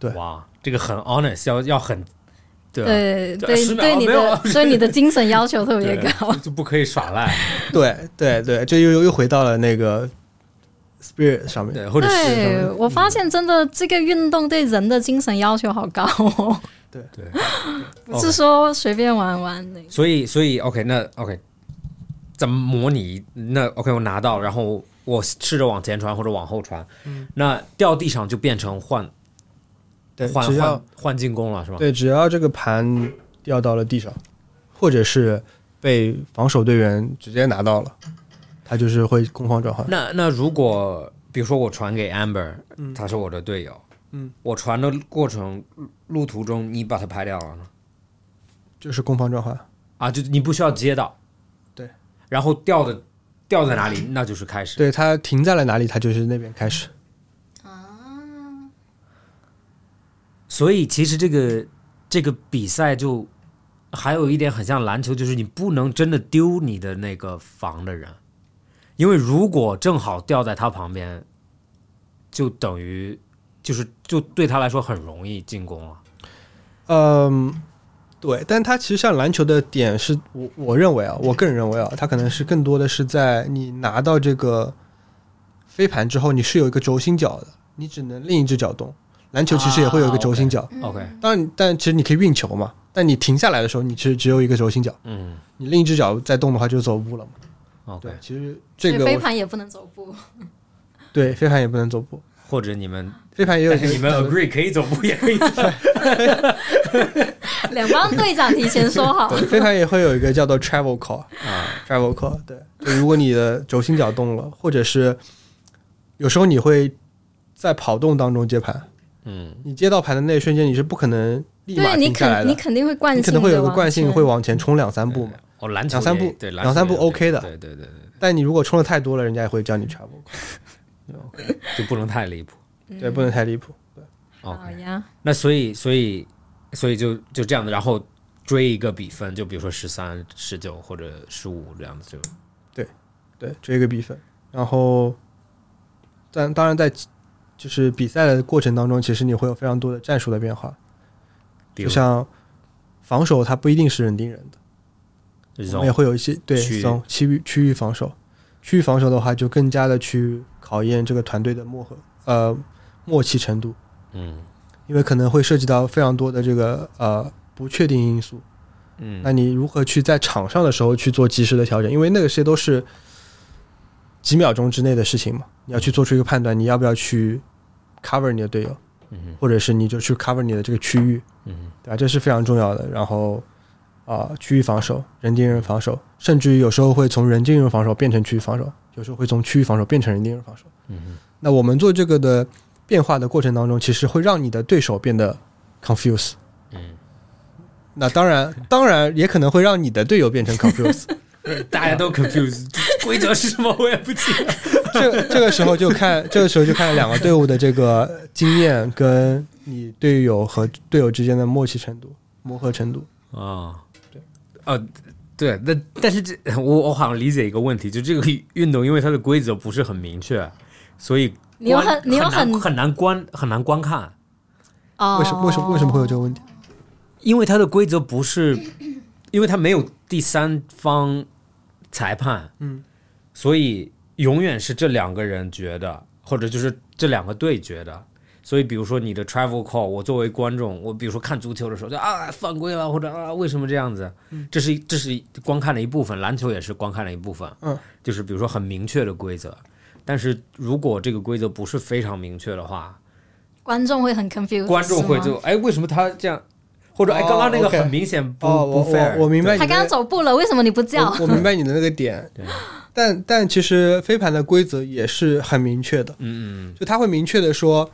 [SPEAKER 3] 对
[SPEAKER 2] 哇，这个很 honest，要要很对吧
[SPEAKER 4] 对
[SPEAKER 2] 这
[SPEAKER 4] 对
[SPEAKER 2] 10秒
[SPEAKER 4] 对，你
[SPEAKER 2] 没有
[SPEAKER 4] 的
[SPEAKER 2] 啊
[SPEAKER 4] 所以你的精神要求特别
[SPEAKER 2] 对
[SPEAKER 4] 高。
[SPEAKER 2] 就就不可以耍赖，
[SPEAKER 3] 对对对，这又又又回到了那个 spirit 上面。
[SPEAKER 2] 对，或者
[SPEAKER 4] 对
[SPEAKER 2] 是，
[SPEAKER 4] 我发现真的这个运动对人的精神要求好高哦，
[SPEAKER 2] 对，
[SPEAKER 4] 不是说随便玩玩的。
[SPEAKER 2] 所以所以 OK，那 OK，怎么模拟？那 OK，我拿到，然后我试着往前传或者往后传，那掉地上就变成换
[SPEAKER 3] 嗯对，
[SPEAKER 2] 换
[SPEAKER 3] 只要
[SPEAKER 2] 换换进攻了，是吧？
[SPEAKER 3] 对只要这个盘掉到了地上，或者是被防守队员直接拿到了，他就是会攻防转换。
[SPEAKER 2] 那那如果比如说我传给 Amber，他是我的队友，
[SPEAKER 3] 嗯，
[SPEAKER 2] 我传的过程路途中你把他拍掉了呢？
[SPEAKER 3] 就是攻防转换。
[SPEAKER 2] 啊，就你不需要接到，
[SPEAKER 3] 对，
[SPEAKER 2] 然后掉的掉在哪里，那就是开始。
[SPEAKER 3] 对他停在了哪里，他就是那边开始。
[SPEAKER 2] 所以其实这个这个比赛就还有一点很像篮球，就是你不能真的丢你的那个防的人，因为如果正好掉在他旁边，就等于就是就对他来说很容易进攻了。
[SPEAKER 3] 嗯，对，但他其实像篮球的点是我我认为啊，我个人认为啊，他可能是更多的是在你拿到这个飞盘之后，你是有一个轴心脚的，你只能另一只脚动。篮球其实也会
[SPEAKER 4] 啊
[SPEAKER 3] 有一个轴心脚，
[SPEAKER 2] OK，
[SPEAKER 3] 当然，但其实你可以运球嘛。但你停下来的时候，你其实只有一个轴心脚，
[SPEAKER 2] 嗯
[SPEAKER 3] 你另一只脚再动的话就走步了嘛。
[SPEAKER 2] ，OK，
[SPEAKER 3] 对，其实
[SPEAKER 4] 所
[SPEAKER 3] 这
[SPEAKER 4] 以
[SPEAKER 3] 个
[SPEAKER 4] 飞
[SPEAKER 3] 我
[SPEAKER 4] 盘也不能走步，
[SPEAKER 3] 对飞盘也不能走步，
[SPEAKER 2] 或者你 们
[SPEAKER 3] 飞盘也有
[SPEAKER 2] 但 是你们 agree 可以走 步也可以走，
[SPEAKER 4] 两帮队长提前说 好。
[SPEAKER 3] 对，飞盘也会有一个叫做 travel call 啊，travel call。对，就如果你的轴心脚动了，或者是有时候你会在跑动当中接盘，
[SPEAKER 2] 嗯，
[SPEAKER 3] 你接到盘的那一瞬间，你是不可能立马
[SPEAKER 4] 对你
[SPEAKER 3] 停下来
[SPEAKER 4] 肯
[SPEAKER 3] 的
[SPEAKER 4] 你，肯定会惯性，
[SPEAKER 3] 你可能会有个惯性会。
[SPEAKER 4] 哦
[SPEAKER 3] 往前冲两三步嘛。
[SPEAKER 2] 哦，篮球
[SPEAKER 3] 两三
[SPEAKER 2] 也
[SPEAKER 3] 步
[SPEAKER 2] 对，篮
[SPEAKER 3] 两三
[SPEAKER 2] 球也
[SPEAKER 3] 步 OK 的
[SPEAKER 2] 对对对对，
[SPEAKER 3] 但你如果冲的太多了，人家也会叫你 travel call，
[SPEAKER 2] 就不能太离谱。
[SPEAKER 3] 对，不能太离谱。
[SPEAKER 4] 好
[SPEAKER 3] 哦
[SPEAKER 4] 啊
[SPEAKER 2] OK，
[SPEAKER 4] 呀，
[SPEAKER 2] 那所以所以所以就就这样子，然后追一个比分，就比如说十三、十九或者十五这样子就，
[SPEAKER 3] 对，追一个比分。然后，但当然在就是比赛的过程当中，其实你会有非常多的战术的变化，
[SPEAKER 2] 比
[SPEAKER 3] 就
[SPEAKER 2] 如
[SPEAKER 3] 像防守，它不一定是人盯人的。我
[SPEAKER 2] 这
[SPEAKER 3] 们也
[SPEAKER 2] 种
[SPEAKER 3] 会有一些对
[SPEAKER 2] 区域
[SPEAKER 3] 从区域区域防守，区域防守的话就更加的去考验这个团队的磨合呃默契程度，
[SPEAKER 2] 嗯
[SPEAKER 3] 因为可能会涉及到非常多的这个呃不确定因素。
[SPEAKER 2] 嗯
[SPEAKER 3] 那你如何去在场上的时候去做及时的调整？因为那个些都是几秒钟之内的事情嘛，你要去做出一个判断，你要不要去 cover 你的队友，
[SPEAKER 2] 嗯
[SPEAKER 3] 或者是你就去 cover 你的这个区域，
[SPEAKER 2] 嗯
[SPEAKER 3] 对吧？这是非常重要的。然后啊、区域防守、人盯人防守，甚至于有时候会从人盯人防守变成区域防守，有时候会从区域防守变成人盯人防守。
[SPEAKER 2] 嗯，
[SPEAKER 3] 那我们做这个的变化的过程当中，其实会让你的对手变得 confuse。
[SPEAKER 2] 嗯，
[SPEAKER 3] 那当然，当然也可能会让你的队友变成 confuse。
[SPEAKER 2] 大家都 confused，规则是什么我也不记 得。
[SPEAKER 3] 这个这个时候就看，这个时候就看两个队伍的这个经验跟你队友和队友之间的默契程度、磨合程度。
[SPEAKER 2] 啊，对，呃，对，那但是这我我好像理解一个问题，就这个运动，因为它的规则不是很明确，所以
[SPEAKER 4] 你又
[SPEAKER 2] 观
[SPEAKER 4] 很你又
[SPEAKER 2] 很难
[SPEAKER 4] 很
[SPEAKER 2] 很难观很难观看，
[SPEAKER 4] 哦，
[SPEAKER 3] 为什么为什么为什么会有这个问题？
[SPEAKER 2] 因为它的规则不是，因为它没有第三方裁判，
[SPEAKER 3] 嗯，
[SPEAKER 2] 所以永远是这两个人觉得，或者就是这两个队觉得。所以，比如说你的 travel call，我作为观众，我比如说看足球的时候就啊犯规了，或者啊为什么这样子，
[SPEAKER 3] 嗯
[SPEAKER 2] 这是这是观看的一部分，篮球也是观看的一部分，
[SPEAKER 3] 嗯，
[SPEAKER 2] 就是比如说很明确的规则，但是如果这个规则不是非常明确的话，
[SPEAKER 4] 观众会很 confused？
[SPEAKER 2] 观众会
[SPEAKER 4] 呃是
[SPEAKER 2] 就
[SPEAKER 4] 吗
[SPEAKER 2] 哎为什么他这样，或者哎
[SPEAKER 3] 哦
[SPEAKER 2] 刚刚那个
[SPEAKER 3] OK
[SPEAKER 2] 很明显不、
[SPEAKER 3] 哦，我
[SPEAKER 2] 不 fair，
[SPEAKER 3] 我我明白你的
[SPEAKER 4] 他
[SPEAKER 2] 哎
[SPEAKER 4] 刚刚走步了，为什么你不叫
[SPEAKER 3] 我？我明白你的那 个点，但但其实飞盘的规则也是很明确的，
[SPEAKER 2] 嗯嗯
[SPEAKER 3] 就他会明确的说，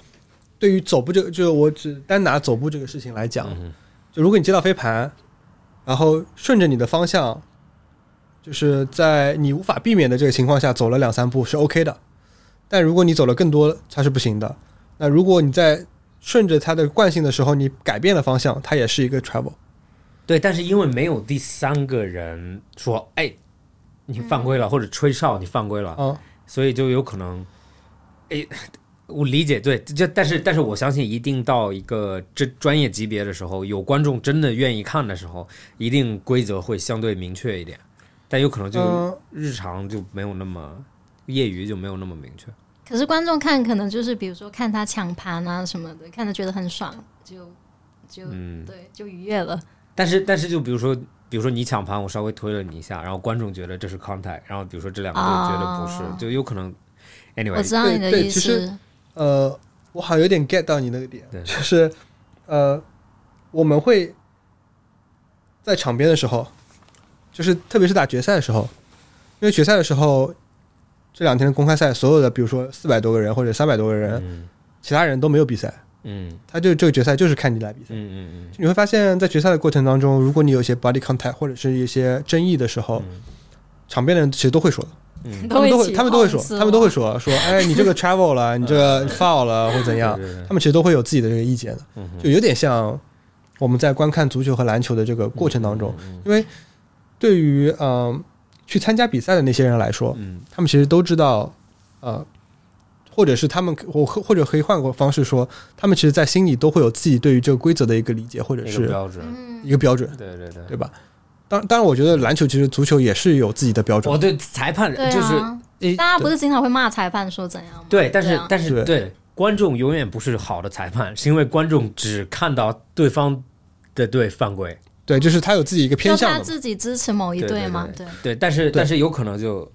[SPEAKER 3] 对于走步这个，就我只单拿走步这个事情来讲，
[SPEAKER 2] 嗯
[SPEAKER 3] 就如果你接到飞盘，然后顺着你的方向，就是在你无法避免的这个情况下走了两三步是 OK 的，但如果你走了更多，它是不行的。那如果你在顺着它的惯性的时候，你改变了方向，它也是一个 travel。
[SPEAKER 2] 对，但是因为没有第三个人说，哎，你犯
[SPEAKER 4] 嗯
[SPEAKER 2] 规了，或者吹哨你犯规了，
[SPEAKER 3] 嗯
[SPEAKER 2] 所以就有可能，哎， 我理解，对，这但是但是我相信，一定到一个这专业级别的时候，有观众真的愿意看的时候，一定规则会相对明确一点，但有可能就
[SPEAKER 3] 嗯
[SPEAKER 2] 日常就没有那么，业余就没有那么明确。
[SPEAKER 4] 可是观众看可能就是比如说看他抢盘啊什么的，看着觉得很爽，就就、
[SPEAKER 3] 嗯
[SPEAKER 4] 对就愉悦了。
[SPEAKER 2] 但是但是就比如说，比如说你抢盘，我稍微推了你一下，然后观众觉得这是 contact，然后比如说这两个队觉得不是，
[SPEAKER 4] 哦
[SPEAKER 2] 就有可能
[SPEAKER 4] 我
[SPEAKER 2] anyway
[SPEAKER 4] 知道你的
[SPEAKER 3] 对
[SPEAKER 4] 意
[SPEAKER 3] 其实
[SPEAKER 4] 思，
[SPEAKER 3] 呃，我好像有点 get 到你那个点
[SPEAKER 2] 对，
[SPEAKER 3] 就是呃，我们会在场边的时候，就是特别是打决赛的时候，因为决赛的时候这两天的公开赛，所有的比如说四百多个人或者三百多个人，
[SPEAKER 2] 嗯
[SPEAKER 3] 其他人都没有比赛，
[SPEAKER 2] 嗯
[SPEAKER 3] 他就这个决赛就是看你来比
[SPEAKER 2] 嗯
[SPEAKER 3] 赛。
[SPEAKER 2] 嗯嗯
[SPEAKER 3] 你会发现在决赛的过程当中，如果你有一些 body contact 或者是一些争议的时候，场边的人其实都会说的。
[SPEAKER 2] 嗯，
[SPEAKER 3] 他们都
[SPEAKER 4] 一
[SPEAKER 3] 会，
[SPEAKER 4] 起
[SPEAKER 3] 他们都会
[SPEAKER 4] 控
[SPEAKER 3] 说
[SPEAKER 4] 制，
[SPEAKER 3] 他们都
[SPEAKER 4] 我
[SPEAKER 3] 会说说，哎，你这个 travel 了，你这
[SPEAKER 2] 嗯
[SPEAKER 3] 个 foul 了，或怎样
[SPEAKER 2] 对对对，
[SPEAKER 3] 他们其实都会有自己的这个意见的
[SPEAKER 2] 嗯，
[SPEAKER 3] 就有点像我们在观看足球和篮球的这个过程当
[SPEAKER 2] 嗯
[SPEAKER 3] 中，因为对于嗯、呃去参加比赛的那些人来说，
[SPEAKER 2] 嗯
[SPEAKER 3] 他们其实都知道，呃，或者是他们我或者可以换个方式说，他们其实在心里都会有自己对于这个规则的一个理解或者
[SPEAKER 2] 那个
[SPEAKER 3] 是
[SPEAKER 2] 标准，
[SPEAKER 4] 嗯
[SPEAKER 3] 一，个标准，
[SPEAKER 2] 对对对。
[SPEAKER 3] 对吧？当当然，我觉得篮球其实足球也是有自己的标准
[SPEAKER 2] 我，对裁判
[SPEAKER 4] 对
[SPEAKER 2] 就是
[SPEAKER 4] 啊，
[SPEAKER 2] 诶
[SPEAKER 4] 大家不是经常会骂裁判说怎样吗？
[SPEAKER 2] 对，但是
[SPEAKER 4] 啊
[SPEAKER 2] 但是
[SPEAKER 3] 对
[SPEAKER 2] 对观众永远不是好的裁判，是因为观众只看到对方的队犯规，
[SPEAKER 3] 对，就是他有自己一个偏
[SPEAKER 4] 就
[SPEAKER 3] 向
[SPEAKER 4] 他
[SPEAKER 3] 的嘛。
[SPEAKER 4] 自己支持某一
[SPEAKER 2] 对
[SPEAKER 4] 队
[SPEAKER 2] 对
[SPEAKER 4] 嘛，
[SPEAKER 2] 对对，但是
[SPEAKER 3] 对
[SPEAKER 2] 但是有可能就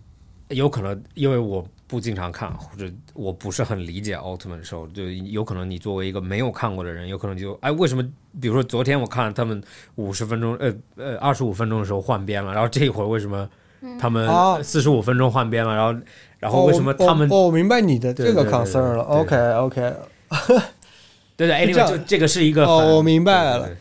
[SPEAKER 2] 有可能，因为我不经常看，或者我不是很理解奥特曼的时候，就有可能你作为一个没有看过的人，有可能就哎，为什么？比如说昨天我看他们五十分钟，呃呃，二十五分钟的时候换边了，然后这一会儿为什么
[SPEAKER 4] 嗯
[SPEAKER 2] 他们
[SPEAKER 3] 哦
[SPEAKER 2] 四十五分钟换边了？然后然后为什么他们？
[SPEAKER 3] 哦，我明白你的
[SPEAKER 2] 对
[SPEAKER 3] 这个
[SPEAKER 2] 对对
[SPEAKER 3] concern 了。
[SPEAKER 2] 对
[SPEAKER 3] OK OK，
[SPEAKER 2] 对对
[SPEAKER 3] 是这
[SPEAKER 2] ，anyway，
[SPEAKER 3] 样
[SPEAKER 2] 就这个是一个
[SPEAKER 3] 哦
[SPEAKER 2] 很
[SPEAKER 3] 我明白了
[SPEAKER 2] 对对对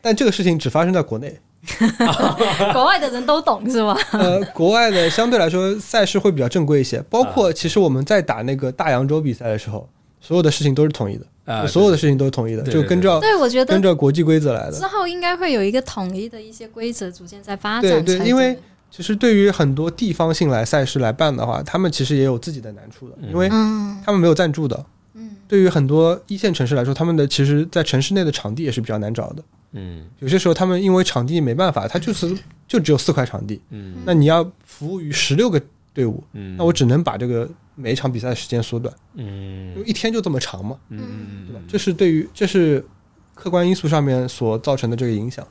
[SPEAKER 3] 但这个事情只发生在 国内，
[SPEAKER 4] 对， 国外的人都懂是吧？
[SPEAKER 3] 呃，国外的相对来说赛事会比较正规一些，包
[SPEAKER 2] 啊
[SPEAKER 3] 括其实我们在打那个大洋洲比赛的时候，所有的事情都是统一的，
[SPEAKER 2] 啊
[SPEAKER 3] 就所有的事情都是统一的，
[SPEAKER 2] 对
[SPEAKER 3] 就跟照
[SPEAKER 4] 对，我觉得
[SPEAKER 3] 跟着国际规则来
[SPEAKER 4] 之
[SPEAKER 3] 的。
[SPEAKER 4] 后应该会有一个统一的一些规则逐渐在发展
[SPEAKER 3] 对
[SPEAKER 4] 才
[SPEAKER 3] 对，因为其实对于很多地方性来赛事来办的话，他们其实也有自己的难处的，因为
[SPEAKER 4] 嗯
[SPEAKER 3] 他们没有赞助的。
[SPEAKER 4] 嗯，
[SPEAKER 3] 对于很多一线城市来说，他们的其实在城市内的场地也是比较难找的。
[SPEAKER 2] 嗯
[SPEAKER 3] 有些时候他们因为场地没办法，他就是就只有四块场地，
[SPEAKER 2] 嗯
[SPEAKER 3] 那你要服务于十六个队伍，
[SPEAKER 2] 嗯，
[SPEAKER 3] 那我只能把这个每一场比赛的时间缩短，
[SPEAKER 2] 嗯
[SPEAKER 3] 因为一天就这么长嘛，
[SPEAKER 2] 嗯嗯
[SPEAKER 3] 对吧
[SPEAKER 2] 嗯？
[SPEAKER 3] 这是对于这是客观因素上面所造成的这个影响。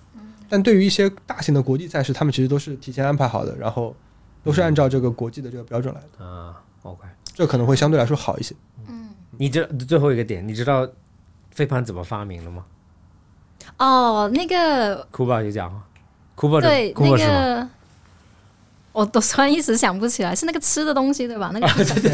[SPEAKER 3] 但对于一些大型的国际赛事，他们其实都是提前安排好的，然后都是按照这个国际的这个标准来的，
[SPEAKER 2] 嗯啊，OK。
[SPEAKER 3] 这可能会相对来说好一些。
[SPEAKER 4] 嗯
[SPEAKER 2] 你知最后一个点，你知道飞盘怎么发明的吗？
[SPEAKER 4] 哦，那个
[SPEAKER 2] 酷爸有讲啊吗？酷爸
[SPEAKER 4] 对
[SPEAKER 2] 酷
[SPEAKER 4] 那
[SPEAKER 2] 爸是吗？
[SPEAKER 4] 个。 我我突然一时想不起来，是那个吃的东西对吧？那 个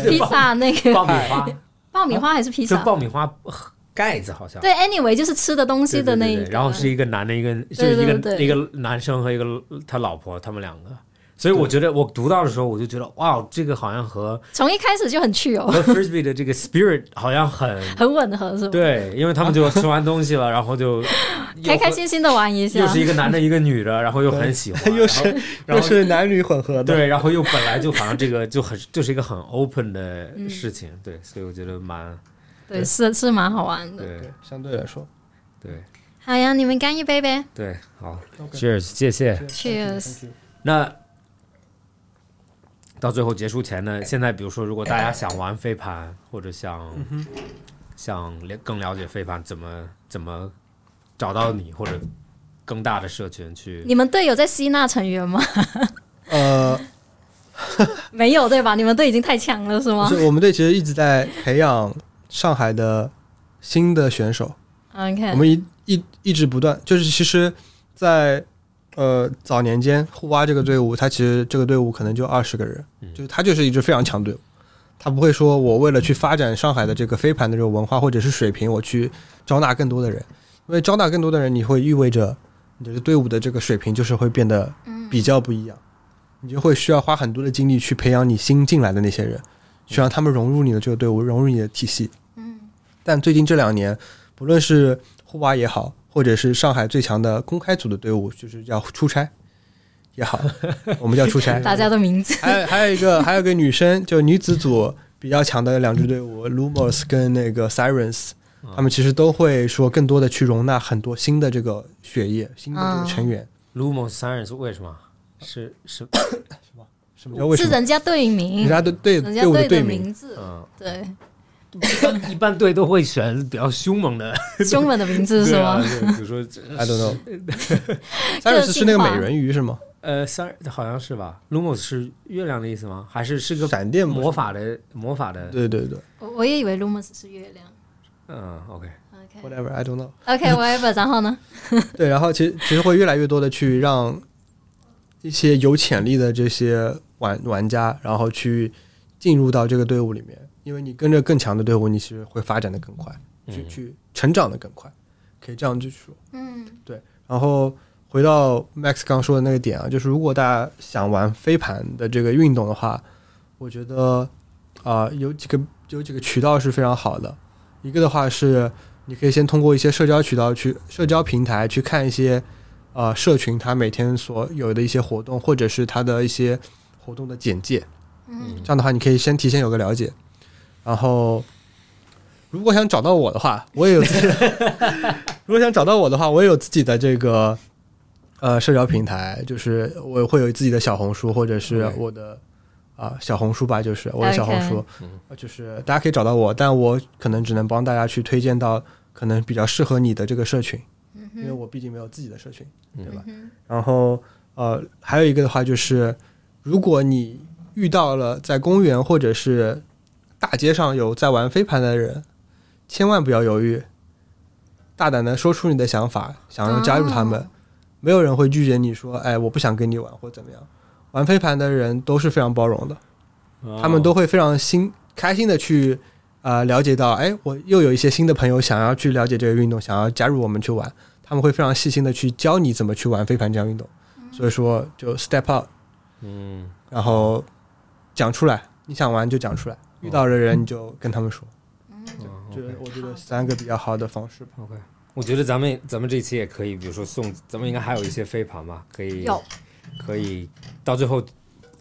[SPEAKER 4] 披萨，那个
[SPEAKER 2] 爆米花，
[SPEAKER 4] 爆米花还是披
[SPEAKER 2] 就
[SPEAKER 4] 萨？
[SPEAKER 2] 爆米花呃盖子好像。
[SPEAKER 4] 对，anyway 就是吃的东西
[SPEAKER 2] 对
[SPEAKER 4] 的
[SPEAKER 2] 对
[SPEAKER 4] 那一
[SPEAKER 2] 对
[SPEAKER 4] 个
[SPEAKER 2] 然后是一个男的，一个就
[SPEAKER 4] 对
[SPEAKER 2] 是一
[SPEAKER 4] 对
[SPEAKER 2] 个
[SPEAKER 4] 对
[SPEAKER 2] 一个男生和一个他老婆，他们两个。所以我觉得我读到的时候，我就觉得哇，这个好像和
[SPEAKER 4] 从一开始就很去哦，
[SPEAKER 2] 和 frisbee 的这个 spirit 好像很
[SPEAKER 4] 很吻合是吧？
[SPEAKER 2] 对，因为他们就吃完东西了， 然后就又
[SPEAKER 4] 开开
[SPEAKER 2] 会
[SPEAKER 4] 心心的啊玩一下
[SPEAKER 2] 又，是一个男的，一个女的，然后又很喜欢，
[SPEAKER 3] 又是
[SPEAKER 2] 然后然
[SPEAKER 3] 又
[SPEAKER 2] 后
[SPEAKER 3] 是男女混合的，
[SPEAKER 2] 对，然后又本来就好像这个就很就是一个很 open
[SPEAKER 4] 嗯
[SPEAKER 2] 的事情，对，所以我觉得蛮
[SPEAKER 4] 对，是是蛮好玩的。
[SPEAKER 2] 对
[SPEAKER 3] 对，相对来说，
[SPEAKER 2] 对
[SPEAKER 4] 好呀，你们干一杯呗
[SPEAKER 2] 对，好
[SPEAKER 3] OK
[SPEAKER 2] ，cheers，谢谢。
[SPEAKER 4] ，Cheers！
[SPEAKER 2] 那到最后结束前呢，现在比如说，如果大家想玩飞盘，或者想想了更了解飞盘，怎么怎么找到你，或者更大的社群去
[SPEAKER 4] 你们队有在吸纳成员吗？
[SPEAKER 3] 呃，
[SPEAKER 4] 没有对吧？你们队已经太强了是吗
[SPEAKER 3] 就是我们队其实一直在培养上海的新的选手，我
[SPEAKER 4] ？OK，
[SPEAKER 3] 们一一一直不断，就是其实在，呃早年间，互挖这个队伍，他其实这个队伍可能就二十个人，就是他就是一支非常强队伍，他不会说我为了去发展上海的这个飞盘的这个文化或者是水平，我去招纳更多的人，因为招纳更多的人，你会意味着你这个队伍的这个水平就是会变得比较不一样，你就会需要花很多的精力去培养你新进来的那些人，去让他们融入你的这个队伍，融入你的体系。
[SPEAKER 4] 嗯
[SPEAKER 3] 但最近这两年，不论是互挖也好，或者是上海最强的公开组的队伍，就是叫出差也好，我们叫出 差。
[SPEAKER 4] 大家的名字，
[SPEAKER 3] 还 有还有一个还有一个女生，就女子组比较强的两支队伍，Lumos 跟那个 Sirens，他们其实都会说更多的去容纳很多新的这个血液、新的这个成员。
[SPEAKER 2] Lumos Sirens 为什么？是是，
[SPEAKER 3] 什么叫为什
[SPEAKER 4] 是
[SPEAKER 3] 么？
[SPEAKER 4] 人家队名
[SPEAKER 3] 人，家的队
[SPEAKER 4] 人家
[SPEAKER 3] 队伍
[SPEAKER 4] 队
[SPEAKER 3] 队
[SPEAKER 4] 的
[SPEAKER 3] 名，
[SPEAKER 4] 名字，
[SPEAKER 2] 嗯，
[SPEAKER 4] 对，
[SPEAKER 2] 一般一般队都会选比较凶猛的，
[SPEAKER 4] 凶猛的名字是
[SPEAKER 2] 对啊，
[SPEAKER 4] 吗？
[SPEAKER 2] 对比如说这
[SPEAKER 3] I don't know。Sirens 是那个
[SPEAKER 4] 个性化
[SPEAKER 3] 美人鱼是吗？
[SPEAKER 2] 呃，Sir 好像是吧？Lumos 是月亮的意思吗？还是是个
[SPEAKER 3] 闪电
[SPEAKER 2] 魔法的魔法的？
[SPEAKER 3] 对对对
[SPEAKER 4] 我我也以为 Lumos 是月亮。
[SPEAKER 2] 嗯，OK，
[SPEAKER 4] OK
[SPEAKER 3] ，whatever I don't know。
[SPEAKER 4] OK whatever，然后呢？
[SPEAKER 3] 对，然后其实其实会越来越多的去让一些有潜力的这些玩玩家，然后去进入到这个队伍里面，因为你跟着更强的队伍，你其实会发展的更快，去
[SPEAKER 2] 嗯
[SPEAKER 3] 去成长的更快，可以这样去说。
[SPEAKER 4] 嗯，
[SPEAKER 3] 然后回到 Max 刚说的那个点啊，就是如果大家想玩飞盘的这个运动的话，我觉得啊、有几个有几个渠道是非常好的。一个的话是你可以先通过一些社交渠道去社交平台去看一些呃社群它每天所有的一些活动，或者是它的一些活动的简介。
[SPEAKER 4] 嗯
[SPEAKER 3] 这样的话，你可以先提前有个了解。然后，如果想找到我的话，我也有自己的 如果想找到我的话，我也有自己的这个呃社交平台，就是我会有自己的小红书，或者是
[SPEAKER 2] OK
[SPEAKER 3] 我的啊、小红书吧，就是我的小红书
[SPEAKER 4] OK
[SPEAKER 2] 嗯
[SPEAKER 3] 就是大家可以找到我，但我可能只能帮大家去推荐到可能比较适合你的这个社群，
[SPEAKER 4] 嗯
[SPEAKER 3] 因为
[SPEAKER 4] 哼，
[SPEAKER 3] 我毕竟没有自己的社群。
[SPEAKER 2] 嗯
[SPEAKER 3] 对吧
[SPEAKER 4] 嗯
[SPEAKER 3] 然后呃，还有一个的话就是，如果你遇到了在公园或者是大街上有在玩飞盘的人，千万不要犹豫，大胆的说出你的想法，想要加入他们，
[SPEAKER 4] 哦
[SPEAKER 3] 没有人会拒绝你说，哎，我不想跟你玩或怎么样。玩飞盘的人都是非常包容的，
[SPEAKER 2] 哦啊
[SPEAKER 3] 他们都会非常新开心的去呃了解到，哎，我又有一些新的朋友想要去了解这个运动，想要加入我们去玩，他们会非常细心的去教你怎么去玩飞盘这项运动。所以说，就 step up，
[SPEAKER 2] 嗯
[SPEAKER 3] 然后讲出来，你想玩就讲出来，遇到的人你就跟他们说。
[SPEAKER 2] 嗯
[SPEAKER 3] 这
[SPEAKER 2] ，OK
[SPEAKER 3] 我觉得三个比较好的方式吧。
[SPEAKER 2] OK，我觉得咱们咱们这期也可以，比如说送，咱们应该还有一些飞盘吧，可以
[SPEAKER 4] 有
[SPEAKER 2] 可以到最后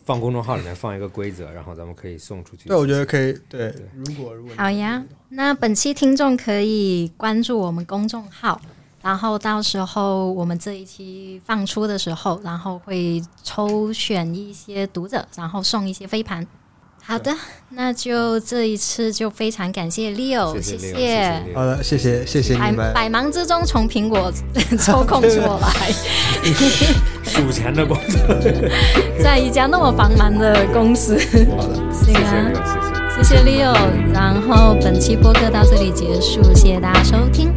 [SPEAKER 2] 放公众号里面放一个规则，然后咱们可以送出去。
[SPEAKER 3] 对，我觉得可以。对，如果如果
[SPEAKER 4] 好呀，那本期听众可以关注我们公众号，然后到时候我们这一期放出的时候，然后会抽选一些读者，然后送一些飞盘。好的，那就这一次就非常感谢 Leo，
[SPEAKER 2] 谢
[SPEAKER 4] 谢
[SPEAKER 2] 谢 Leo，谢
[SPEAKER 3] 好
[SPEAKER 2] Leo。
[SPEAKER 3] 的，谢谢谢谢
[SPEAKER 4] 百
[SPEAKER 3] 你们，
[SPEAKER 4] 百忙之中从苹果 抽空出来，
[SPEAKER 2] 数钱的工作，
[SPEAKER 4] 在一家那么繁忙的公司，
[SPEAKER 3] 好的，
[SPEAKER 4] 行
[SPEAKER 2] 谢谢
[SPEAKER 4] 啊
[SPEAKER 2] Leo，谢谢。
[SPEAKER 4] 谢谢 Leo，然后本期播客到这里结束，谢谢大家收听。